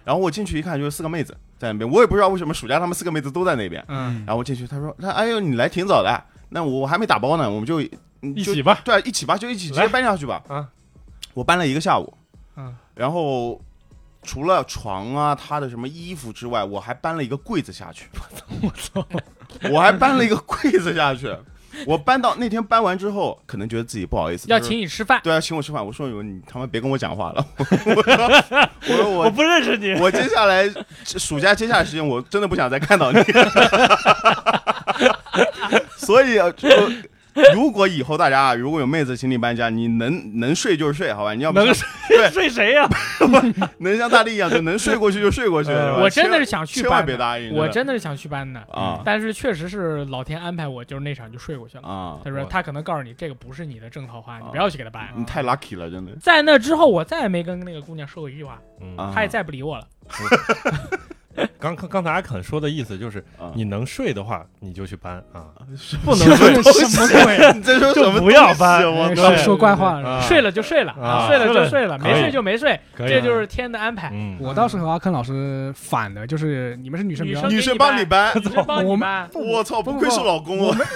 [SPEAKER 2] 然后我进去一看，就是四个妹子在那边，我也不知道为什么暑假他们四个妹子都在那边。
[SPEAKER 4] 嗯，
[SPEAKER 2] 然后我进去，他说：“他哎呦，你来挺早的，那我还没打包呢，我们就嗯
[SPEAKER 1] 一
[SPEAKER 2] 一
[SPEAKER 1] 起吧。
[SPEAKER 2] 对一起吧，就一起直接
[SPEAKER 1] 来
[SPEAKER 2] 搬下去吧。”
[SPEAKER 1] 啊，
[SPEAKER 2] 我搬了一个下午。
[SPEAKER 4] 嗯，
[SPEAKER 2] 然后除了床啊，他的什么衣服之外，我还搬了一个柜子下去。我操！我还搬了一个柜子下去。我搬到那天搬完之后，可能觉得自己不好意思，
[SPEAKER 3] 要
[SPEAKER 2] 他说
[SPEAKER 3] 请你吃饭，
[SPEAKER 2] 对啊，请我吃饭。我说你他妈别跟我讲话了。我说我说
[SPEAKER 1] 我
[SPEAKER 2] 我
[SPEAKER 1] 不认识你，
[SPEAKER 2] 我接下来暑假接下来时间，我真的不想再看到你。 所以啊，就如果以后大家啊如果有妹子请你搬家，你能能睡就睡，好吧？你要不
[SPEAKER 1] 能
[SPEAKER 2] 像对
[SPEAKER 1] 睡谁呀？
[SPEAKER 2] 能像大力一样，就能睡过去就睡过去。
[SPEAKER 1] 呃
[SPEAKER 2] 是吧
[SPEAKER 3] 我真的是
[SPEAKER 2] 千
[SPEAKER 3] 想去
[SPEAKER 2] 千万
[SPEAKER 3] 搬
[SPEAKER 2] 别
[SPEAKER 3] 的，
[SPEAKER 2] 答应。
[SPEAKER 3] 我
[SPEAKER 2] 真
[SPEAKER 3] 真的是想去搬的，
[SPEAKER 2] 的啊
[SPEAKER 3] 但是确实是老天安排我，就是那场就睡过去了。
[SPEAKER 2] 啊！
[SPEAKER 3] 嗯他说他可能告诉你这个不是你的正桃花，你不要去给他搬
[SPEAKER 2] 我。你太 lucky 了， 真的。
[SPEAKER 3] 在那之后，我再也没跟那个姑娘说过一句话，
[SPEAKER 1] 嗯，
[SPEAKER 2] 啊
[SPEAKER 3] 她也再不理我了。
[SPEAKER 1] 刚刚才阿肯说的意思就是，
[SPEAKER 2] 啊
[SPEAKER 1] 你能睡的话，你就去搬啊，
[SPEAKER 2] 不能
[SPEAKER 4] 什么
[SPEAKER 2] 睡，
[SPEAKER 4] 鬼？哎
[SPEAKER 2] 你在说
[SPEAKER 1] 就
[SPEAKER 2] 什么？啊
[SPEAKER 1] 不要搬
[SPEAKER 3] 嗯
[SPEAKER 2] 我
[SPEAKER 1] 对
[SPEAKER 4] 说
[SPEAKER 2] 靠！
[SPEAKER 4] 说怪话了。
[SPEAKER 1] 啊
[SPEAKER 3] 睡了就睡了，
[SPEAKER 1] 啊
[SPEAKER 3] 睡了就睡了，
[SPEAKER 1] 睡了
[SPEAKER 3] 没睡就没睡，
[SPEAKER 1] 可以。啊
[SPEAKER 3] 这就是天的安排。
[SPEAKER 1] 嗯，
[SPEAKER 4] 我倒是和阿坑老师反的，就是你们是女生比较
[SPEAKER 3] 女，
[SPEAKER 2] 女生帮你搬，
[SPEAKER 3] 你 就帮 你搬，
[SPEAKER 2] 嗯我操！不愧是老公
[SPEAKER 4] 我
[SPEAKER 2] 哦
[SPEAKER 4] 们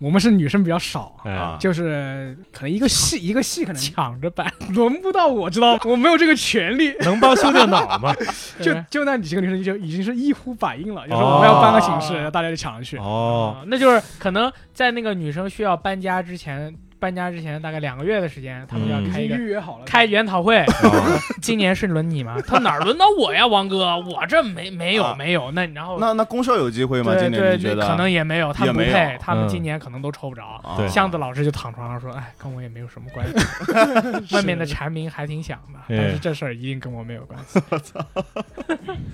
[SPEAKER 4] 我们是女生比较少，
[SPEAKER 1] 哎，
[SPEAKER 2] 啊！
[SPEAKER 4] 就是可能一个系一个系可能
[SPEAKER 3] 抢着搬，
[SPEAKER 4] 轮不到我，知道吗？我没有这个权 利。
[SPEAKER 1] 能帮修电脑吗？
[SPEAKER 4] 就
[SPEAKER 3] 对
[SPEAKER 4] 就那几个女生就已经是一呼百应了，就说我们要搬个寝室，
[SPEAKER 3] 哦
[SPEAKER 4] 然后大家就抢着去。
[SPEAKER 1] 哦，
[SPEAKER 3] 啊那就是可能在那个女生需要搬家之前，搬家之前大概两个月的时间，他们就要
[SPEAKER 1] 嗯
[SPEAKER 4] 已
[SPEAKER 3] 开
[SPEAKER 4] 经
[SPEAKER 3] 一个
[SPEAKER 4] 预约好了，
[SPEAKER 3] 开研讨会，
[SPEAKER 1] 哦
[SPEAKER 3] 今年是轮你吗？他哪儿轮到我呀，王哥，我这没没有
[SPEAKER 2] 啊
[SPEAKER 3] 没有。那然后
[SPEAKER 2] 那那公社有机会吗？
[SPEAKER 3] 对
[SPEAKER 2] 今年
[SPEAKER 3] 对，
[SPEAKER 2] 你觉得？
[SPEAKER 3] 那可能也没有，他们不
[SPEAKER 2] 也没
[SPEAKER 3] 配
[SPEAKER 2] 有，
[SPEAKER 3] 他们
[SPEAKER 1] 嗯
[SPEAKER 3] 今年可能都抽不着。
[SPEAKER 2] 啊
[SPEAKER 1] 对
[SPEAKER 3] 箱子老师就躺床上说：“哎，跟我也没有什么关 系，外面的蝉鸣还挺响的，
[SPEAKER 1] 嗯
[SPEAKER 3] 但是这事儿一定跟我没有关 系。”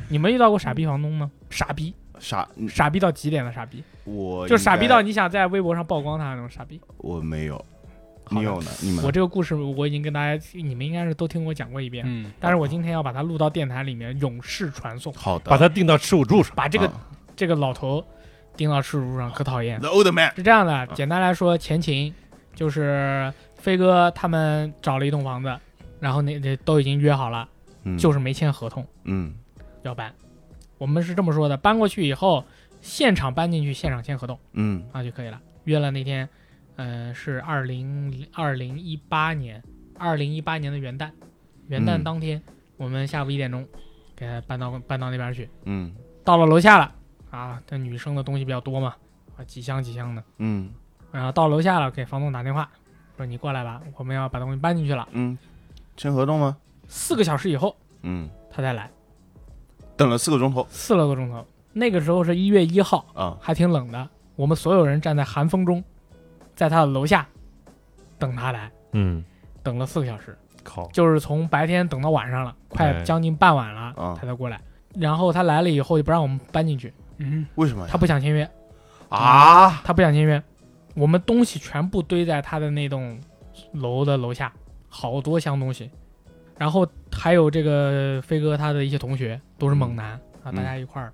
[SPEAKER 3] 你们遇到过傻逼房东吗？傻逼，
[SPEAKER 2] 傻，
[SPEAKER 3] 傻逼到极点的傻逼，
[SPEAKER 2] 嗯我
[SPEAKER 3] 就傻逼到
[SPEAKER 2] 应
[SPEAKER 3] 你想在微博上曝光他那种傻逼。
[SPEAKER 2] 该我没有，
[SPEAKER 3] 好
[SPEAKER 2] 你
[SPEAKER 3] 的
[SPEAKER 2] 有呢？你们
[SPEAKER 3] 我这个故事我已经跟大家，你们应该是都听我讲过一遍，
[SPEAKER 4] 嗯，
[SPEAKER 3] 但是我今天要把它录到电台里面，勇士传送，
[SPEAKER 2] 好 的
[SPEAKER 1] 把它定到耻辱柱上。
[SPEAKER 3] 把这个
[SPEAKER 2] 啊
[SPEAKER 3] 这个老头盯到耻辱柱上，可讨厌。
[SPEAKER 2] The Old Man
[SPEAKER 3] 是这样
[SPEAKER 2] 嗯
[SPEAKER 3] 的，简单来说，前情就是飞哥他们找了一栋房子，然后那那都已经约好了，
[SPEAKER 2] 嗯
[SPEAKER 3] 就是没签合同
[SPEAKER 2] 嗯
[SPEAKER 3] 要搬。我们是这么说的，搬过去以后，现场搬进去，现场签合同
[SPEAKER 2] 嗯
[SPEAKER 3] 啊就可以了。约了那天，嗯、是二零二零一八年，二零一八年的元旦，元旦
[SPEAKER 2] 嗯
[SPEAKER 3] 当天，我们下午一点钟给他搬到搬到那边去，
[SPEAKER 2] 嗯
[SPEAKER 3] 到了楼下了啊，这女生的东西比较多嘛，啊几箱几箱的。
[SPEAKER 2] 嗯
[SPEAKER 3] 然后到楼下了，给房东打电话，说你过来吧，我们要把东西搬进去了。
[SPEAKER 2] 嗯，签合同吗？
[SPEAKER 3] 四个小时以后
[SPEAKER 2] 嗯，
[SPEAKER 3] 他才来，
[SPEAKER 2] 等了四个钟头
[SPEAKER 3] 四了个钟头。那个时候是一月一号，
[SPEAKER 2] 啊，
[SPEAKER 3] 还挺冷的。我们所有人站在寒风中，在他的楼下等他来，
[SPEAKER 1] 嗯，
[SPEAKER 3] 等了四个小时，
[SPEAKER 1] 靠，
[SPEAKER 3] 就是从白天等到晚上了，快
[SPEAKER 1] 哎
[SPEAKER 3] 将近傍晚了，
[SPEAKER 2] 啊
[SPEAKER 3] 他才过来。然后他来了以后就不让我们搬进去，
[SPEAKER 4] 嗯，
[SPEAKER 2] 为什么呀？
[SPEAKER 3] 他不想签约，
[SPEAKER 2] 啊，
[SPEAKER 3] 他不想签约。我们东西全部堆在他的那栋楼的楼下，好多箱东西。然后还有这个飞哥他的一些同学都是猛男啊，
[SPEAKER 2] 嗯
[SPEAKER 3] 大家一块儿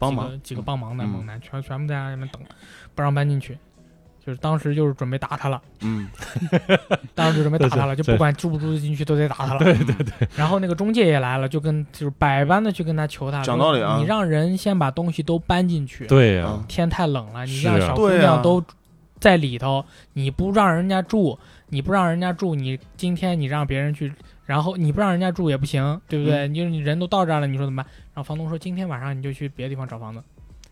[SPEAKER 2] 帮
[SPEAKER 3] 几个
[SPEAKER 2] 忙
[SPEAKER 3] 几个帮忙的
[SPEAKER 2] 嗯
[SPEAKER 3] 猛男，全全部在那边等，不让搬进去。就是当时就是准备打他了，
[SPEAKER 2] 嗯
[SPEAKER 3] 当时就准备打他
[SPEAKER 1] 对
[SPEAKER 3] 了，就
[SPEAKER 1] 对
[SPEAKER 3] 不管住不住得进去都得打 他了。对对对。然后那个中介也来了，就跟就是百般的去跟他求他，
[SPEAKER 2] 讲
[SPEAKER 3] 说
[SPEAKER 2] 道理啊
[SPEAKER 3] 你让人先把东西都搬进去。
[SPEAKER 1] 对呀
[SPEAKER 2] 啊，
[SPEAKER 3] 天太冷了，你
[SPEAKER 1] 是
[SPEAKER 3] 让
[SPEAKER 1] 啊
[SPEAKER 3] 小姑
[SPEAKER 2] 对
[SPEAKER 3] 娘
[SPEAKER 2] 啊
[SPEAKER 3] 都在里头，你不让人家住，你不让人家住，你今天你让别人去，然后你不让人家住也不行，对不对？你就是你人都到这儿了，你说怎么办？然后房东说今天晚上你就去别的地方找房子，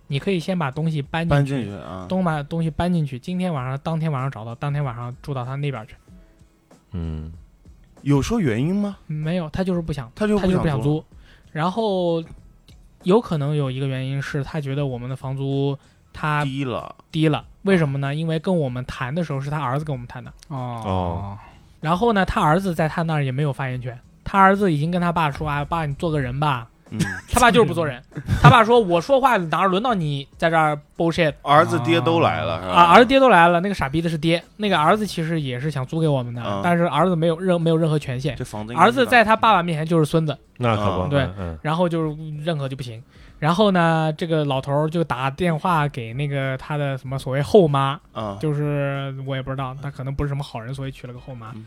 [SPEAKER 3] 你可以先把东西搬
[SPEAKER 2] 搬
[SPEAKER 3] 进
[SPEAKER 2] 进去啊，
[SPEAKER 3] 东把东西搬进去，今天晚上当天晚上找到，当天晚上住到他那边去。
[SPEAKER 1] 嗯，
[SPEAKER 2] 有说原因吗？
[SPEAKER 3] 没有，他就是不想，
[SPEAKER 2] 他就
[SPEAKER 3] 他就是不
[SPEAKER 2] 想
[SPEAKER 3] 想租。然后有可能有一个原因是他觉得我们的房租他
[SPEAKER 2] 低了，
[SPEAKER 3] 低了，为什么呢？因为跟我们谈的时候是他儿子跟我们谈的，
[SPEAKER 4] 哦，
[SPEAKER 3] 然后呢，他儿子在他那儿也没有发言权，他儿子已经跟他爸说：“啊，爸，你做个人吧。
[SPEAKER 2] 嗯，”
[SPEAKER 3] 他爸就是不做人， 他爸说：“我说话哪儿轮到你在这儿 bullshit
[SPEAKER 2] 儿子爹都来了是吧
[SPEAKER 3] 啊？儿子爹都来了，那个傻逼的是爹，那个儿子其实也是想租给我们的，
[SPEAKER 2] 嗯
[SPEAKER 3] 但是儿子没有任没有任何权限，
[SPEAKER 2] 这房子应该
[SPEAKER 3] 儿子
[SPEAKER 2] 是
[SPEAKER 3] 在他爸爸面前就是孙子，
[SPEAKER 1] 那可不，
[SPEAKER 3] 对
[SPEAKER 1] 嗯，
[SPEAKER 3] 然后就是任何就不行。然后呢，这个老头儿就打电话给那个他的什么所谓后妈，
[SPEAKER 2] 嗯
[SPEAKER 3] 就是我也不知道，他可能不是什么好人，所以娶了个后妈
[SPEAKER 2] 嗯。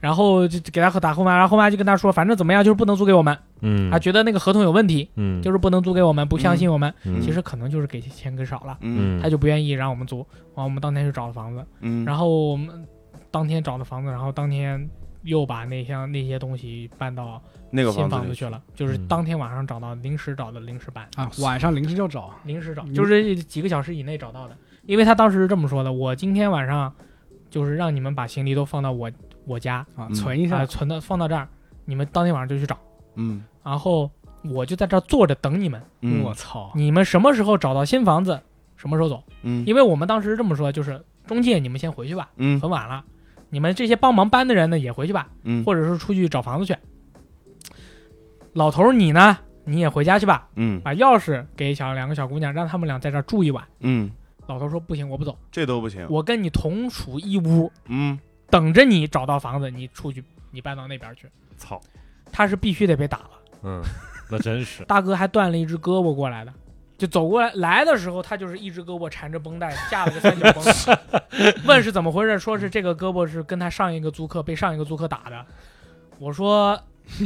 [SPEAKER 3] 然后就给他打后妈，然后后妈就跟他说，反正怎么样就是不能租给我们，
[SPEAKER 1] 嗯，
[SPEAKER 3] 他觉得那个合同有问题，
[SPEAKER 1] 嗯，
[SPEAKER 3] 就是不能租给我们，不相信我们。
[SPEAKER 1] 嗯
[SPEAKER 3] 其实可能就是给钱给少了，
[SPEAKER 2] 嗯
[SPEAKER 1] 嗯，
[SPEAKER 3] 他就不愿意让我们租。然后我们当天就找了房子，
[SPEAKER 2] 嗯，
[SPEAKER 3] 然后我们当天找的房子，然后当天又把那箱那些东西搬到
[SPEAKER 2] 那个
[SPEAKER 3] 新
[SPEAKER 2] 子
[SPEAKER 3] 房
[SPEAKER 2] 里
[SPEAKER 3] 子去了，就是
[SPEAKER 1] 嗯
[SPEAKER 3] 当天晚上找到，临时找的，临时搬，
[SPEAKER 4] 啊，晚上临时就找，
[SPEAKER 3] 临时找，
[SPEAKER 4] 嗯
[SPEAKER 3] 就是几个小时以内找到的。因为他当时是这么说的，我今天晚上就是让你们把行李都放到我我家
[SPEAKER 4] 啊
[SPEAKER 2] 嗯，
[SPEAKER 4] 存一
[SPEAKER 3] 啊、
[SPEAKER 4] 下，
[SPEAKER 3] 存到放到这儿，你们当天晚上就去找，
[SPEAKER 2] 嗯
[SPEAKER 3] 然后我就在这儿坐着等你们，
[SPEAKER 2] 嗯
[SPEAKER 4] 我操，
[SPEAKER 3] 你们什么时候找到新房子，什么时候走。
[SPEAKER 2] 嗯
[SPEAKER 3] 因为我们当时这么说，就是中介你们先回去吧，
[SPEAKER 2] 嗯
[SPEAKER 3] 很晚了，你们这些帮忙搬的人呢也回去吧，
[SPEAKER 2] 嗯
[SPEAKER 3] 或者是出去找房子去。老头儿你呢，你也回家去吧，
[SPEAKER 2] 嗯
[SPEAKER 3] 把钥匙给小两个小姑娘，让他们俩在这儿住一晚。
[SPEAKER 2] 嗯，
[SPEAKER 3] 老头儿说不行，我不走，
[SPEAKER 2] 这都不行，
[SPEAKER 3] 我跟你同处一屋，
[SPEAKER 2] 嗯
[SPEAKER 3] 等着你找到房子，你出去，你搬到那边去。
[SPEAKER 1] 操，
[SPEAKER 3] 他是必须得被打了，
[SPEAKER 1] 嗯，那真是，
[SPEAKER 3] 大哥还断了一只胳膊过来的。就走过来，来的时候他就是一只胳膊缠着绷带，架了个三角绷。 问是怎么回事？说是这个胳膊是跟他上一个租客被上一个租客打的。我说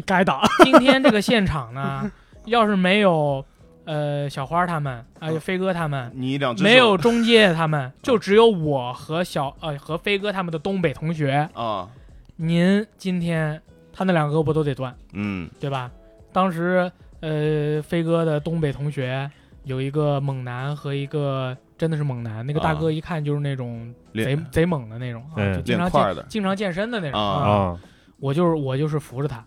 [SPEAKER 4] 该打，
[SPEAKER 3] 今天这个现场呢，要是没有呃小花他们，还、有飞哥他们，
[SPEAKER 2] 你两只
[SPEAKER 3] 没
[SPEAKER 2] 手
[SPEAKER 3] 有中介他们，就只有我和小呃和飞哥他们的东北同学，
[SPEAKER 2] 啊
[SPEAKER 3] 您今天他那两个胳膊都得断，
[SPEAKER 2] 嗯
[SPEAKER 3] 对吧？当时呃飞哥的东北同学有一个猛男和一个真的是猛男，那个大
[SPEAKER 2] 啊
[SPEAKER 3] 哥一看就是那种贼、
[SPEAKER 2] 练
[SPEAKER 3] 贼猛的那种，啊、
[SPEAKER 1] 嗯
[SPEAKER 3] 就经
[SPEAKER 2] 练
[SPEAKER 3] 常健
[SPEAKER 2] 块的，
[SPEAKER 3] 经常健身的那种
[SPEAKER 2] 啊
[SPEAKER 1] 啊，
[SPEAKER 3] 我就是我就是扶着他，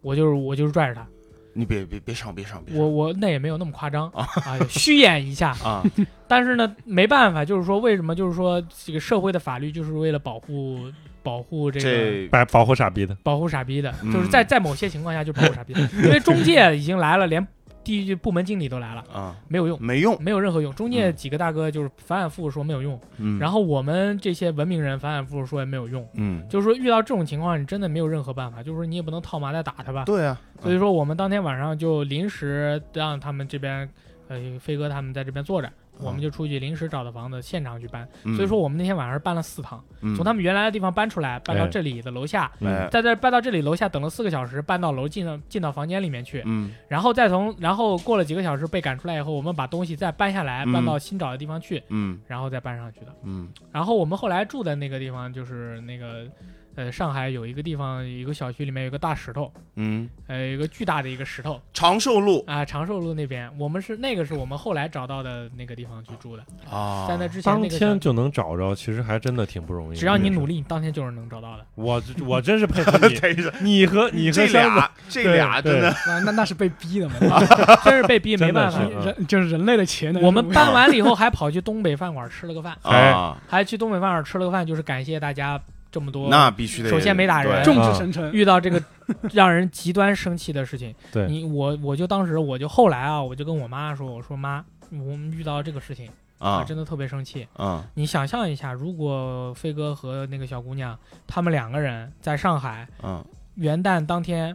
[SPEAKER 3] 我就是我就是拽着他。
[SPEAKER 2] 你别别别上别上别上
[SPEAKER 3] 我我那也没有那么夸张啊，虚掩一下。
[SPEAKER 2] 啊
[SPEAKER 3] 但是呢，没办法，就是说为什么？就是说这个社会的法律就是为了保护保护这个
[SPEAKER 2] 这
[SPEAKER 1] 白保护傻逼的，
[SPEAKER 3] 保护傻逼的，
[SPEAKER 2] 嗯
[SPEAKER 3] 就是在在某些情况下就保护 傻逼的，因为中介已经来了，连地部门经理都来了，
[SPEAKER 2] 啊
[SPEAKER 3] 没有用。
[SPEAKER 2] 没用，
[SPEAKER 3] 没有任何用，中介
[SPEAKER 2] 嗯
[SPEAKER 3] 几个大哥就是反反复复说没有用，
[SPEAKER 2] 嗯
[SPEAKER 3] 然
[SPEAKER 2] 后
[SPEAKER 3] 后我们这些文明人反反复复说也没有用，
[SPEAKER 2] 嗯
[SPEAKER 3] 就是说遇到这种情况，你真的没有任何办法，就是说你也不能套麻袋打他吧，
[SPEAKER 2] 对啊，
[SPEAKER 3] 所以说我们当天晚上就临时让他们这边，呃，飞哥他们在这边坐着，我们就出去临时找的房子，现场去搬。
[SPEAKER 2] 嗯
[SPEAKER 3] 所以说我们那天晚上搬了四趟，
[SPEAKER 2] 嗯
[SPEAKER 3] 从他们原来的地方搬出来，搬到
[SPEAKER 1] 哎
[SPEAKER 3] 这里的楼下，
[SPEAKER 1] 嗯
[SPEAKER 2] 哎
[SPEAKER 3] 在这搬到这里楼下等了四个小时，搬到楼进到进到房间里面去，
[SPEAKER 2] 嗯
[SPEAKER 3] 然后再从然后过了几个小时被赶出来以后，我们把东西再搬下来，
[SPEAKER 2] 嗯
[SPEAKER 3] 搬到新找的地方去，
[SPEAKER 2] 嗯
[SPEAKER 3] 然后再搬上去的。
[SPEAKER 2] 嗯
[SPEAKER 3] 然后我们后来住的那个地方就是那个，呃，上海有一个地方，有一个小区里面有个大石头，
[SPEAKER 2] 嗯，
[SPEAKER 3] 呃，有一个巨大的一个石头。
[SPEAKER 2] 长寿路
[SPEAKER 3] 啊，长寿路那边，我们是那个是我们后来找到的那个地方去住的，
[SPEAKER 2] 啊
[SPEAKER 3] 在那之前
[SPEAKER 1] 当
[SPEAKER 3] 那个小
[SPEAKER 1] 天，就能找着，其实还真的挺不容易。
[SPEAKER 3] 只要你努，力，你当天就是能找到的。
[SPEAKER 1] 我我真是佩服 你，
[SPEAKER 2] 等一下，
[SPEAKER 1] 你和你和
[SPEAKER 2] 这
[SPEAKER 1] 箱子，
[SPEAKER 2] 俩这俩真的啊
[SPEAKER 4] 那那那是被逼的嘛，
[SPEAKER 3] 真是被逼没
[SPEAKER 1] 真的
[SPEAKER 3] 办
[SPEAKER 1] 是
[SPEAKER 3] 法。
[SPEAKER 1] 嗯
[SPEAKER 4] 人 就是人类的潜能。
[SPEAKER 3] 我们搬完了以后，还跑去东北饭馆吃了个饭，
[SPEAKER 2] 啊，
[SPEAKER 3] 还去东北饭馆吃了个饭，就是感谢大家这么多。
[SPEAKER 2] 那必须得
[SPEAKER 3] 首先没打人
[SPEAKER 2] 对
[SPEAKER 4] 众志成城，
[SPEAKER 3] 遇到这个 让人极端生气的事情，
[SPEAKER 1] 对
[SPEAKER 3] 你我我就当时我就后来啊，我就跟我妈说，我说妈，我们遇到这个事情啊，
[SPEAKER 2] 啊
[SPEAKER 3] 真的特别生气。
[SPEAKER 2] 啊
[SPEAKER 3] 你想象一下，如果飞哥和那个小姑娘他们两个人在上海
[SPEAKER 2] 嗯
[SPEAKER 3] 元旦当天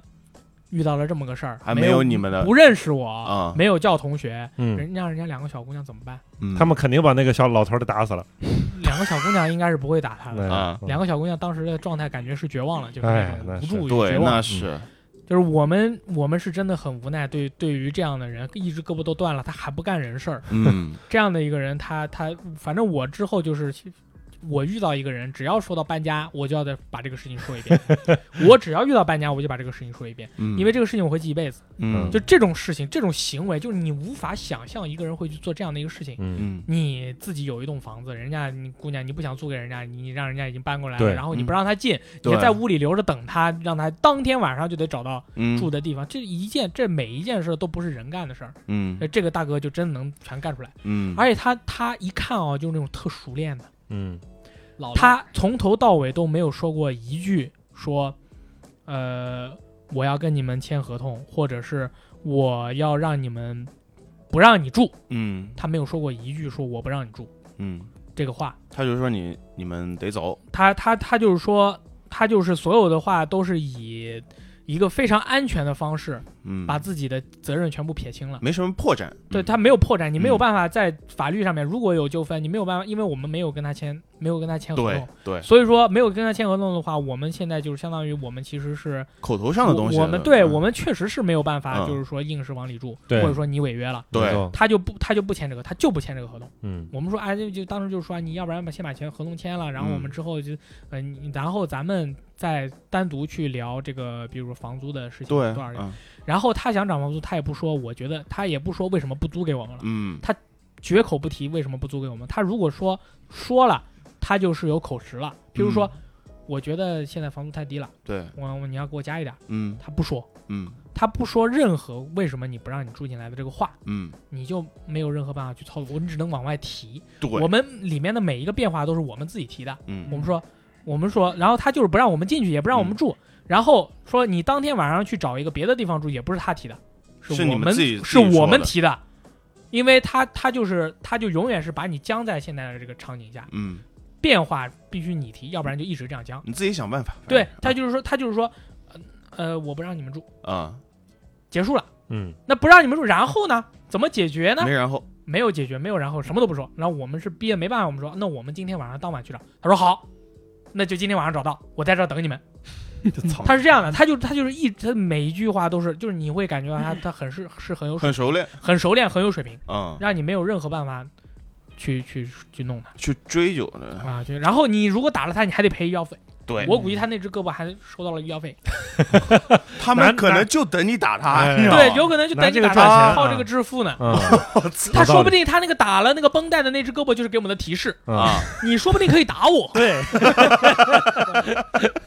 [SPEAKER 3] 遇到了这么个事儿，
[SPEAKER 2] 还
[SPEAKER 3] 没
[SPEAKER 2] 没有你们的
[SPEAKER 3] 不认识我，
[SPEAKER 2] 啊
[SPEAKER 3] 没有叫同学，
[SPEAKER 1] 嗯，
[SPEAKER 3] 人让人家两个小姑娘怎么办？
[SPEAKER 2] 嗯
[SPEAKER 1] 他们肯定把那个小老头儿给打死了。
[SPEAKER 3] 两个小姑娘应该是不会打他的。
[SPEAKER 1] 哎
[SPEAKER 2] 啊
[SPEAKER 3] 两个小姑娘当时的状态感觉是绝望了，就是
[SPEAKER 1] 哎
[SPEAKER 3] 那
[SPEAKER 1] 那
[SPEAKER 3] 种
[SPEAKER 1] 是
[SPEAKER 3] 无助
[SPEAKER 2] 对
[SPEAKER 3] 与绝
[SPEAKER 2] 那
[SPEAKER 3] 望。嗯
[SPEAKER 2] 是
[SPEAKER 3] 就是我们我们是真的很无奈，对对于这样的人，一只胳膊都断了，他还不干人事儿，
[SPEAKER 2] 嗯
[SPEAKER 3] 这样的一个人，他他反正我之后就是。我遇到一个人，只要说到搬家，我就要再把这个事情说一 遍。我只要遇到搬家，我就把这个事情说一遍，
[SPEAKER 2] 嗯
[SPEAKER 3] 因为这个事情我会记一辈子。
[SPEAKER 2] 嗯
[SPEAKER 3] 就这种事情，这种行为，就是你无法想象一个人会去做这样的一个事情。
[SPEAKER 1] 嗯，
[SPEAKER 2] 嗯
[SPEAKER 3] 你自己有一栋房子，人家你姑娘你不想租给人家，你让人家已经搬过来了，
[SPEAKER 1] 对
[SPEAKER 3] 然后你
[SPEAKER 2] 嗯
[SPEAKER 3] 不让他进，你
[SPEAKER 2] 对
[SPEAKER 3] 还在屋里留着等他，让他当天晚上就得找到
[SPEAKER 2] 嗯
[SPEAKER 3] 住的地方。这一件，这每一件事都不是人干的事儿，
[SPEAKER 2] 嗯
[SPEAKER 3] 这个大哥就真能全干出来。
[SPEAKER 2] 嗯，
[SPEAKER 3] 而且他他一看哦，就是那种特熟练的，
[SPEAKER 1] 嗯，
[SPEAKER 4] 老了
[SPEAKER 3] 他从头到尾都没有说过一句说，呃，我要跟你们签合同，或者是我要让你们不让你住，
[SPEAKER 2] 嗯
[SPEAKER 3] 他没有说过一句说我不让你住
[SPEAKER 2] 嗯，
[SPEAKER 3] 这个话。
[SPEAKER 2] 他就说你你们得走，
[SPEAKER 3] 他他他就是说，他就是所有的话都是以一个非常安全的方式
[SPEAKER 2] 嗯，
[SPEAKER 3] 把自己的责任全部撇清了。
[SPEAKER 2] 没什么破绽，
[SPEAKER 3] 对
[SPEAKER 2] 嗯
[SPEAKER 3] 他没有破绽，你没有
[SPEAKER 2] 嗯
[SPEAKER 3] 办法在法律上面，如果有纠纷，你没有办法，因为我们没有跟他签，没有跟他签合
[SPEAKER 2] 对
[SPEAKER 3] 同，
[SPEAKER 2] 对，
[SPEAKER 3] 所以说没有跟他签合同的话，我们现在就是相当于我们其实是
[SPEAKER 2] 口头上的东西，
[SPEAKER 3] 我我们对
[SPEAKER 2] 嗯
[SPEAKER 3] 我们确实是没有办法，
[SPEAKER 2] 嗯
[SPEAKER 3] 就是说硬是往里住，
[SPEAKER 1] 对
[SPEAKER 3] 或者说你违约了，
[SPEAKER 1] 没
[SPEAKER 2] 对
[SPEAKER 1] 错
[SPEAKER 3] 他就不他就不签这个，他就不签这个合同。
[SPEAKER 1] 嗯
[SPEAKER 3] 我们说，哎，就就当时就说，你要不然把先把签合同签了，然后我们
[SPEAKER 2] 嗯
[SPEAKER 3] 之后就，呃，你然后咱们再单独去聊这个，比如说房租的事情
[SPEAKER 2] 对
[SPEAKER 3] 多少钱。
[SPEAKER 2] 嗯
[SPEAKER 3] 然后他想涨房租，他也不说，我觉得他也不说为什么不租给我们了，
[SPEAKER 2] 嗯
[SPEAKER 3] 绝口不提为什么不租给我们。他如果说说了，他就是有口实了。比如说，
[SPEAKER 2] 嗯
[SPEAKER 3] 我觉得现在房租太低了，
[SPEAKER 2] 对
[SPEAKER 3] 我我你要给我加一点儿，
[SPEAKER 2] 嗯
[SPEAKER 3] 他不说，
[SPEAKER 2] 嗯
[SPEAKER 3] 他不说任何为什么你不让你住进来的这个话，
[SPEAKER 2] 嗯
[SPEAKER 3] 你就没有任何办法去操作，你只能往外提。
[SPEAKER 2] 对，
[SPEAKER 3] 我们里面的每一个变化都是我们自己提的。
[SPEAKER 2] 嗯
[SPEAKER 3] 我们说，我们说，然后他就是不让我们进去，也不让我们住，
[SPEAKER 2] 嗯
[SPEAKER 3] 然后说你当天晚上去找一个别的地方住，也不是他提的，
[SPEAKER 2] 是你
[SPEAKER 3] 我
[SPEAKER 2] 们
[SPEAKER 3] 们
[SPEAKER 2] 自己
[SPEAKER 3] 是
[SPEAKER 2] 自己说
[SPEAKER 3] 我们
[SPEAKER 2] 的
[SPEAKER 3] 提的，因为他他就是他就永远是把你僵在现在的这个场景下，
[SPEAKER 2] 嗯，
[SPEAKER 3] 变化必须你提，要不然就一直这样僵。
[SPEAKER 2] 你自己想办法，嗯反正
[SPEAKER 3] 对他就是说，他就是说，呃，呃我不让你们住，
[SPEAKER 2] 啊，
[SPEAKER 3] 结束了，
[SPEAKER 1] 嗯，
[SPEAKER 3] 那不让你们住，然后呢？怎么解决呢？
[SPEAKER 2] 没然后，
[SPEAKER 3] 没有解决，没有然后，什么都不说。然后我们是憋没办法，我们说那我们今天晚上当晚去找。他说好，那就今天晚上找到，我在这儿等你们。
[SPEAKER 1] 操
[SPEAKER 3] 他是这样的，他就他就是一他每一句话都是，就是你会感觉到他他很是 是很有水
[SPEAKER 2] 很熟练，
[SPEAKER 3] 很熟练，很有水平，
[SPEAKER 2] 嗯，
[SPEAKER 3] 让你没有任何办法去去去弄他
[SPEAKER 2] 去追究的，
[SPEAKER 3] 啊。就然后你如果打了他，你还得赔医药费。
[SPEAKER 2] 对
[SPEAKER 3] 我估计他那只胳膊还收到了医药费。
[SPEAKER 2] 他
[SPEAKER 1] 拿
[SPEAKER 2] 们可
[SPEAKER 1] 拿
[SPEAKER 2] 能就等你打他，
[SPEAKER 1] 哎
[SPEAKER 2] 你知道吗
[SPEAKER 3] 对，有可能就
[SPEAKER 1] 拿
[SPEAKER 3] 等
[SPEAKER 1] 这
[SPEAKER 3] 你
[SPEAKER 1] 个
[SPEAKER 3] 打
[SPEAKER 1] 赚
[SPEAKER 3] 他
[SPEAKER 1] 钱
[SPEAKER 3] 靠
[SPEAKER 1] 啊
[SPEAKER 3] 这个致富呢。
[SPEAKER 1] 嗯
[SPEAKER 3] 他说不
[SPEAKER 1] 定
[SPEAKER 3] 定他那个打了那个绷带的那只胳膊就是给我们的提示，
[SPEAKER 1] 啊，
[SPEAKER 2] 啊，
[SPEAKER 3] 你说不定可以打 我。
[SPEAKER 1] 对，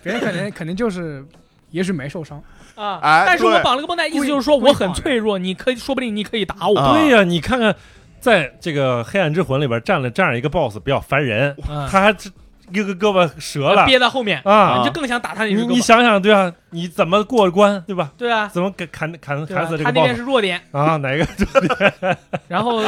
[SPEAKER 4] 别人可能可能就是，也许没受伤，
[SPEAKER 3] 啊，
[SPEAKER 2] 哎
[SPEAKER 3] 但是我
[SPEAKER 2] 对
[SPEAKER 3] 绑了个绷带，意思
[SPEAKER 4] 故意
[SPEAKER 3] 就是说
[SPEAKER 4] 故意
[SPEAKER 3] 我很
[SPEAKER 4] 绑着
[SPEAKER 3] 脆弱，你可以说不定你可以打我。
[SPEAKER 2] 啊
[SPEAKER 1] 对呀，你看看，在这个《黑暗之魂》里边站了这样一个 boss 比较烦人，
[SPEAKER 3] 嗯
[SPEAKER 1] 他还这一个胳膊折了
[SPEAKER 3] 憋在后面，
[SPEAKER 1] 啊
[SPEAKER 3] 你就，更想打他那
[SPEAKER 1] 你
[SPEAKER 3] 只胳
[SPEAKER 1] 你
[SPEAKER 3] 膊。
[SPEAKER 1] 想想，对啊，你怎么过关，对吧？
[SPEAKER 3] 对啊，
[SPEAKER 1] 怎么给砍砍
[SPEAKER 3] 对
[SPEAKER 1] 砍
[SPEAKER 3] 吧
[SPEAKER 1] 死这
[SPEAKER 3] 他
[SPEAKER 1] 个
[SPEAKER 3] 那边
[SPEAKER 1] boss
[SPEAKER 3] 是弱点，
[SPEAKER 1] 啊？哪个
[SPEAKER 3] 然后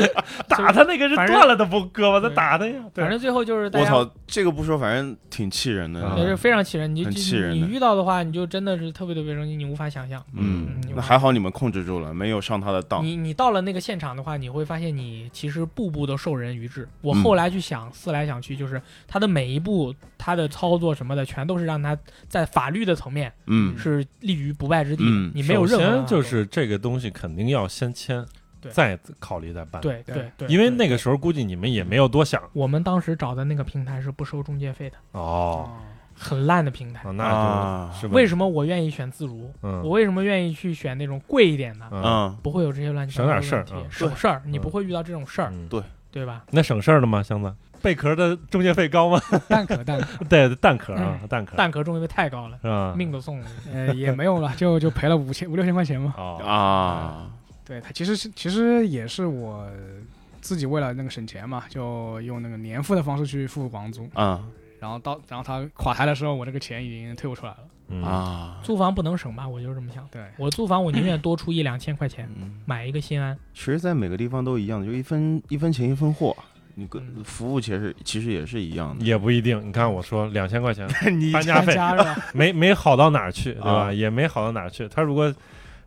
[SPEAKER 1] 打他那个是
[SPEAKER 3] 反正
[SPEAKER 1] 断了的不胳膊，他
[SPEAKER 3] 对
[SPEAKER 1] 打他呀，
[SPEAKER 3] 反
[SPEAKER 1] 对，
[SPEAKER 3] 正最后就是大
[SPEAKER 2] 我
[SPEAKER 3] 家，
[SPEAKER 2] 操，这个不说，反正挺气人的嗯
[SPEAKER 1] 啊，
[SPEAKER 3] 也是非常气人。你就
[SPEAKER 2] 很气人的
[SPEAKER 3] 你遇到的话，你就真的是特别特别生气，你无法想象。
[SPEAKER 2] 嗯
[SPEAKER 3] 嗯，
[SPEAKER 2] 那还好你们控制住了，没有上他的当，
[SPEAKER 3] 你你到了那个现场的话，你会发现你其实步步都授人于智。我
[SPEAKER 2] 嗯
[SPEAKER 3] 后来去想，思来想去，就是他的每一步，他的操作什么的，全都是让他在法律的层面
[SPEAKER 2] 嗯
[SPEAKER 3] 是立于不败之地。
[SPEAKER 2] 嗯
[SPEAKER 3] 你没有任何办
[SPEAKER 1] 首
[SPEAKER 3] 法
[SPEAKER 1] 先就是这个东西肯定要先签，
[SPEAKER 3] 对
[SPEAKER 1] 再考虑再办。，
[SPEAKER 3] 对
[SPEAKER 4] 对
[SPEAKER 3] 对对，
[SPEAKER 1] 因为
[SPEAKER 3] 对
[SPEAKER 1] 那个时候估计你们也没有多想
[SPEAKER 3] 我们当时找的那个平台是不收中介费的，
[SPEAKER 1] 哦，
[SPEAKER 3] 很烂的平台
[SPEAKER 1] 啊。那
[SPEAKER 2] 啊
[SPEAKER 1] 就是
[SPEAKER 3] 嗯为
[SPEAKER 1] 么？
[SPEAKER 3] 什么我愿意选自如？
[SPEAKER 1] 嗯
[SPEAKER 3] 我为什么愿意去选那种贵一点的？
[SPEAKER 1] 嗯
[SPEAKER 2] 嗯，
[SPEAKER 3] 不会有这些乱七八糟的问题
[SPEAKER 1] 省点事儿，嗯
[SPEAKER 3] 省事儿，你
[SPEAKER 1] 嗯
[SPEAKER 3] 不会遇到这种事儿，
[SPEAKER 1] 嗯
[SPEAKER 2] 对
[SPEAKER 3] 对吧？
[SPEAKER 1] 那省事儿了吗？箱子贝壳的中介费高吗？
[SPEAKER 4] 啊蛋壳蛋壳，
[SPEAKER 1] 对，蛋壳啊，蛋壳
[SPEAKER 3] 蛋壳中介费太高了，
[SPEAKER 1] 是吧？
[SPEAKER 3] 命都送了。
[SPEAKER 4] 呃，也没有了，就就赔了五千五六千块钱嘛。
[SPEAKER 3] 嗯
[SPEAKER 1] 哦，
[SPEAKER 2] 啊，
[SPEAKER 4] 对他其实是其实也是我自己为了那个省钱嘛，就用那个年付的方式去付房租，
[SPEAKER 2] 嗯
[SPEAKER 4] 然后到然后他垮台的时候，我这个钱已经退不出来了。
[SPEAKER 1] 嗯，
[SPEAKER 2] 啊，
[SPEAKER 3] 租房不能省吧？我就是这么想。
[SPEAKER 4] 对，
[SPEAKER 3] 我租房，我宁愿多出一两千块钱，
[SPEAKER 2] 嗯，
[SPEAKER 3] 买一个心安。
[SPEAKER 2] 其实，在每个地方都一样的，就一分一分钱一分货，你
[SPEAKER 3] 嗯
[SPEAKER 2] 跟服务其实其实也是一样的，
[SPEAKER 1] 也不一定。你看我说两千 块钱
[SPEAKER 2] 你
[SPEAKER 1] 搬家费，
[SPEAKER 4] 加是吧？
[SPEAKER 1] 没没好到哪儿去，对吧？
[SPEAKER 2] 啊
[SPEAKER 1] 也没好到哪儿去。他如果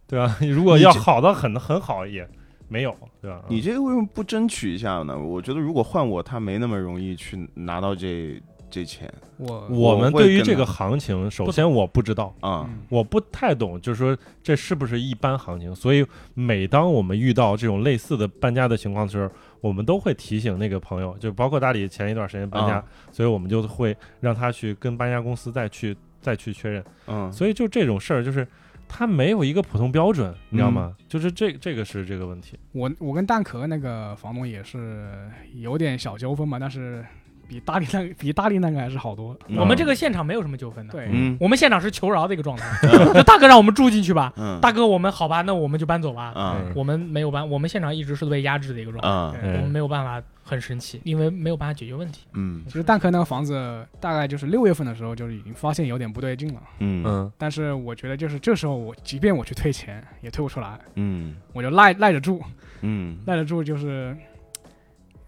[SPEAKER 1] 对吧， 如果要好到很很好也没有，对吧？
[SPEAKER 2] 你这个为什么不争取一下呢？我觉得如果换我，他没那么容易去拿到这这钱
[SPEAKER 4] 我
[SPEAKER 1] 啊我们
[SPEAKER 2] 我会
[SPEAKER 1] 对于
[SPEAKER 2] 跟
[SPEAKER 1] 这个
[SPEAKER 2] 他
[SPEAKER 1] 行情，首先我不知道，
[SPEAKER 2] 啊。
[SPEAKER 4] 嗯
[SPEAKER 1] 我不太懂，就是说这是不是一般行情？所以每当我们遇到这种类似的搬家的情况的时候，我们都会提醒那个朋友，就包括大理前一段时间搬家，
[SPEAKER 2] 啊
[SPEAKER 1] 所以我们就会让他去跟搬家公司再去再去确认。
[SPEAKER 2] 嗯，
[SPEAKER 1] 所以就这种事儿，就是它没有一个普通标准，你知道吗？就是这这个是这个问题。
[SPEAKER 4] 我我跟蛋壳那个房东也是有点小纠纷嘛，但是比大力那比大力那个还是好多。
[SPEAKER 2] 嗯
[SPEAKER 3] 我们这个现场没有什么纠纷的。，
[SPEAKER 4] 对，
[SPEAKER 2] 嗯
[SPEAKER 3] 我们现场是求饶的一个状 态。就大哥让我们住进去吧，
[SPEAKER 2] 嗯
[SPEAKER 3] 大哥我们好吧，那我们就搬走吧。
[SPEAKER 2] 啊
[SPEAKER 1] 嗯
[SPEAKER 3] 我们没有办，我们现场一直是被压制的一个状态，
[SPEAKER 2] 啊
[SPEAKER 4] 对
[SPEAKER 3] 我们
[SPEAKER 1] 嗯
[SPEAKER 3] 没有办法很神奇，因为没有办法解决问题。
[SPEAKER 2] 嗯
[SPEAKER 4] 其实蛋壳那个房子大概就是六月份的时候，就是已经发现有点不对劲了。
[SPEAKER 2] 嗯
[SPEAKER 1] 嗯
[SPEAKER 4] 但是我觉得就是这时候我，即便我去退钱也退不出来，
[SPEAKER 2] 嗯
[SPEAKER 4] 我就赖赖着住，
[SPEAKER 2] 嗯
[SPEAKER 4] 赖得住就是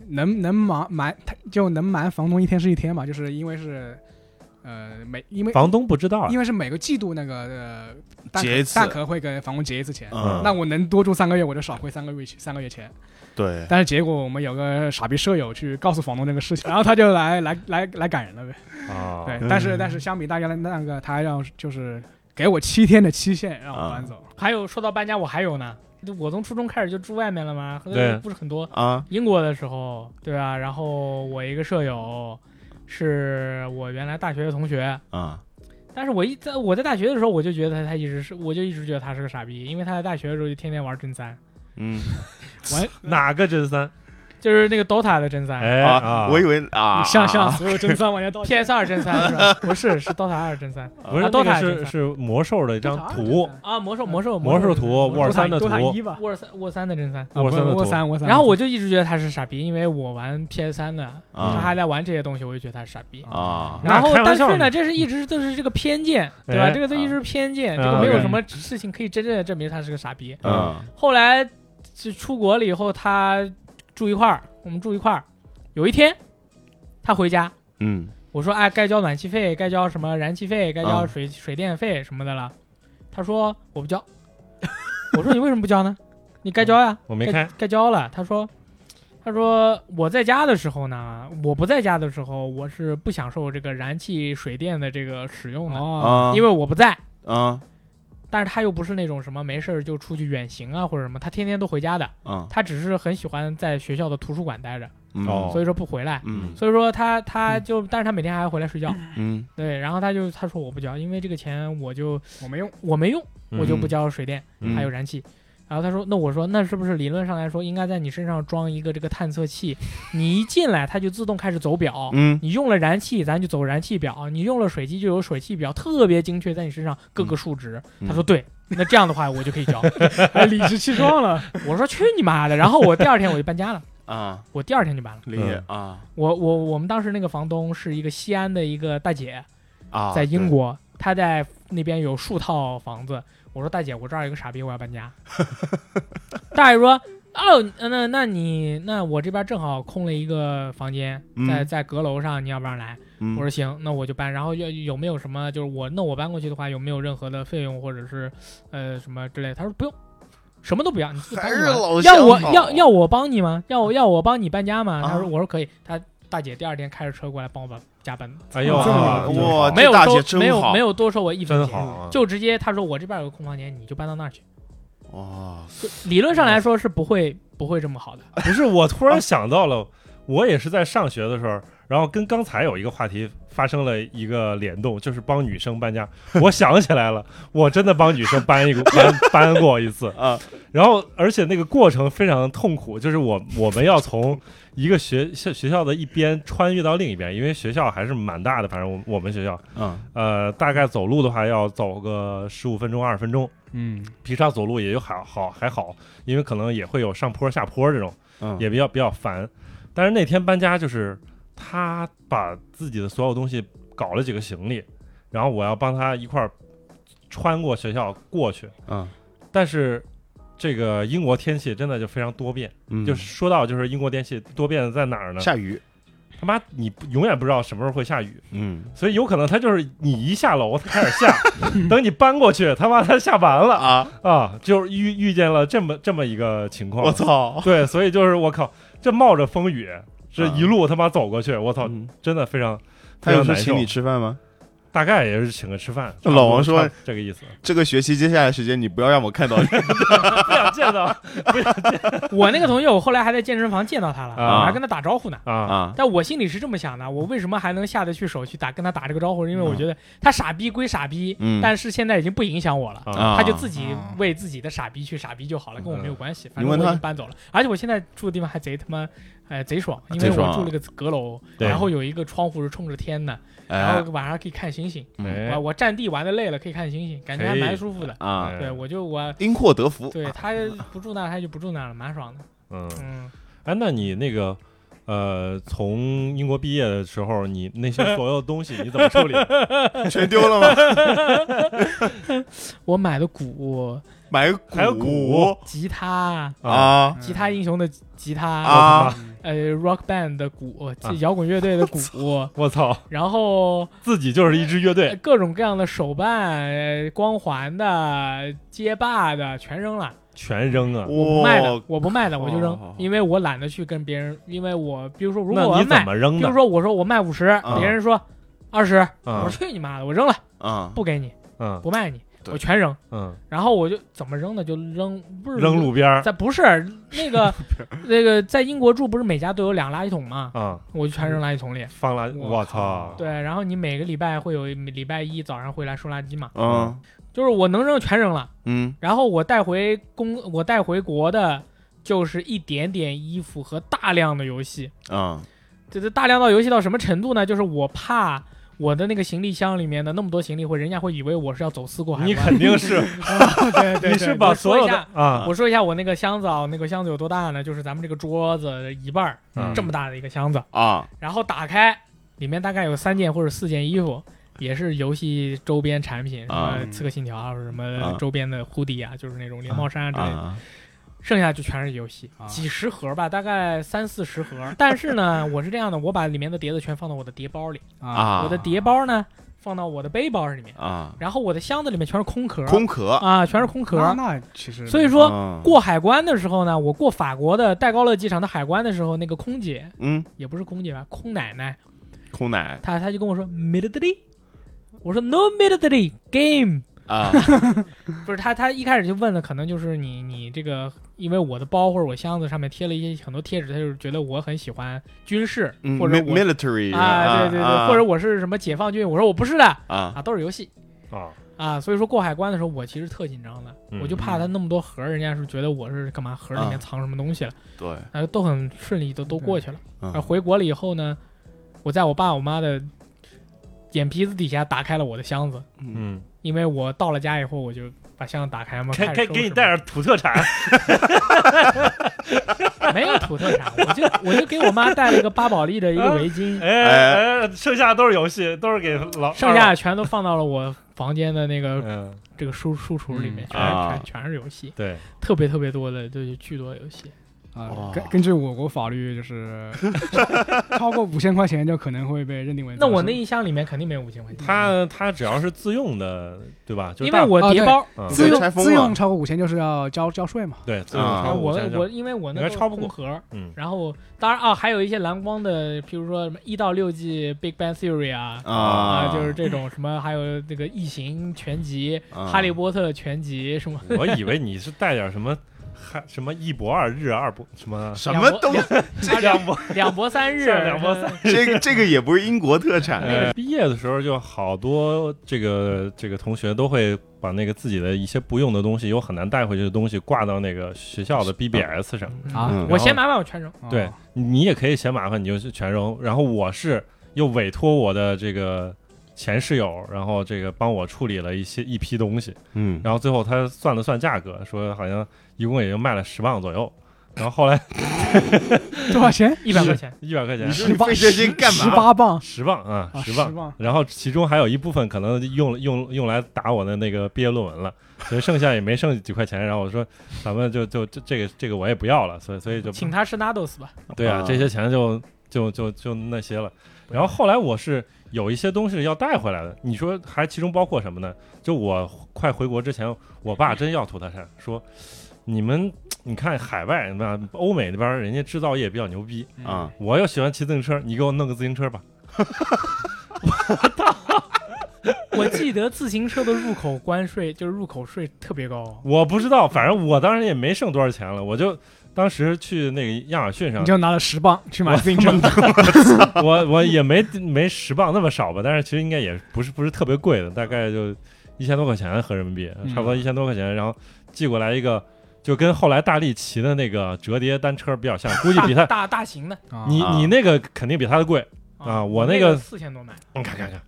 [SPEAKER 4] 能能瞒瞒他就能瞒房东一天是一天吧，就是因为是呃每因为
[SPEAKER 1] 房东不知道啊
[SPEAKER 4] 因为是每个季度那个呃蛋
[SPEAKER 2] 结一
[SPEAKER 4] 壳
[SPEAKER 2] 次
[SPEAKER 4] 蛋壳会跟房东结一次钱，
[SPEAKER 2] 嗯
[SPEAKER 4] 那我能多住三个月我就少亏三个月钱三个月钱。
[SPEAKER 2] 对，
[SPEAKER 4] 但是结果我们有个傻逼舍友去告诉房东这个事情，然后他就来来来来赶人了呗。
[SPEAKER 1] 啊，
[SPEAKER 4] 对，
[SPEAKER 2] 嗯
[SPEAKER 4] 但是但是相比大家的那个，他让就是给我七天的期限让
[SPEAKER 2] 啊
[SPEAKER 4] 我搬走。
[SPEAKER 3] 还有说到搬家，我还有呢，我从初中开始就住外面了嘛，
[SPEAKER 1] 对
[SPEAKER 3] 不是很多。
[SPEAKER 2] 啊
[SPEAKER 3] 英国的时候，对吧、然后我一个舍友是我原来大学的同学，
[SPEAKER 2] 啊
[SPEAKER 3] 但是我一在我在大学的时候，我就觉得他他一直是，我就一直觉得他是个傻逼，因为他在大学的时候就天天玩真三，
[SPEAKER 2] 嗯
[SPEAKER 1] 哪个真三？
[SPEAKER 3] 就是那个 DOTA 的真三。
[SPEAKER 1] 哎
[SPEAKER 2] 啊，我以为啊，
[SPEAKER 4] 像像所有真三玩家
[SPEAKER 1] 啊
[SPEAKER 4] 都
[SPEAKER 3] PS 二真三是吧？不是，是 DOTA 二真三
[SPEAKER 1] 不是
[SPEAKER 3] 啊，DOTA
[SPEAKER 1] 那个
[SPEAKER 3] 真
[SPEAKER 1] 是
[SPEAKER 3] 三
[SPEAKER 1] 是魔兽的一张图，
[SPEAKER 3] 啊！魔兽魔兽
[SPEAKER 1] 魔兽图
[SPEAKER 3] 魔
[SPEAKER 1] 沃尔三的
[SPEAKER 4] 多打
[SPEAKER 1] 图啊
[SPEAKER 4] 一吧。
[SPEAKER 3] 沃尔三沃三的真三。
[SPEAKER 1] 沃尔
[SPEAKER 4] 三
[SPEAKER 1] 三的
[SPEAKER 4] 沃
[SPEAKER 1] 图，
[SPEAKER 4] 三沃三。
[SPEAKER 3] 然后
[SPEAKER 1] 嗯
[SPEAKER 3] 我就一直觉得他是傻逼，因为我玩 PS 三的，
[SPEAKER 2] 啊
[SPEAKER 3] 他还在玩这些东西，我就觉得他是傻逼。
[SPEAKER 2] 啊
[SPEAKER 1] 那
[SPEAKER 3] 然后
[SPEAKER 1] 开，玩
[SPEAKER 3] 但
[SPEAKER 1] 笑
[SPEAKER 3] 是呢，
[SPEAKER 1] 呢嗯
[SPEAKER 3] 这是一直都是这个偏见，对吧？
[SPEAKER 1] 哎
[SPEAKER 3] 这个都一直是偏见，
[SPEAKER 1] 啊
[SPEAKER 3] 这个没有
[SPEAKER 1] OK
[SPEAKER 3] 什么事情可以真正的证明他是个傻逼。
[SPEAKER 2] 嗯
[SPEAKER 3] 后来就出国了以后，他住一块儿，我们住一块儿。有一天，他回家，
[SPEAKER 2] 嗯
[SPEAKER 3] 我说：“哎，该交暖气费，该交什么燃气费，
[SPEAKER 2] 啊
[SPEAKER 3] 该交水、水电费什么的了。”他说：“我不交。” 我说：“你为什么不交呢？你该交呀。”
[SPEAKER 1] 我没
[SPEAKER 3] 该
[SPEAKER 1] 开
[SPEAKER 3] 该交了。他说：“他说我在家的时候呢，我不在家的时候，我是不享受这个燃气、水电的这个使用的，
[SPEAKER 4] 哦，
[SPEAKER 2] 啊，
[SPEAKER 3] 因为我不在。
[SPEAKER 2] 啊
[SPEAKER 3] 但是他又不是那种什么没事儿就出去远行啊或者什么，他天天都回家的。
[SPEAKER 2] 啊
[SPEAKER 3] 他只是很喜欢在学校的图书馆待着，
[SPEAKER 1] 哦
[SPEAKER 3] 所以说不回来。
[SPEAKER 2] 嗯
[SPEAKER 3] 所以说他
[SPEAKER 4] 嗯
[SPEAKER 3] 他就，但是他每天还要回来睡觉。
[SPEAKER 2] 嗯
[SPEAKER 3] 对，然后他就他说我不交，因为这个钱我就
[SPEAKER 4] 我没用，
[SPEAKER 3] 我没用，我就不
[SPEAKER 2] 嗯
[SPEAKER 3] 交水电、
[SPEAKER 2] 嗯
[SPEAKER 3] 还有燃气。然后他说，那我说那是不是理论上来说应该在你身上装一个这个探测器，你一进来它就自动开始走表。
[SPEAKER 2] 嗯
[SPEAKER 3] 你用了燃气，咱就走燃气表；你用了水机，就有水气表，特别精确，在你身上各个数值。
[SPEAKER 2] 嗯
[SPEAKER 3] 他说对，那这样的话我就可以交。
[SPEAKER 4] 哎，理直气壮了。
[SPEAKER 3] 我说去你妈的！然后我第二天我就搬家了，
[SPEAKER 2] 啊，
[SPEAKER 3] 我第二天就搬了。
[SPEAKER 2] 理解啊
[SPEAKER 3] 我我我们当时那个房东是一个西安的一个大姐，
[SPEAKER 2] 啊，
[SPEAKER 3] 在英
[SPEAKER 2] 对
[SPEAKER 3] 国，她在那边有数套房子。我说大姐，我这儿有个傻逼，我要搬 家。大姐说。哦，那那你那我这边正好空了一个房间，在
[SPEAKER 2] 嗯
[SPEAKER 3] 在阁楼上，你要不要来？
[SPEAKER 2] 嗯
[SPEAKER 3] 我说行，那我就搬。然后要有没有什么就是我那我搬过去的话，有没有任何的费用或者是呃什么之类的？他说不用，什么都不要，你自己搬
[SPEAKER 2] 还
[SPEAKER 3] 就是完
[SPEAKER 2] 老
[SPEAKER 3] 要
[SPEAKER 2] 乡
[SPEAKER 3] 我
[SPEAKER 2] 好
[SPEAKER 3] 要要我帮你吗？要我要我帮你搬家吗？
[SPEAKER 2] 啊
[SPEAKER 3] 他说我说可以。他大姐第二天开着车过来帮我把家搬，
[SPEAKER 1] 哎呦，
[SPEAKER 4] 这么
[SPEAKER 1] 啊
[SPEAKER 4] 牛逼
[SPEAKER 2] 哇
[SPEAKER 3] 没有
[SPEAKER 2] 这大姐
[SPEAKER 3] 收
[SPEAKER 2] 真
[SPEAKER 3] 没有
[SPEAKER 2] 好
[SPEAKER 3] 没有多收我一分
[SPEAKER 1] 真
[SPEAKER 3] 钱，
[SPEAKER 1] 好，啊
[SPEAKER 3] 就直接他说我这边有个空房间，你就搬到那儿去。
[SPEAKER 2] 哇
[SPEAKER 3] 理论上来说是不会不会这么好的。
[SPEAKER 1] 不是，我突然想到了，我也是在上学的时候，然后跟刚才有一个话题发生了一个联动，就是帮女生搬家。我想起来了，我真的帮女生搬一个搬搬过一次，
[SPEAKER 2] 啊
[SPEAKER 1] 然后而且那个过程非常痛苦，就是我我们要从一个学校学校的一边穿越到另一边，因为学校还是蛮大的，反正我我们学校
[SPEAKER 2] 嗯
[SPEAKER 1] 呃大概走路的话要走个十五分钟二十分钟，
[SPEAKER 4] 嗯，
[SPEAKER 1] 平常走路也就还好还好，因为可能也会有上坡下坡这种。
[SPEAKER 2] 嗯
[SPEAKER 1] 也比较比较烦。但是那天搬家就是他把自己的所有东西搞了几个行李，然后我要帮他一块儿穿过学校过去。
[SPEAKER 2] 嗯
[SPEAKER 1] 但是这个英国天气真的就非常多变，
[SPEAKER 2] 嗯
[SPEAKER 1] 就是说到就是英国天气多变在哪儿呢？
[SPEAKER 2] 下雨
[SPEAKER 1] 他妈你不永远不知道什么时候会下雨，
[SPEAKER 2] 嗯
[SPEAKER 1] 所以有可能他就是你一下楼他开始 下，等你搬过去他妈他下完了
[SPEAKER 2] 啊
[SPEAKER 1] 啊，就是遇遇见了这么这么一个情况。
[SPEAKER 2] 我操
[SPEAKER 1] 对，所以就是我靠，这冒着风雨，这一路他妈走过去，我操，
[SPEAKER 2] 啊嗯
[SPEAKER 1] 真的非常。
[SPEAKER 2] 他
[SPEAKER 1] 非
[SPEAKER 2] 有
[SPEAKER 1] 常
[SPEAKER 2] 说
[SPEAKER 1] 难
[SPEAKER 2] 请
[SPEAKER 1] 受
[SPEAKER 2] 你吃饭吗？
[SPEAKER 1] 大概也是请个吃饭。
[SPEAKER 2] 老王
[SPEAKER 1] 差不多
[SPEAKER 2] 说
[SPEAKER 1] 差这个意思，
[SPEAKER 2] 这个学期接下来时间你不要让我看到你
[SPEAKER 1] 不想见到
[SPEAKER 3] 我那个同学，我后来还在健身房见到他了，
[SPEAKER 1] 啊
[SPEAKER 3] 我还跟他打招呼呢。
[SPEAKER 1] 啊，
[SPEAKER 2] 啊
[SPEAKER 3] 但我心里是这么想的，我为什么还能下得去手去打跟他打这个招呼？是因为我觉得他傻逼归傻逼，
[SPEAKER 2] 嗯
[SPEAKER 3] 但是现在已经不影响我了。
[SPEAKER 1] 啊
[SPEAKER 2] 啊嗯
[SPEAKER 3] 他就自己为自己的傻逼去傻逼就好了，跟我没有关系。反
[SPEAKER 2] 你
[SPEAKER 3] 正我
[SPEAKER 2] 问
[SPEAKER 3] 已
[SPEAKER 2] 他
[SPEAKER 3] 经搬走了，而且我现在住的地方还贼他妈，哎、贼爽，因
[SPEAKER 2] 贼
[SPEAKER 3] 为我
[SPEAKER 2] 爽啊
[SPEAKER 3] 住了个阁楼，
[SPEAKER 1] 对
[SPEAKER 3] 然后有一个窗户是冲着天的，然
[SPEAKER 2] 哎
[SPEAKER 3] 后晚上可以看星星。
[SPEAKER 1] 哎
[SPEAKER 3] 我我占地玩的累了，可以看星星，感觉还
[SPEAKER 1] 可以
[SPEAKER 3] 蛮舒服的。
[SPEAKER 2] 啊
[SPEAKER 1] 哎
[SPEAKER 3] 对，我就我
[SPEAKER 2] 因祸得 福
[SPEAKER 3] 对他不住那儿，他就不住那儿了，蛮爽的。
[SPEAKER 1] 嗯，
[SPEAKER 3] 嗯，
[SPEAKER 1] 哎，那你那个呃，从英国毕业的时候，你那些所有东西你怎么 处理？
[SPEAKER 2] 全丢了吗？
[SPEAKER 3] 我买的鼓、
[SPEAKER 2] 买个
[SPEAKER 1] 还有鼓
[SPEAKER 3] 吉他、
[SPEAKER 2] 啊，
[SPEAKER 3] 吉 他英雄的吉他
[SPEAKER 2] 啊
[SPEAKER 3] 呃，Rock Band 的鼓，
[SPEAKER 1] 啊
[SPEAKER 3] 摇滚乐队的鼓，
[SPEAKER 1] 我操，哎
[SPEAKER 3] 然后呃
[SPEAKER 1] 自己就是一支乐队，
[SPEAKER 3] 各种各样的手办、呃光环的、街霸的全扔了。
[SPEAKER 1] 全扔啊！
[SPEAKER 2] 我
[SPEAKER 3] 不卖的，我不卖的，我就
[SPEAKER 2] 好好
[SPEAKER 3] 扔
[SPEAKER 2] 好，
[SPEAKER 3] 因为我懒得去跟别人，因为我比如说如果我
[SPEAKER 1] 那
[SPEAKER 3] 要
[SPEAKER 1] 你怎
[SPEAKER 3] 卖，
[SPEAKER 1] 么扔
[SPEAKER 3] 比
[SPEAKER 1] 的
[SPEAKER 3] 如？说我说我卖五十，
[SPEAKER 2] 啊
[SPEAKER 3] 别人说二十，我
[SPEAKER 1] 啊
[SPEAKER 3] 说去你妈的，我扔了，
[SPEAKER 2] 啊，
[SPEAKER 3] 不给你，
[SPEAKER 1] 嗯
[SPEAKER 3] 不卖你，
[SPEAKER 2] 对
[SPEAKER 3] 我全扔。
[SPEAKER 1] 嗯，
[SPEAKER 3] 然后我就怎么扔的就扔，不是
[SPEAKER 1] 扔路边儿
[SPEAKER 3] 在不是那个那个在英国住，不是每家都有两个垃圾桶吗？
[SPEAKER 1] 啊，
[SPEAKER 3] 我就全扔垃圾桶里。
[SPEAKER 1] 放垃，
[SPEAKER 4] 我
[SPEAKER 1] 我操！
[SPEAKER 3] 对，然后你每个礼拜会有礼拜一早上会来收垃圾嘛？
[SPEAKER 2] 嗯
[SPEAKER 3] 就是我能扔全扔了，
[SPEAKER 2] 嗯
[SPEAKER 3] 然后我带回公我带回国的就是一点点衣服和大量的游戏。
[SPEAKER 2] 啊
[SPEAKER 3] 这这大量到游戏到什么程度呢？就是我怕我的那个行李箱里面的那么多行李会，人家会以为我是要走私过海关。
[SPEAKER 1] 你肯定 是，
[SPEAKER 4] 对对，
[SPEAKER 1] 你是把
[SPEAKER 3] 我说
[SPEAKER 1] 所
[SPEAKER 3] 一
[SPEAKER 1] 有的
[SPEAKER 3] 下
[SPEAKER 1] 啊
[SPEAKER 3] 我说一下我那个箱子啊，那个箱子有多大呢？就是咱们这个桌子一半儿
[SPEAKER 1] 嗯
[SPEAKER 3] 这么大的一个箱子，
[SPEAKER 2] 啊
[SPEAKER 3] 然后打开，里面大概有三件或者四件衣服，也是游戏周边产品，什
[SPEAKER 2] 啊
[SPEAKER 3] 么《刺客信条》啊，或者什
[SPEAKER 2] 啊
[SPEAKER 3] 么周边的 hoodie 啊，就是那种连帽衫啊之类的。
[SPEAKER 2] 啊
[SPEAKER 3] 剩下就全是游戏，
[SPEAKER 4] 啊
[SPEAKER 3] 几十盒吧，大概三四十盒。但是呢，我是这样的，我把里面的碟子全放到我的碟包里，
[SPEAKER 4] 啊，
[SPEAKER 2] 啊，
[SPEAKER 3] 我的碟包呢放到我的背包里面，
[SPEAKER 2] 啊，
[SPEAKER 3] 然后我的箱子里面全是空壳，
[SPEAKER 2] 空壳，
[SPEAKER 3] 啊，全是空
[SPEAKER 4] 那
[SPEAKER 3] 壳。
[SPEAKER 4] 那其实
[SPEAKER 3] 所以说、
[SPEAKER 2] 嗯
[SPEAKER 3] 过海关的时候呢，我过法国的戴高乐机场的海关的时候，那个空姐
[SPEAKER 2] 嗯，
[SPEAKER 3] 也不是空姐吧，空奶奶，
[SPEAKER 2] 空奶
[SPEAKER 3] 她她就跟我说 military，我说 no military game。
[SPEAKER 2] 啊
[SPEAKER 3] 不是他，他一开始就问的，可能就是你你这个，因为我的包或者我箱子上面贴了一些很多贴纸，他就是觉得我很喜欢军事，
[SPEAKER 2] 嗯
[SPEAKER 3] 或者
[SPEAKER 2] ，mi-
[SPEAKER 3] 我
[SPEAKER 2] ，military
[SPEAKER 3] 啊，对对对，
[SPEAKER 2] 啊
[SPEAKER 3] 或者我是什么解放军，我说我不是的
[SPEAKER 2] 啊
[SPEAKER 3] 啊，都是游戏
[SPEAKER 1] 啊，
[SPEAKER 3] 啊，所以说过海关的时候，我其实特紧张的，
[SPEAKER 1] 嗯
[SPEAKER 3] 我就怕他那么多盒儿，人家是觉得我是干嘛盒儿里面
[SPEAKER 2] 啊
[SPEAKER 3] 藏什么东西了，
[SPEAKER 2] 对，
[SPEAKER 3] 啊，都很顺利的都过去了。
[SPEAKER 2] 嗯
[SPEAKER 3] 而回国了以后呢，我在我爸我妈的眼皮子底下打开了我的箱子，
[SPEAKER 2] 嗯
[SPEAKER 1] 嗯，
[SPEAKER 3] 因为我到了家以后我就把箱子打开嘛，
[SPEAKER 1] 给
[SPEAKER 3] 开始
[SPEAKER 1] 给
[SPEAKER 3] 收
[SPEAKER 1] 给你
[SPEAKER 3] 拾嘛
[SPEAKER 1] 带点土特 产，
[SPEAKER 3] 没有土特产，我就我就给我妈带了一个巴宝莉的一个围巾，
[SPEAKER 1] 哎哎，剩下都是游戏，都是给老
[SPEAKER 3] 剩下全都放到了我房间的那个
[SPEAKER 1] 嗯，
[SPEAKER 3] 这个书书橱里面，
[SPEAKER 4] 嗯
[SPEAKER 3] 全是
[SPEAKER 2] 啊
[SPEAKER 3] 全全是游戏，
[SPEAKER 1] 对，
[SPEAKER 3] 特别特别多的，就是巨多游戏。
[SPEAKER 4] 啊
[SPEAKER 1] 哦
[SPEAKER 2] 哇，
[SPEAKER 4] 根根据我国法律，就是 超过五千块钱就可能会被认定为
[SPEAKER 3] 那我那
[SPEAKER 4] 那
[SPEAKER 3] 一箱里面肯定没有五千块钱，
[SPEAKER 1] 他他只要是自用的，对吧？就是
[SPEAKER 3] 嗯因
[SPEAKER 1] 大
[SPEAKER 3] 为我叠包，
[SPEAKER 1] 嗯
[SPEAKER 4] 自
[SPEAKER 2] 被拆
[SPEAKER 4] 用
[SPEAKER 2] 封
[SPEAKER 4] 自
[SPEAKER 2] 了
[SPEAKER 4] 用超过五千就是要交交税嘛。
[SPEAKER 1] 对自用
[SPEAKER 2] 啊
[SPEAKER 1] 超过
[SPEAKER 3] 我
[SPEAKER 1] 5000就
[SPEAKER 3] 我因为我那
[SPEAKER 1] 应该
[SPEAKER 3] 个
[SPEAKER 1] 超不过
[SPEAKER 3] 空盒，
[SPEAKER 1] 嗯
[SPEAKER 3] 然后当然啊，还有一些蓝光的，比如说什么一到六季 Big Bang Theory 啊。啊，就是这种什么，还有那个《异形》全集、
[SPEAKER 2] 啊
[SPEAKER 3] 哈利波特》全集什么，
[SPEAKER 1] 我以为你是带点什么，还什么一博二日二博什么
[SPEAKER 2] 什么
[SPEAKER 3] 两
[SPEAKER 2] 东西，
[SPEAKER 1] 这两博。
[SPEAKER 3] 两博三日，嗯
[SPEAKER 1] 像两博三
[SPEAKER 2] 这个这个也不是英国特产
[SPEAKER 1] 那呃
[SPEAKER 3] 哎
[SPEAKER 1] 个毕业的时候，就好多这个这个同学都会把那个自己的一些不用的东西，有很难带回去的东西，挂到那个学校的 BBS 上。
[SPEAKER 4] 啊
[SPEAKER 2] 嗯
[SPEAKER 3] 我嫌麻烦，我全扔。
[SPEAKER 4] 哦
[SPEAKER 1] 对，你也可以嫌麻烦，你就全扔。然后我是又委托我的这个前室友，然后这个帮我处理了一些一批东西，
[SPEAKER 2] 嗯
[SPEAKER 1] 然后最后他算了算价格，说好像一共也就卖了十磅左右。然后后来
[SPEAKER 4] 多少钱？
[SPEAKER 3] 一百块钱，
[SPEAKER 1] 一百块钱
[SPEAKER 2] 你，说你费这劲干
[SPEAKER 4] 十
[SPEAKER 2] 嘛？
[SPEAKER 4] 八磅，
[SPEAKER 1] 十磅啊，
[SPEAKER 4] 啊
[SPEAKER 1] 十
[SPEAKER 4] 十磅
[SPEAKER 1] 磅。然后其中还有一部分可能用用用来打我的那个毕业论文了，所以剩下也没剩几块钱。然后我说，咱们就就这这个这个我也不要了，所以所以就
[SPEAKER 3] 请他吃 Nados 吧。
[SPEAKER 1] 对啊
[SPEAKER 2] 啊，
[SPEAKER 1] 这些钱就就就就那些了。然后后来我是有一些东西要带回来的，你说还其中包括什么呢？就我快回国之前，我爸真要吐他山，说你们你看海外那欧美那边人家制造业比较牛逼，
[SPEAKER 2] 啊
[SPEAKER 1] 我又喜欢骑自行车，你给我弄个自行车吧。
[SPEAKER 3] 我记得自行车的入口关税就是入口税特别高，
[SPEAKER 1] 我不知道，反正我当时也没剩多少钱了，我就当时去那个亚马逊上
[SPEAKER 4] 你，就拿了十磅去买自行车。
[SPEAKER 1] 我我也没没十磅那么少吧，但是其实应该也不是不是特别贵的，大概就一千多块钱合人民币，
[SPEAKER 4] 嗯
[SPEAKER 1] 差不多一千多块钱，然后寄过来一个，就跟后来大力骑的那个折叠单车比较像，估计比
[SPEAKER 3] 大
[SPEAKER 1] 他
[SPEAKER 3] 大大型的
[SPEAKER 4] 啊
[SPEAKER 1] 你
[SPEAKER 2] 啊
[SPEAKER 1] 你那个肯定比他的贵，嗯啊我那
[SPEAKER 3] 那
[SPEAKER 1] 个
[SPEAKER 3] 四千多买，
[SPEAKER 1] 你看看看，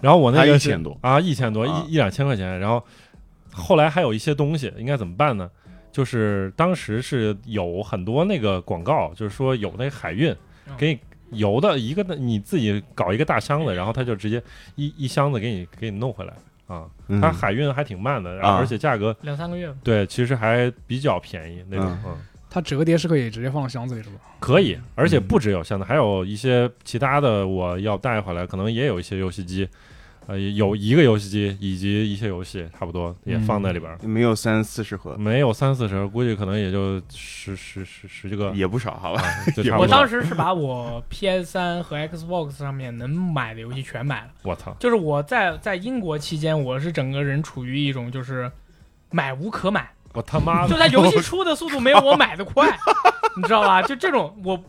[SPEAKER 1] 然后我那
[SPEAKER 2] 他
[SPEAKER 1] 个是
[SPEAKER 2] 1000多
[SPEAKER 1] 啊，一千多
[SPEAKER 2] 啊
[SPEAKER 1] 一一两千块钱，然后后来还有一些东西应该怎么办呢？就是当时是有很多那个广告，就是说有那个海运，
[SPEAKER 3] 嗯
[SPEAKER 1] 给你邮的一个你自己搞一个大箱子，然后他就直接一一箱子给你给你弄回来啊。
[SPEAKER 2] 嗯
[SPEAKER 1] 它海运还挺慢的，然后
[SPEAKER 2] 啊
[SPEAKER 1] 而且价格
[SPEAKER 3] 两三个月吧，
[SPEAKER 1] 对其实还比较便宜那种
[SPEAKER 2] 嗯
[SPEAKER 1] 嗯
[SPEAKER 4] 它折叠是可以直接放到箱子里是吧？
[SPEAKER 1] 可以，而且不只有箱子，还有一些其他的，我要带回来，可能也有一些游戏机，呃，有一个游戏机以及一些游戏，差不多也放在里边儿。
[SPEAKER 2] 没有三四十盒，
[SPEAKER 1] 没有三四十，估计可能也就十十十十几
[SPEAKER 3] 嗯
[SPEAKER 1] 个，
[SPEAKER 2] 也不少，好吧？
[SPEAKER 3] 啊
[SPEAKER 1] 就差不多。
[SPEAKER 3] 我当时是把我 PS 三和 Xbox 上面能买的游戏全买了。
[SPEAKER 1] 我操，
[SPEAKER 3] 就是我在在英国期间，我是整个人处于一种就是买无可买，
[SPEAKER 1] 我他妈
[SPEAKER 3] 就
[SPEAKER 1] 的，
[SPEAKER 3] 它游戏出的速度没有我买 的快，你知道吧？就这种我。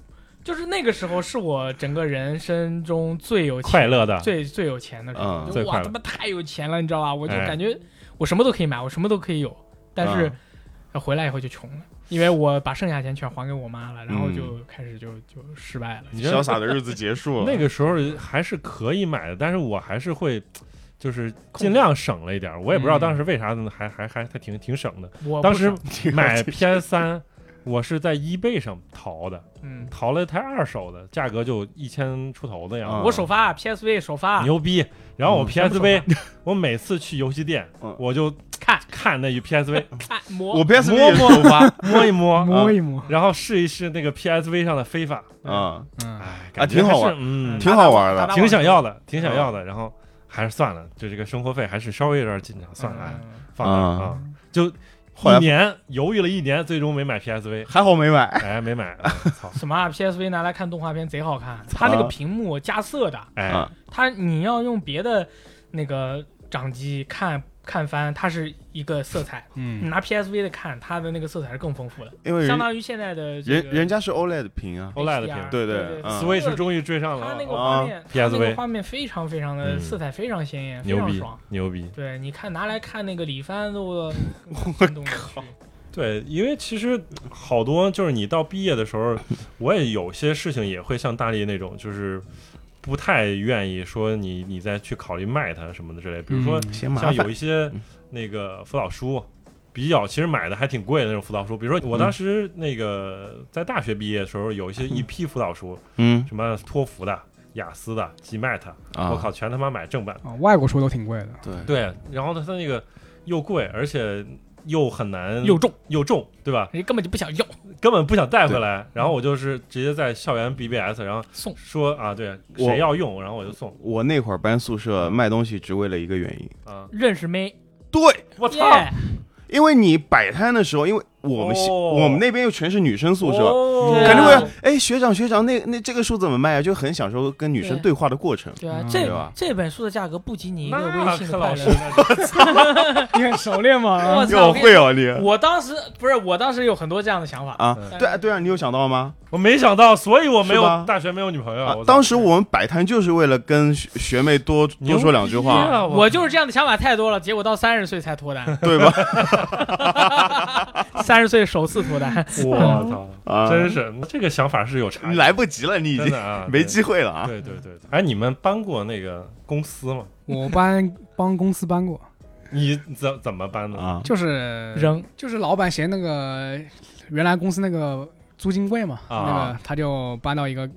[SPEAKER 3] 就是那个时候，是我整个人生中最有钱
[SPEAKER 1] 快乐的
[SPEAKER 3] 最最有钱的时候，
[SPEAKER 2] 嗯
[SPEAKER 3] 就
[SPEAKER 1] 啊最快
[SPEAKER 3] 哇，
[SPEAKER 1] 乐
[SPEAKER 3] 他妈太有钱了，你知道吧？我就
[SPEAKER 1] 哎
[SPEAKER 3] 感觉我什么都可以买，我什么都可以有，但是
[SPEAKER 2] 嗯
[SPEAKER 3] 呃回来以后就穷了，因为我把剩下钱全还给我妈了，然后
[SPEAKER 2] 嗯
[SPEAKER 3] 就开始就就失败了。
[SPEAKER 1] 你知道
[SPEAKER 2] 潇洒的日子结束了
[SPEAKER 1] 那。个时候还是可以买的，但是我还是会。就是尽量省了一点儿，我也不知道当时为啥呢还还还还挺挺省的。
[SPEAKER 3] 我哦不
[SPEAKER 1] 当时
[SPEAKER 3] 爽
[SPEAKER 1] 买 PS 三，我是在 eBay 上淘的，
[SPEAKER 3] 嗯，
[SPEAKER 1] 淘了一台二手的，价格就一千出头的样
[SPEAKER 2] 啊
[SPEAKER 1] 子，
[SPEAKER 3] 我首发 PSV 首发，
[SPEAKER 1] 牛逼。然后我
[SPEAKER 2] 嗯
[SPEAKER 1] PSV，我 每次去游戏店
[SPEAKER 2] 嗯，
[SPEAKER 1] 我就
[SPEAKER 3] 看
[SPEAKER 1] 看那 PSV，
[SPEAKER 3] 看摸
[SPEAKER 2] 我 PSV
[SPEAKER 1] 摸
[SPEAKER 2] 也
[SPEAKER 1] 摸
[SPEAKER 2] 首发，
[SPEAKER 1] 摸一摸，
[SPEAKER 4] 摸一摸，
[SPEAKER 1] 然后试一试那个 PSV 上的非法，
[SPEAKER 2] 嗯，
[SPEAKER 4] 嗯，
[SPEAKER 1] 哎，
[SPEAKER 2] 啊
[SPEAKER 1] 感觉
[SPEAKER 2] 挺好
[SPEAKER 1] 还是
[SPEAKER 2] 玩嗯
[SPEAKER 1] 嗯，
[SPEAKER 2] 挺好玩的
[SPEAKER 3] 打打嗯
[SPEAKER 1] 挺想要的，挺想要的。然后还是算了，就这个生活费还是稍微有点紧张，算了，哎
[SPEAKER 3] 嗯
[SPEAKER 1] 放那儿
[SPEAKER 2] 啊
[SPEAKER 1] 啊，就。
[SPEAKER 2] 后来
[SPEAKER 1] 一年犹豫了一年，最终没买 PSV，
[SPEAKER 2] 还好没买。
[SPEAKER 1] 哎，没买，哎操，
[SPEAKER 3] 什么啊 PSV 拿来看动画片贼好
[SPEAKER 1] 啊
[SPEAKER 3] 看，它那个屏幕加色的，
[SPEAKER 1] 哎
[SPEAKER 2] 啊，
[SPEAKER 3] 它你要用别的那个掌机看看翻，它是一个色彩，你
[SPEAKER 4] 嗯，
[SPEAKER 3] 拿 PSV 的看，它的那个色彩是更丰富的，
[SPEAKER 2] 因为
[SPEAKER 3] 相
[SPEAKER 2] 人
[SPEAKER 3] 当于现在的这
[SPEAKER 2] 人
[SPEAKER 3] 个
[SPEAKER 2] 人家是 OLED 屏啊，
[SPEAKER 1] OLED 的
[SPEAKER 3] HDR
[SPEAKER 1] 屏
[SPEAKER 2] 对
[SPEAKER 3] 对
[SPEAKER 2] 对嗯
[SPEAKER 1] Switch 终于追上了
[SPEAKER 3] 它那个
[SPEAKER 1] 啊，
[SPEAKER 3] 画面，它那
[SPEAKER 1] PSV
[SPEAKER 3] 个画面非常非常的
[SPEAKER 1] 嗯
[SPEAKER 3] 色彩非常鲜艳，非
[SPEAKER 1] 牛
[SPEAKER 3] 常
[SPEAKER 1] 逼
[SPEAKER 3] 爽。，
[SPEAKER 1] 牛逼。
[SPEAKER 3] 对，你看拿来看那个李帆都，我靠，
[SPEAKER 1] 对，因为其实好多就是你到毕业的时候，我也有些事情也会像大力那种，就是不太愿意说你你再去考虑卖它什么的之类。比如
[SPEAKER 4] 嗯
[SPEAKER 1] 说
[SPEAKER 2] 嫌嗯麻
[SPEAKER 1] 像
[SPEAKER 2] 烦。嗯
[SPEAKER 1] 有一些那个辅导书，比较其实买的还挺贵的那种辅导书，比如说我
[SPEAKER 2] 嗯
[SPEAKER 1] 当时那个在大学毕业的时候，有一些一批辅导书，
[SPEAKER 2] 嗯
[SPEAKER 1] 什么托福的、雅思的、GMAT，
[SPEAKER 2] 啊，
[SPEAKER 1] 我靠，全他妈买正版。
[SPEAKER 4] 啊，外国书都挺贵的，
[SPEAKER 2] 对，
[SPEAKER 1] 对，然后它它那个又贵，而且又很难
[SPEAKER 3] 又重，
[SPEAKER 1] 又重，对吧？
[SPEAKER 3] 人家根本就不想要，
[SPEAKER 1] 根本不想带回来。然后我就是直接在校园 BBS，然后
[SPEAKER 3] 送
[SPEAKER 1] 说啊，对，
[SPEAKER 2] 我
[SPEAKER 1] 谁要用，然后我就送
[SPEAKER 2] 我那会儿搬宿舍卖东西只为了一个原因，
[SPEAKER 1] 啊。
[SPEAKER 3] 认识妹，
[SPEAKER 2] 对，
[SPEAKER 1] 我操！
[SPEAKER 3] 耶
[SPEAKER 2] 因为你摆摊的时候，因为我们、
[SPEAKER 1] 哦
[SPEAKER 2] 我们那边又全是女生宿舍，
[SPEAKER 1] 哦
[SPEAKER 3] 对啊
[SPEAKER 2] 肯定会哎学长学长那那这个书怎么卖啊？就很享受跟女生对话的过程。
[SPEAKER 3] 对啊
[SPEAKER 4] 嗯，
[SPEAKER 2] 对
[SPEAKER 3] 这
[SPEAKER 2] 吧
[SPEAKER 3] 这本书的价格不及你一个
[SPEAKER 1] 那
[SPEAKER 3] 微信
[SPEAKER 1] 柯
[SPEAKER 3] 的
[SPEAKER 1] 老
[SPEAKER 3] 快
[SPEAKER 1] 师
[SPEAKER 3] 乐。
[SPEAKER 1] 那是，
[SPEAKER 4] 你很熟练吗
[SPEAKER 3] 我？操！
[SPEAKER 2] 哟
[SPEAKER 3] 我跟你
[SPEAKER 2] 会哦你
[SPEAKER 3] 说我当时不是，我当时有很多这样的想法。
[SPEAKER 2] 啊，
[SPEAKER 1] 嗯
[SPEAKER 2] 对啊对啊，你有想到吗？
[SPEAKER 1] 我没想到，所以我没有
[SPEAKER 2] 是吧
[SPEAKER 1] 大学没有女朋友。
[SPEAKER 2] 啊
[SPEAKER 1] 我，操
[SPEAKER 2] 当时我们摆摊就是为了跟学学妹多多说两句
[SPEAKER 1] 牛逼
[SPEAKER 2] 话，
[SPEAKER 1] 啊
[SPEAKER 3] 我
[SPEAKER 1] 我
[SPEAKER 3] 就是这样的想法太多了，结果到三十岁才脱单，
[SPEAKER 2] 对吧？
[SPEAKER 3] 三十岁首次脱单。
[SPEAKER 1] 我
[SPEAKER 2] 啊
[SPEAKER 1] 操，，真是这个想法是有差
[SPEAKER 2] 你
[SPEAKER 1] 异，
[SPEAKER 2] 来不及了，你已
[SPEAKER 1] 真
[SPEAKER 2] 经
[SPEAKER 1] 的啊，
[SPEAKER 2] 没
[SPEAKER 1] 对
[SPEAKER 2] 机会了啊。
[SPEAKER 1] 对对对，对哎，你们搬过那个公司吗？
[SPEAKER 4] 我搬帮公司搬过，
[SPEAKER 1] 你怎怎么搬的？
[SPEAKER 2] 啊，
[SPEAKER 4] 就是
[SPEAKER 3] 扔
[SPEAKER 4] 就是老板嫌那个原来公司那个租金贵嘛，
[SPEAKER 1] 啊
[SPEAKER 4] 那个他就搬到一个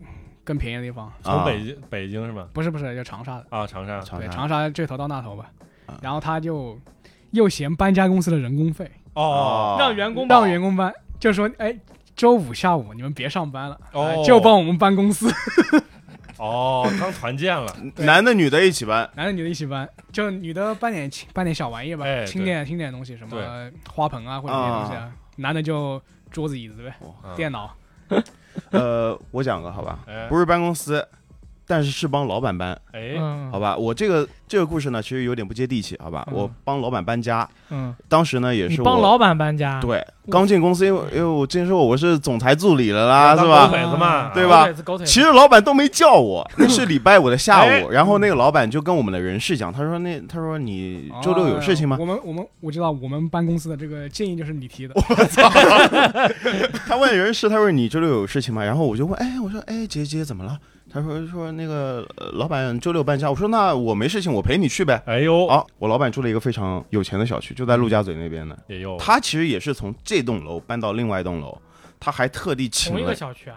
[SPEAKER 4] 更便宜的地方，
[SPEAKER 1] 从北京北京是吗？
[SPEAKER 4] 不是不是，就长沙的，
[SPEAKER 1] 啊，长沙
[SPEAKER 2] 啊长
[SPEAKER 4] 对，
[SPEAKER 2] 沙
[SPEAKER 4] 长沙这头到那头吧
[SPEAKER 2] 啊。
[SPEAKER 4] 然后他就又嫌搬家公司的人工费，
[SPEAKER 2] 啊
[SPEAKER 1] 哦
[SPEAKER 3] 让员工
[SPEAKER 4] 让员工搬，就说哎，周五下午你们别上班了，
[SPEAKER 1] 哦
[SPEAKER 4] 哎
[SPEAKER 3] 啊
[SPEAKER 4] 就帮我们搬公司，
[SPEAKER 1] 哦，刚团建了，
[SPEAKER 4] 对
[SPEAKER 2] 嗯男的女的一起搬，
[SPEAKER 4] 男的女的一起搬，就女的搬点轻搬点小玩意吧
[SPEAKER 1] 哎，
[SPEAKER 4] 轻点轻点东西，什么花盆啊或者这些东西啊，男的就桌子椅子呗，
[SPEAKER 1] 嗯
[SPEAKER 4] 电脑
[SPEAKER 2] 呃，我讲个好吧，
[SPEAKER 1] 哎
[SPEAKER 2] 不是搬公司，但是是帮老板搬，
[SPEAKER 1] 哎
[SPEAKER 3] 嗯
[SPEAKER 2] 好吧？我这个这个故事呢，其实有点不接地气，好吧？
[SPEAKER 3] 嗯
[SPEAKER 2] 我帮老板搬家，
[SPEAKER 3] 嗯，
[SPEAKER 2] 当时呢也
[SPEAKER 3] 你
[SPEAKER 2] 是
[SPEAKER 3] 帮
[SPEAKER 2] 我
[SPEAKER 3] 老板搬家，
[SPEAKER 2] 对刚进公司，因为因为我之前说我是总裁助理了啦，
[SPEAKER 1] 当
[SPEAKER 2] 是
[SPEAKER 1] 老
[SPEAKER 2] 吧
[SPEAKER 1] 板？腿子嘛
[SPEAKER 2] 啊对吧
[SPEAKER 3] 狗腿子？狗腿子
[SPEAKER 2] 其实老板都没叫我，那是礼拜五的下
[SPEAKER 1] 哎
[SPEAKER 2] 午，然后那个老板就跟我们的人事讲，他说那他说你周六有事情吗
[SPEAKER 4] 哦？我们我们我知道，我们办公司的这个建议就是你提
[SPEAKER 2] 哦
[SPEAKER 4] 的，
[SPEAKER 2] 他问人事，他说你周六有事情吗？然后我就问，哎，我说，哎，姐姐怎么了？他说说那个呃老板周六搬家，我说那我没事情，我陪你去呗。
[SPEAKER 1] 哎呦，
[SPEAKER 2] 好、我老板住了一个非常有钱的小区，就在陆家嘴那边的。
[SPEAKER 1] 也有
[SPEAKER 2] 他其实也是从这栋楼搬到另外一栋楼，他还特地请
[SPEAKER 3] 同一
[SPEAKER 2] 了
[SPEAKER 3] 个，小区啊，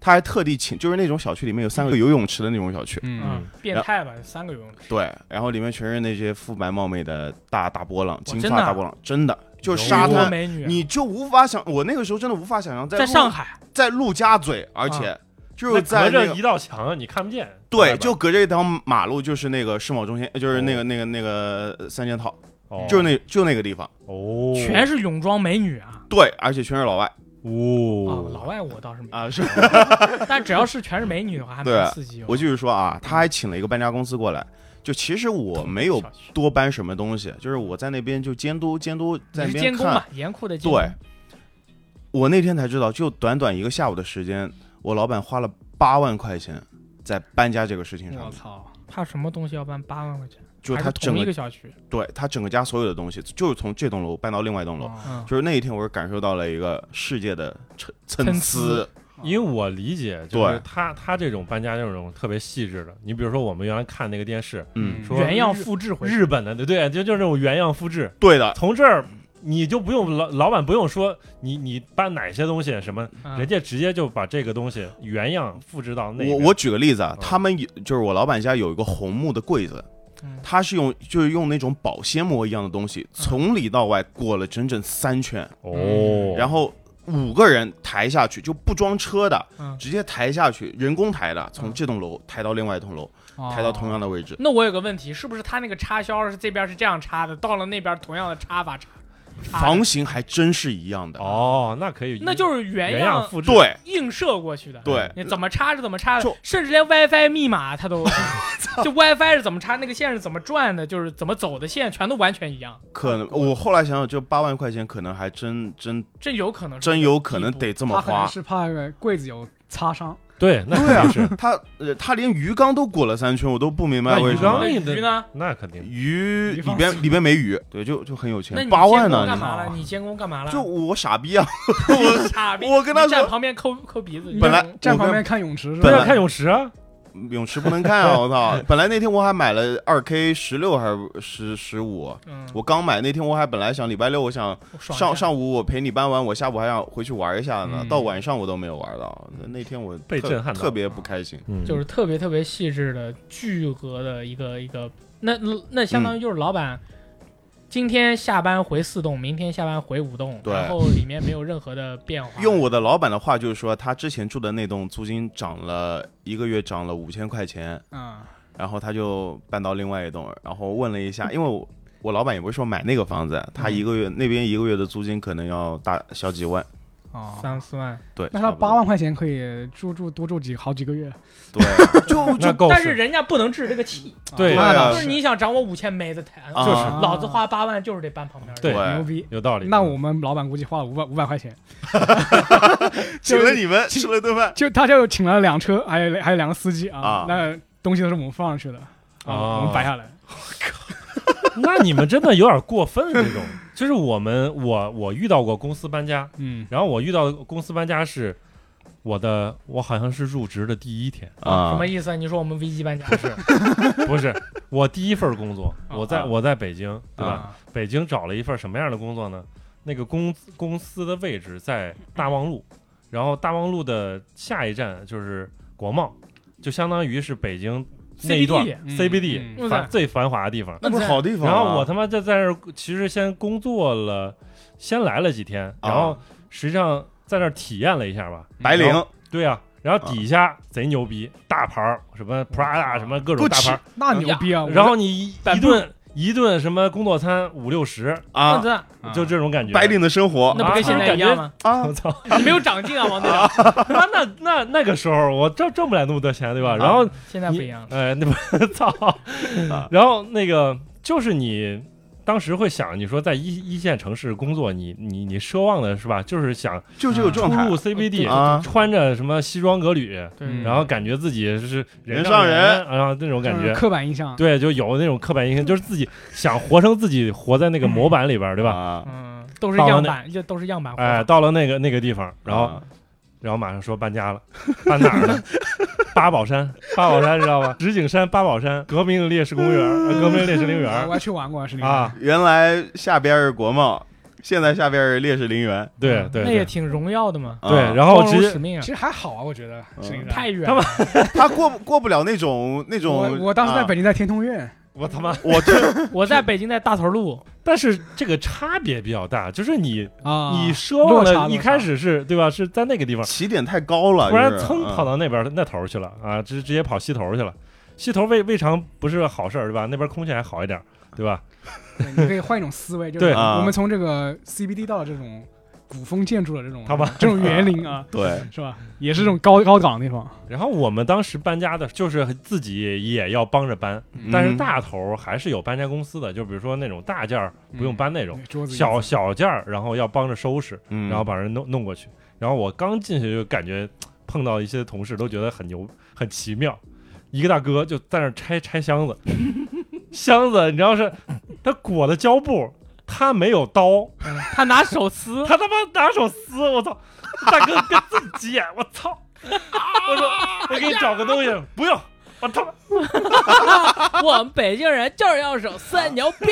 [SPEAKER 2] 他还特地请，就是那种小区里面有三个游泳池的那种小区，
[SPEAKER 4] 嗯，
[SPEAKER 1] 嗯，
[SPEAKER 3] 变态吧，三个游泳池，
[SPEAKER 2] 对，然后里面全是那些肤白貌美的大大波浪，金
[SPEAKER 3] 真
[SPEAKER 2] 发
[SPEAKER 3] 的啊
[SPEAKER 2] 大波浪，真的就是
[SPEAKER 1] 有
[SPEAKER 2] 沙
[SPEAKER 3] 多
[SPEAKER 2] 滩，
[SPEAKER 3] 美女啊，
[SPEAKER 2] 你就无法想，我那个时候真的无法想象在
[SPEAKER 3] 在
[SPEAKER 2] 陆
[SPEAKER 3] 上海，
[SPEAKER 2] 在陆家嘴，而且就是
[SPEAKER 1] 那
[SPEAKER 2] 在
[SPEAKER 1] 隔
[SPEAKER 2] 那
[SPEAKER 1] 着
[SPEAKER 2] 个
[SPEAKER 1] 一道墙，你看不见。
[SPEAKER 2] 对，
[SPEAKER 1] 吧
[SPEAKER 2] 就隔着一条马路，就是那个世贸中心，呃就是那个那个那个呃三件套，
[SPEAKER 1] 哦
[SPEAKER 2] 就是那就那个地方。
[SPEAKER 1] 哦，
[SPEAKER 3] 全是泳装美女啊。
[SPEAKER 2] 对，而且全是老外
[SPEAKER 3] 哦，
[SPEAKER 1] 哦
[SPEAKER 3] 老外我倒是没，
[SPEAKER 2] 啊，是
[SPEAKER 3] 但只要是全是美女的话，还
[SPEAKER 2] 对
[SPEAKER 3] 蛮刺激哦。
[SPEAKER 2] 我就是说啊，他还请了一个搬家公司过来。就其实我没有
[SPEAKER 3] 小区
[SPEAKER 2] 多搬什么东西，就是我在那边就监督监督，在那
[SPEAKER 3] 你是
[SPEAKER 2] 边
[SPEAKER 3] 监工
[SPEAKER 2] 看
[SPEAKER 3] 嘛，。严酷的监工
[SPEAKER 2] 对，我那天才知道，就短短一个下午的时间，我老板花了八万块钱在搬家这个事情上
[SPEAKER 4] 我
[SPEAKER 2] 面，
[SPEAKER 4] 操，
[SPEAKER 3] 怕什么东西要搬八万块钱？
[SPEAKER 2] 就是
[SPEAKER 3] 还
[SPEAKER 2] 他
[SPEAKER 3] 是
[SPEAKER 2] 整
[SPEAKER 3] 同一
[SPEAKER 2] 个
[SPEAKER 3] 个小区，
[SPEAKER 2] 对他整个家所有的东西，就是从这栋楼搬到另外一栋楼。
[SPEAKER 3] 嗯，
[SPEAKER 2] 就是那一天，我是感受到了一个世界的参参
[SPEAKER 3] 参
[SPEAKER 2] 差
[SPEAKER 3] 差。
[SPEAKER 1] 因为我理解，就是
[SPEAKER 2] 对
[SPEAKER 1] 他他这种搬家这种特别细致的，你比如说我们原来看那个电视，
[SPEAKER 2] 嗯，
[SPEAKER 1] 说
[SPEAKER 3] 原样复制回去。
[SPEAKER 1] 日本的，对对，就就是这种原样复制，
[SPEAKER 2] 对的，
[SPEAKER 1] 从这儿。你就不用老老板不用说你你搬哪些东西什么，
[SPEAKER 3] 嗯
[SPEAKER 1] 人家直接就把这个东西原样复制到那
[SPEAKER 2] 我
[SPEAKER 1] 边
[SPEAKER 2] 我举个例子啊
[SPEAKER 1] 嗯，
[SPEAKER 2] 他们有就是我老板家有一个红木的柜子
[SPEAKER 3] 嗯，
[SPEAKER 2] 他是用就是用那种保鲜膜一样的东西，从里到外裹了整整三圈，
[SPEAKER 1] 哦，
[SPEAKER 2] 嗯然后五个人抬下去，就不装车的，
[SPEAKER 3] 嗯
[SPEAKER 2] 直接抬下去，人工抬的，从
[SPEAKER 3] 嗯哦
[SPEAKER 2] 这栋楼抬到另外一栋楼，抬到同样的位置。
[SPEAKER 3] 那我有个问题，是不是他那个插销是这边是这样插的，到了那边同样的插法插？插的
[SPEAKER 2] 房型还真是一样的，
[SPEAKER 1] 哦，那可以，
[SPEAKER 3] 那就是原
[SPEAKER 1] 原样复制，
[SPEAKER 2] 对
[SPEAKER 3] 映射过去的。
[SPEAKER 2] 对
[SPEAKER 3] 你怎么插是怎么插的
[SPEAKER 2] 就，
[SPEAKER 3] 甚至连 WiFi 密码它 都，就 WiFi 是怎么插，那个线是怎么转的，就是怎么走的线全都完全一样。
[SPEAKER 2] 可能我后来想想，这八万块钱可能还真真
[SPEAKER 3] 这有可能是
[SPEAKER 2] 真有可能
[SPEAKER 3] 一步
[SPEAKER 2] 得这么
[SPEAKER 4] 他可
[SPEAKER 2] 花
[SPEAKER 4] 能。是怕呃柜子有擦伤，
[SPEAKER 1] 对，那
[SPEAKER 2] 对
[SPEAKER 1] 肯
[SPEAKER 2] 啊
[SPEAKER 1] 定是，
[SPEAKER 2] 他呃，他连鱼缸都裹了三圈，我都不明白
[SPEAKER 1] 那
[SPEAKER 2] 为
[SPEAKER 1] 鱼
[SPEAKER 2] 什
[SPEAKER 1] 缸
[SPEAKER 2] 么。
[SPEAKER 1] 内
[SPEAKER 3] 鱼呢？
[SPEAKER 1] 那肯定
[SPEAKER 2] 鱼
[SPEAKER 4] 鱼
[SPEAKER 2] 里
[SPEAKER 4] 缸
[SPEAKER 2] 边里边没鱼，对，就就很有
[SPEAKER 3] 那
[SPEAKER 2] 钱，
[SPEAKER 3] 你
[SPEAKER 2] 八万
[SPEAKER 3] 监工
[SPEAKER 2] 呢
[SPEAKER 3] 干嘛
[SPEAKER 4] 你
[SPEAKER 3] 了？你监工干嘛
[SPEAKER 2] 你
[SPEAKER 3] 了？
[SPEAKER 2] 就我傻逼啊！
[SPEAKER 3] 我傻逼，
[SPEAKER 2] 我跟他
[SPEAKER 3] 你站
[SPEAKER 2] 说
[SPEAKER 3] 旁边抠抠鼻子。
[SPEAKER 2] 本来
[SPEAKER 3] 你
[SPEAKER 4] 站
[SPEAKER 2] 我
[SPEAKER 4] 旁
[SPEAKER 2] 跟
[SPEAKER 4] 边看泳池是
[SPEAKER 1] 不
[SPEAKER 2] 本
[SPEAKER 1] 要
[SPEAKER 2] 来
[SPEAKER 4] 吧？
[SPEAKER 1] 看泳池啊，
[SPEAKER 2] 泳池不能看啊！我操！本来那天我还买了二 K 十六还是十十五，
[SPEAKER 3] 嗯，
[SPEAKER 2] 我刚买那天我还本来想礼拜六我想
[SPEAKER 3] 我爽一下
[SPEAKER 2] 上上午我陪你搬完，我下午还想回去玩一下呢，
[SPEAKER 4] 嗯
[SPEAKER 2] 到晚上我都没有玩到。那那天我
[SPEAKER 1] 被
[SPEAKER 2] 特
[SPEAKER 1] 震撼到
[SPEAKER 2] 特别不开
[SPEAKER 3] 哎
[SPEAKER 2] 心。
[SPEAKER 1] 嗯
[SPEAKER 3] 就是特别特别细致的、巨额的一个一个，那那那相当于就是老板、今天下班回四栋，明天下班回五栋，
[SPEAKER 2] 对
[SPEAKER 3] 然后里面没有任何的变化。
[SPEAKER 2] 用我的老板的话就是说，他之前住的那栋租金涨了一个月，涨了五千块钱，
[SPEAKER 4] 嗯，
[SPEAKER 2] 然后他就搬到另外一栋，然后问了一
[SPEAKER 1] 嗯
[SPEAKER 2] 下，因为我我老板也不是说买那个房子，他一个月、那边一个月的租金可能要大小几万，
[SPEAKER 4] 哦，
[SPEAKER 3] 三四万，
[SPEAKER 2] 对，
[SPEAKER 4] 那
[SPEAKER 2] 差
[SPEAKER 4] 他
[SPEAKER 2] 不多
[SPEAKER 4] 八万，块钱可以住住多住几好几个 月，啊
[SPEAKER 2] 对，
[SPEAKER 1] 就那够
[SPEAKER 3] 但是人家不能治这 个气，
[SPEAKER 1] 对
[SPEAKER 4] 那倒
[SPEAKER 3] 啊就是你想涨我五千没得谈，
[SPEAKER 2] 啊
[SPEAKER 1] 就是
[SPEAKER 4] 啊
[SPEAKER 3] 老子花八万就是得搬旁边的。
[SPEAKER 1] 对
[SPEAKER 4] 牛
[SPEAKER 2] 对，
[SPEAKER 4] 逼。
[SPEAKER 1] 有道理。
[SPEAKER 4] 那我们老板估计花了五百五百块钱，
[SPEAKER 2] 请了你们吃了顿饭，
[SPEAKER 4] 就他就请了辆车，还有还有两个司机啊
[SPEAKER 2] 啊，
[SPEAKER 4] 那东西都是我们放上去的
[SPEAKER 1] 啊
[SPEAKER 4] 啊，我们摆下来。
[SPEAKER 1] 那你们真的有点过分这种。就是我们我我遇到过公司搬家，
[SPEAKER 4] 嗯，
[SPEAKER 1] 然后我遇到的公司搬家是我的，我好像是入职的第一天，
[SPEAKER 2] 啊
[SPEAKER 3] 什么意思啊？你说我们危机搬家
[SPEAKER 1] 不 是不是我第一份工作，
[SPEAKER 4] 啊
[SPEAKER 1] 我在
[SPEAKER 2] 啊
[SPEAKER 1] 我在北京，对吧？
[SPEAKER 4] 啊？
[SPEAKER 1] 北京找了一份什么样的工作呢？那个公公司的位置在大望路，然后大望路的下一站就是国贸，就相当于是北京那一段
[SPEAKER 3] CBD
[SPEAKER 4] 嗯
[SPEAKER 1] CBD
[SPEAKER 3] 嗯
[SPEAKER 1] 繁最繁华的地方。
[SPEAKER 2] 那不是好地方吗？啊
[SPEAKER 1] 然后我他妈就在这儿，其实先工作了，先来了几天，然后实际上在那儿体验了一下吧。
[SPEAKER 2] 白领
[SPEAKER 1] 然后对啊，然后底下贼牛逼，大牌儿什么 Prada 什么各种大牌儿，
[SPEAKER 4] 那牛逼啊！我
[SPEAKER 1] 然后你一
[SPEAKER 3] 百
[SPEAKER 1] 一顿一顿什么工作餐五六十，
[SPEAKER 2] 啊，
[SPEAKER 3] 王子，
[SPEAKER 1] 就这种感觉。
[SPEAKER 2] 白领的生活
[SPEAKER 3] 那不跟现在一样吗？
[SPEAKER 2] 啊
[SPEAKER 1] 我，操！
[SPEAKER 3] 你没有长进啊，王队 长，
[SPEAKER 1] 那那那那个时候我挣挣不了那么多钱，对吧？然后
[SPEAKER 3] 现在不一样了。
[SPEAKER 1] 哎，那不 操，然后那个就是你当时会想，你说在一一线城市工作，你你你奢望的是吧？就是想
[SPEAKER 2] 就这个
[SPEAKER 1] 出
[SPEAKER 2] 状态
[SPEAKER 1] 入 CBD，、
[SPEAKER 2] 啊
[SPEAKER 1] 穿着什么西装革履，
[SPEAKER 3] 对
[SPEAKER 4] 嗯
[SPEAKER 1] 然后感觉自己就是
[SPEAKER 2] 人
[SPEAKER 1] 上
[SPEAKER 2] 上
[SPEAKER 1] 人，
[SPEAKER 2] 人
[SPEAKER 1] 然后那种感
[SPEAKER 4] 啊就
[SPEAKER 1] 觉。
[SPEAKER 4] 是刻板印象，
[SPEAKER 1] 对，就有那种刻板印象，就是自己想活成自己活在那个模板里边儿，对吧？
[SPEAKER 2] 吧？
[SPEAKER 3] 嗯，都是
[SPEAKER 1] 到了
[SPEAKER 3] 样
[SPEAKER 1] 那
[SPEAKER 3] 板，就都是样板。
[SPEAKER 1] 哎，，到了那个那个地方，然后
[SPEAKER 2] 啊
[SPEAKER 1] 然后马上说搬家了，搬哪儿呢？八宝山，八宝山知道吧？石景山、八宝山、革命烈士公园、呃革命烈士陵
[SPEAKER 4] 啊
[SPEAKER 1] 园
[SPEAKER 4] 我还去玩过，是那个
[SPEAKER 1] 啊，
[SPEAKER 2] 原来下边是国贸，现在下边儿烈士陵园，
[SPEAKER 1] 对对
[SPEAKER 3] 嗯那也
[SPEAKER 1] 对
[SPEAKER 3] 挺荣耀的嘛，
[SPEAKER 2] 啊
[SPEAKER 1] 对，然后
[SPEAKER 3] 光
[SPEAKER 1] 直
[SPEAKER 3] 荣
[SPEAKER 1] 接
[SPEAKER 3] 使命
[SPEAKER 4] 其
[SPEAKER 3] 啊，
[SPEAKER 4] 实还好啊，我觉得
[SPEAKER 2] 嗯
[SPEAKER 4] 是一个
[SPEAKER 3] 太远
[SPEAKER 1] 他
[SPEAKER 3] 了
[SPEAKER 1] 们。
[SPEAKER 2] 他过不过不了那种那
[SPEAKER 4] 我
[SPEAKER 2] 种。
[SPEAKER 4] 我当时在
[SPEAKER 2] 啊
[SPEAKER 4] 北，京在天通苑，
[SPEAKER 1] 我他妈，
[SPEAKER 2] 我这
[SPEAKER 3] 我在北京，在大头 路
[SPEAKER 1] 但是这个差别比较大，就是你
[SPEAKER 4] 啊，
[SPEAKER 1] 你奢望
[SPEAKER 4] 落差
[SPEAKER 1] 的
[SPEAKER 4] 落
[SPEAKER 1] 一
[SPEAKER 4] 差
[SPEAKER 1] 开始是对吧？是在那个地方，
[SPEAKER 2] 起点太高了，
[SPEAKER 1] 突然
[SPEAKER 2] 就是
[SPEAKER 1] 噌跑。
[SPEAKER 2] 嗯
[SPEAKER 1] 到那边儿那头儿去了啊，直直接跑西头儿去了。西头儿未未尝不是好事儿，对吧？那边空气还好一点儿，对吧？
[SPEAKER 4] 对你可以换一种思维，就是
[SPEAKER 1] 对
[SPEAKER 2] 啊
[SPEAKER 4] 我们从这个 CBD 到了这种古风建筑的这 种
[SPEAKER 1] 好吧
[SPEAKER 4] 这种园林啊，
[SPEAKER 2] 对，
[SPEAKER 4] 是吧？也是这种高高档的地方，
[SPEAKER 1] 然后我们当时搬家的，就是自己也要帮着搬，
[SPEAKER 4] 嗯
[SPEAKER 1] 但是大头儿还是有搬家公司的，就比如说那种大件儿不用搬那种，
[SPEAKER 4] 桌子
[SPEAKER 1] 小小件儿，然后要帮着收拾，
[SPEAKER 2] 嗯
[SPEAKER 1] 然后把人弄弄过去。然后我刚进去就感觉碰到一些同事都觉得很牛，很奇妙。一个大哥就在那儿拆拆箱子，箱子你知道是他裹的胶布，他没有刀，
[SPEAKER 3] 嗯他拿手 撕，
[SPEAKER 1] 他他妈拿手撕，我操！大哥跟自己演，我操！我说我给你找个东西，不用，我他妈
[SPEAKER 5] 我们北京人就是要手撕牛 逼，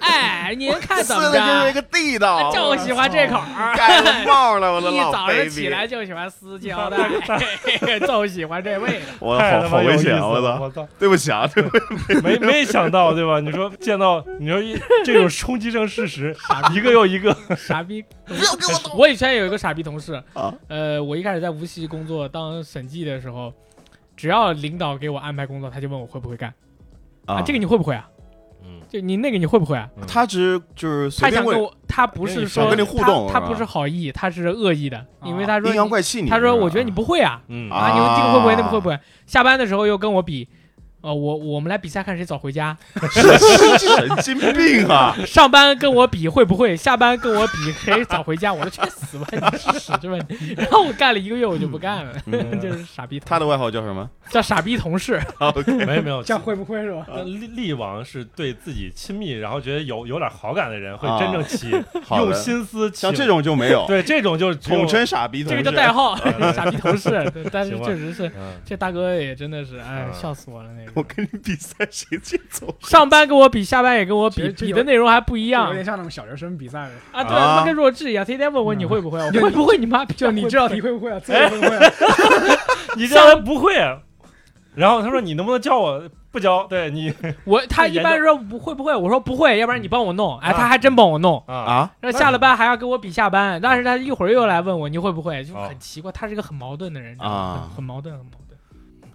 [SPEAKER 5] 哎，您看怎么
[SPEAKER 2] 撕的
[SPEAKER 3] 啊
[SPEAKER 2] 就是一
[SPEAKER 5] 着？
[SPEAKER 2] 个地道，啊
[SPEAKER 5] 就喜欢这口儿，
[SPEAKER 2] 盖了帽 了，我的
[SPEAKER 5] 一
[SPEAKER 2] 老
[SPEAKER 5] 早
[SPEAKER 2] baby
[SPEAKER 5] 上起来就喜欢撕胶带，就喜欢这味 道。
[SPEAKER 2] 我
[SPEAKER 1] 太
[SPEAKER 2] 好
[SPEAKER 1] 他
[SPEAKER 2] 好
[SPEAKER 1] 妈有
[SPEAKER 2] 危
[SPEAKER 1] 意思
[SPEAKER 2] 险啊，
[SPEAKER 1] 了
[SPEAKER 2] 我操！
[SPEAKER 1] 我操！
[SPEAKER 2] 对不起啊，对不起，
[SPEAKER 1] 没没想到对吧？你说见到你说一这种冲击性事实，一个又一个，
[SPEAKER 3] 傻逼。
[SPEAKER 2] 不要给我动
[SPEAKER 3] 我以前有一个傻逼同事
[SPEAKER 2] 啊，
[SPEAKER 3] 呃，我一开始在无锡工作当审计的时候，只要领导给我安排工作，他就问我会不会干啊，这个你会不会啊？
[SPEAKER 1] 嗯，
[SPEAKER 3] 就你那个你会不会啊？
[SPEAKER 1] 嗯
[SPEAKER 2] 他只就是随
[SPEAKER 3] 他
[SPEAKER 2] 便
[SPEAKER 3] 想跟
[SPEAKER 2] 问，
[SPEAKER 3] 我，他不
[SPEAKER 1] 跟
[SPEAKER 3] 是
[SPEAKER 1] 你
[SPEAKER 3] 说
[SPEAKER 1] 想跟
[SPEAKER 2] 你互动是
[SPEAKER 3] 他，他
[SPEAKER 2] 吧
[SPEAKER 3] 不是好意，他是恶意的，因为他说
[SPEAKER 2] 阴阳
[SPEAKER 3] 你
[SPEAKER 2] 怪气你。
[SPEAKER 3] 他说我觉得你
[SPEAKER 2] 是吧
[SPEAKER 3] 不会啊，
[SPEAKER 1] 嗯
[SPEAKER 2] 啊
[SPEAKER 3] 啊，你们这个会不会，那个会不会？下班的时候又跟我比，呃，我我们来比赛看谁早回家。
[SPEAKER 2] 神经病啊！
[SPEAKER 3] 上班跟我比会不会，下班跟我比谁早回家，我说去死吧，你是屎这问题。然后我干了一个月，我就不干了，
[SPEAKER 1] 嗯
[SPEAKER 3] 就是傻逼同。
[SPEAKER 2] 他的外号叫什 么？
[SPEAKER 3] 叫傻逼同事，
[SPEAKER 1] 没有没有
[SPEAKER 4] 这样会不会是吧？
[SPEAKER 1] 呃力力王是对自己亲密，然后觉得有有点好感的人，会
[SPEAKER 2] 啊
[SPEAKER 1] 真正 起、
[SPEAKER 2] 好
[SPEAKER 1] 用
[SPEAKER 2] 的，
[SPEAKER 1] 心思请。
[SPEAKER 2] 像这种就没有，
[SPEAKER 1] 对这种就是只有
[SPEAKER 2] 统称傻逼同
[SPEAKER 3] 这
[SPEAKER 2] 志。
[SPEAKER 3] 个叫代号
[SPEAKER 2] 啊
[SPEAKER 1] 嗯，
[SPEAKER 3] 傻逼同事。对但是
[SPEAKER 1] 行吧
[SPEAKER 3] 确实是，
[SPEAKER 1] 嗯
[SPEAKER 3] 这大哥也真的是，哎
[SPEAKER 1] 嗯，
[SPEAKER 3] 笑死我了那个。
[SPEAKER 2] 我跟你比赛谁先走。
[SPEAKER 3] 上班跟我比，下班也跟我
[SPEAKER 4] 其
[SPEAKER 3] 比
[SPEAKER 4] 实，这
[SPEAKER 3] 比
[SPEAKER 4] 有
[SPEAKER 3] 的内容还不一
[SPEAKER 4] 有
[SPEAKER 3] 样
[SPEAKER 4] 点像那种小学生比赛的，
[SPEAKER 3] 啊！对，
[SPEAKER 2] 啊
[SPEAKER 3] 他妈跟弱智一样，天天问我
[SPEAKER 4] 嗯
[SPEAKER 3] 你会不会啊，我会不会你妈逼啊？
[SPEAKER 4] 就你
[SPEAKER 3] 会
[SPEAKER 4] 这道题会不会啊？这个会不会啊？
[SPEAKER 1] 你这样不会。然后他说：“你能不能教我？不教，对你
[SPEAKER 3] 我他
[SPEAKER 1] 这
[SPEAKER 3] 一
[SPEAKER 1] 严
[SPEAKER 3] 般
[SPEAKER 1] 重
[SPEAKER 3] 说不会不会，我说不会，要不然你帮我弄。哎，他还真帮我弄。
[SPEAKER 1] 啊，
[SPEAKER 2] 啊，
[SPEAKER 3] 然后下了班还要跟我比下班，但是他一会儿又来问我你会不会，就
[SPEAKER 1] 哦
[SPEAKER 3] 很奇怪，他是一个很矛盾的人
[SPEAKER 2] 啊
[SPEAKER 3] 很很矛盾，很矛盾。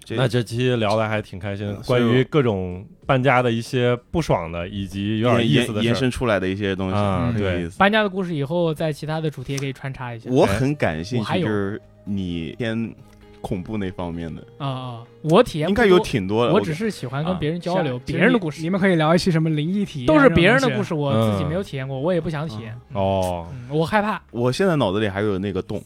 [SPEAKER 2] 这
[SPEAKER 1] 那这期聊的还挺开心，
[SPEAKER 2] 所
[SPEAKER 1] 关
[SPEAKER 2] 以我
[SPEAKER 1] 于各种搬家的一些不爽的，以及有点
[SPEAKER 2] 延
[SPEAKER 1] 意思
[SPEAKER 2] 延
[SPEAKER 1] 的
[SPEAKER 2] 延
[SPEAKER 1] 事
[SPEAKER 2] 伸出来的一些东西
[SPEAKER 1] 啊
[SPEAKER 2] 很有
[SPEAKER 1] 对
[SPEAKER 2] 意思
[SPEAKER 3] 搬家的故事以后在其他的主题也可以穿插一下。
[SPEAKER 2] 我很感兴
[SPEAKER 3] 我还
[SPEAKER 2] 趣，
[SPEAKER 3] 有
[SPEAKER 2] 就是你偏恐怖那方面的，
[SPEAKER 3] 啊啊，我体验
[SPEAKER 2] 应
[SPEAKER 3] 不
[SPEAKER 2] 该
[SPEAKER 3] 多
[SPEAKER 2] 有，挺多的。
[SPEAKER 3] 我
[SPEAKER 2] 我
[SPEAKER 3] 只是喜欢跟
[SPEAKER 2] 啊
[SPEAKER 3] 别人交流
[SPEAKER 4] 是啊
[SPEAKER 3] 别人的故
[SPEAKER 4] 你
[SPEAKER 3] 事，
[SPEAKER 4] 们可以聊一期什么灵异体验
[SPEAKER 3] 都是别人的故
[SPEAKER 4] 事。
[SPEAKER 3] 事，我自己
[SPEAKER 2] 嗯
[SPEAKER 3] 没有体验过，我也不想体验。嗯，
[SPEAKER 1] 哦，
[SPEAKER 3] 嗯我害怕嗯
[SPEAKER 2] 我现在脑子里还有那个 洞，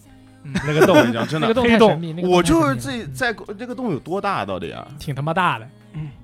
[SPEAKER 1] 那个
[SPEAKER 2] 我
[SPEAKER 1] 洞
[SPEAKER 2] 跟你讲，真
[SPEAKER 3] 那
[SPEAKER 2] 的
[SPEAKER 3] 个，洞
[SPEAKER 1] 黑
[SPEAKER 3] 太
[SPEAKER 1] 洞
[SPEAKER 3] 神秘，那个
[SPEAKER 2] 我
[SPEAKER 3] 洞太
[SPEAKER 2] 就是
[SPEAKER 3] 神秘
[SPEAKER 2] 自己
[SPEAKER 3] 了嗯
[SPEAKER 2] 在那个洞有多大到底啊？
[SPEAKER 3] 挺他妈大的，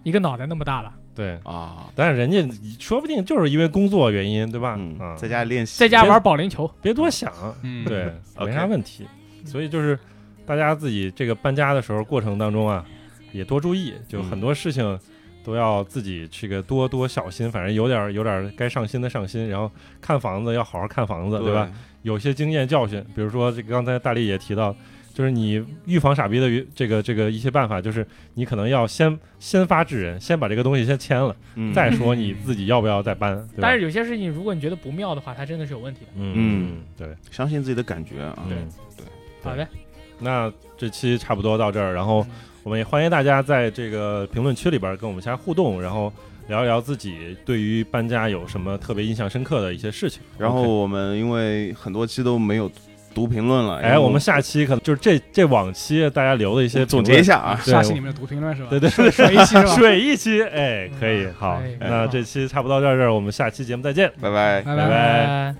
[SPEAKER 3] 一个脑袋那么大了，
[SPEAKER 1] 对，
[SPEAKER 2] 啊，
[SPEAKER 1] 但是人家说不定就是因为工作原因，对吧？
[SPEAKER 2] 嗯，
[SPEAKER 1] 啊
[SPEAKER 2] 在家练习，
[SPEAKER 3] 在家玩保龄球，
[SPEAKER 1] 别多想，
[SPEAKER 4] 嗯，
[SPEAKER 1] 对，
[SPEAKER 2] OK
[SPEAKER 1] 没啥问题。所以就是大家自己这个搬家的时候过程当中啊，也多注意，就
[SPEAKER 2] 嗯
[SPEAKER 1] 很多事情都要自己这个多多小心，反正有点有点该上心的上心，然后看房子要好好看房子，对吧？？有些经验教训，比如说这个刚才大力也提到，就是你预防傻逼的于这个这个一些办法，就是你可能要先先发制人，先把这个东西先签了，
[SPEAKER 2] 嗯
[SPEAKER 1] 再说你自己要不要再搬，对吧？
[SPEAKER 3] 但是有些事情如果你觉得不妙的话，它真的是有问题的。
[SPEAKER 1] 嗯，对。
[SPEAKER 2] 相信自己的感觉啊。
[SPEAKER 1] 嗯
[SPEAKER 2] 对
[SPEAKER 3] 好的，
[SPEAKER 1] 那这期差不多到这儿，然后我们也欢迎大家在这个评论区里边儿跟我们加互动，然后聊一聊自己对于搬家有什么特别印象深刻的一些事情。
[SPEAKER 2] 然后
[SPEAKER 1] OK
[SPEAKER 2] 我们因为很多期都没有读评论了，然
[SPEAKER 1] 哎，
[SPEAKER 2] 后
[SPEAKER 1] 我们下期可能就是这这往期大家留的一些
[SPEAKER 2] 嗯总
[SPEAKER 1] 评
[SPEAKER 2] 结一
[SPEAKER 1] 论，
[SPEAKER 2] 下啊，
[SPEAKER 1] 对
[SPEAKER 4] 下期你们的读评论是吧？
[SPEAKER 1] 对对对，
[SPEAKER 4] 水一期是 吧？
[SPEAKER 1] 水一期，哎，可以，
[SPEAKER 3] 嗯
[SPEAKER 1] 好
[SPEAKER 3] 可以，
[SPEAKER 1] 那这期差不多到这儿，我们下期节目再见。
[SPEAKER 2] 拜拜。
[SPEAKER 4] 拜
[SPEAKER 1] 拜拜
[SPEAKER 3] 拜。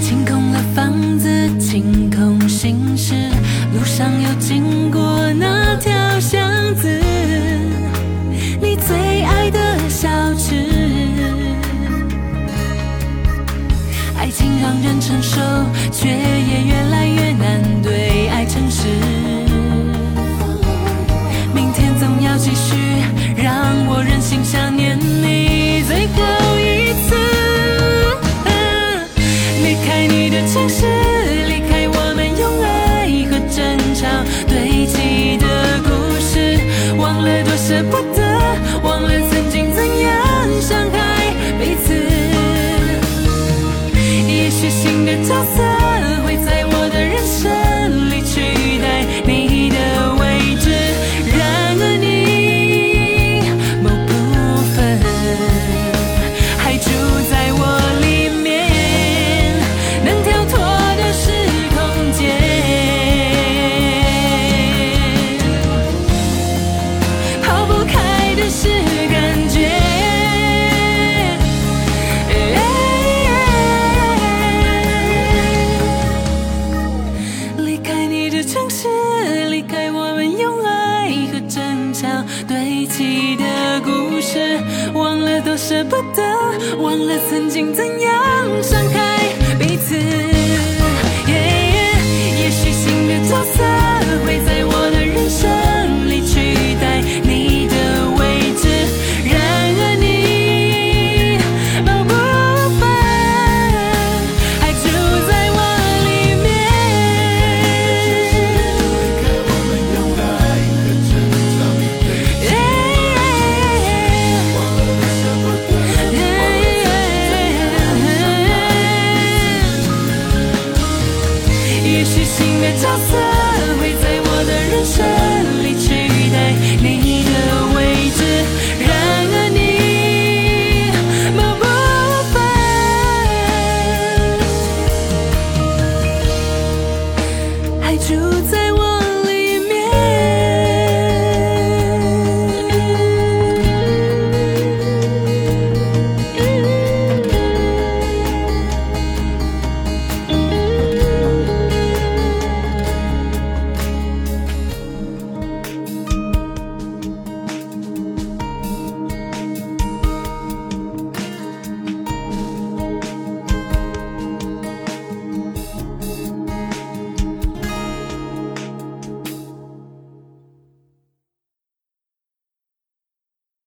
[SPEAKER 6] 清空了房子，清空心事，路上又经过那条巷子，你最爱的小吃。让人承受，却也越来越难对爱诚实。明天总要继续，让我任性想念你最后一次。离开你的城市，离开我们用爱和争吵堆砌的故事，忘了多舍不得，忘了曾经怎样伤害彼此。也许新的角色会在我的人生里取代你的位置，然而你某部分还住在我里面，能跳脱的是空间。抛不开的是感觉。离开你的城市，离开我们用爱和争吵堆砌的故事，忘了多舍不得，忘了曾经怎样伤害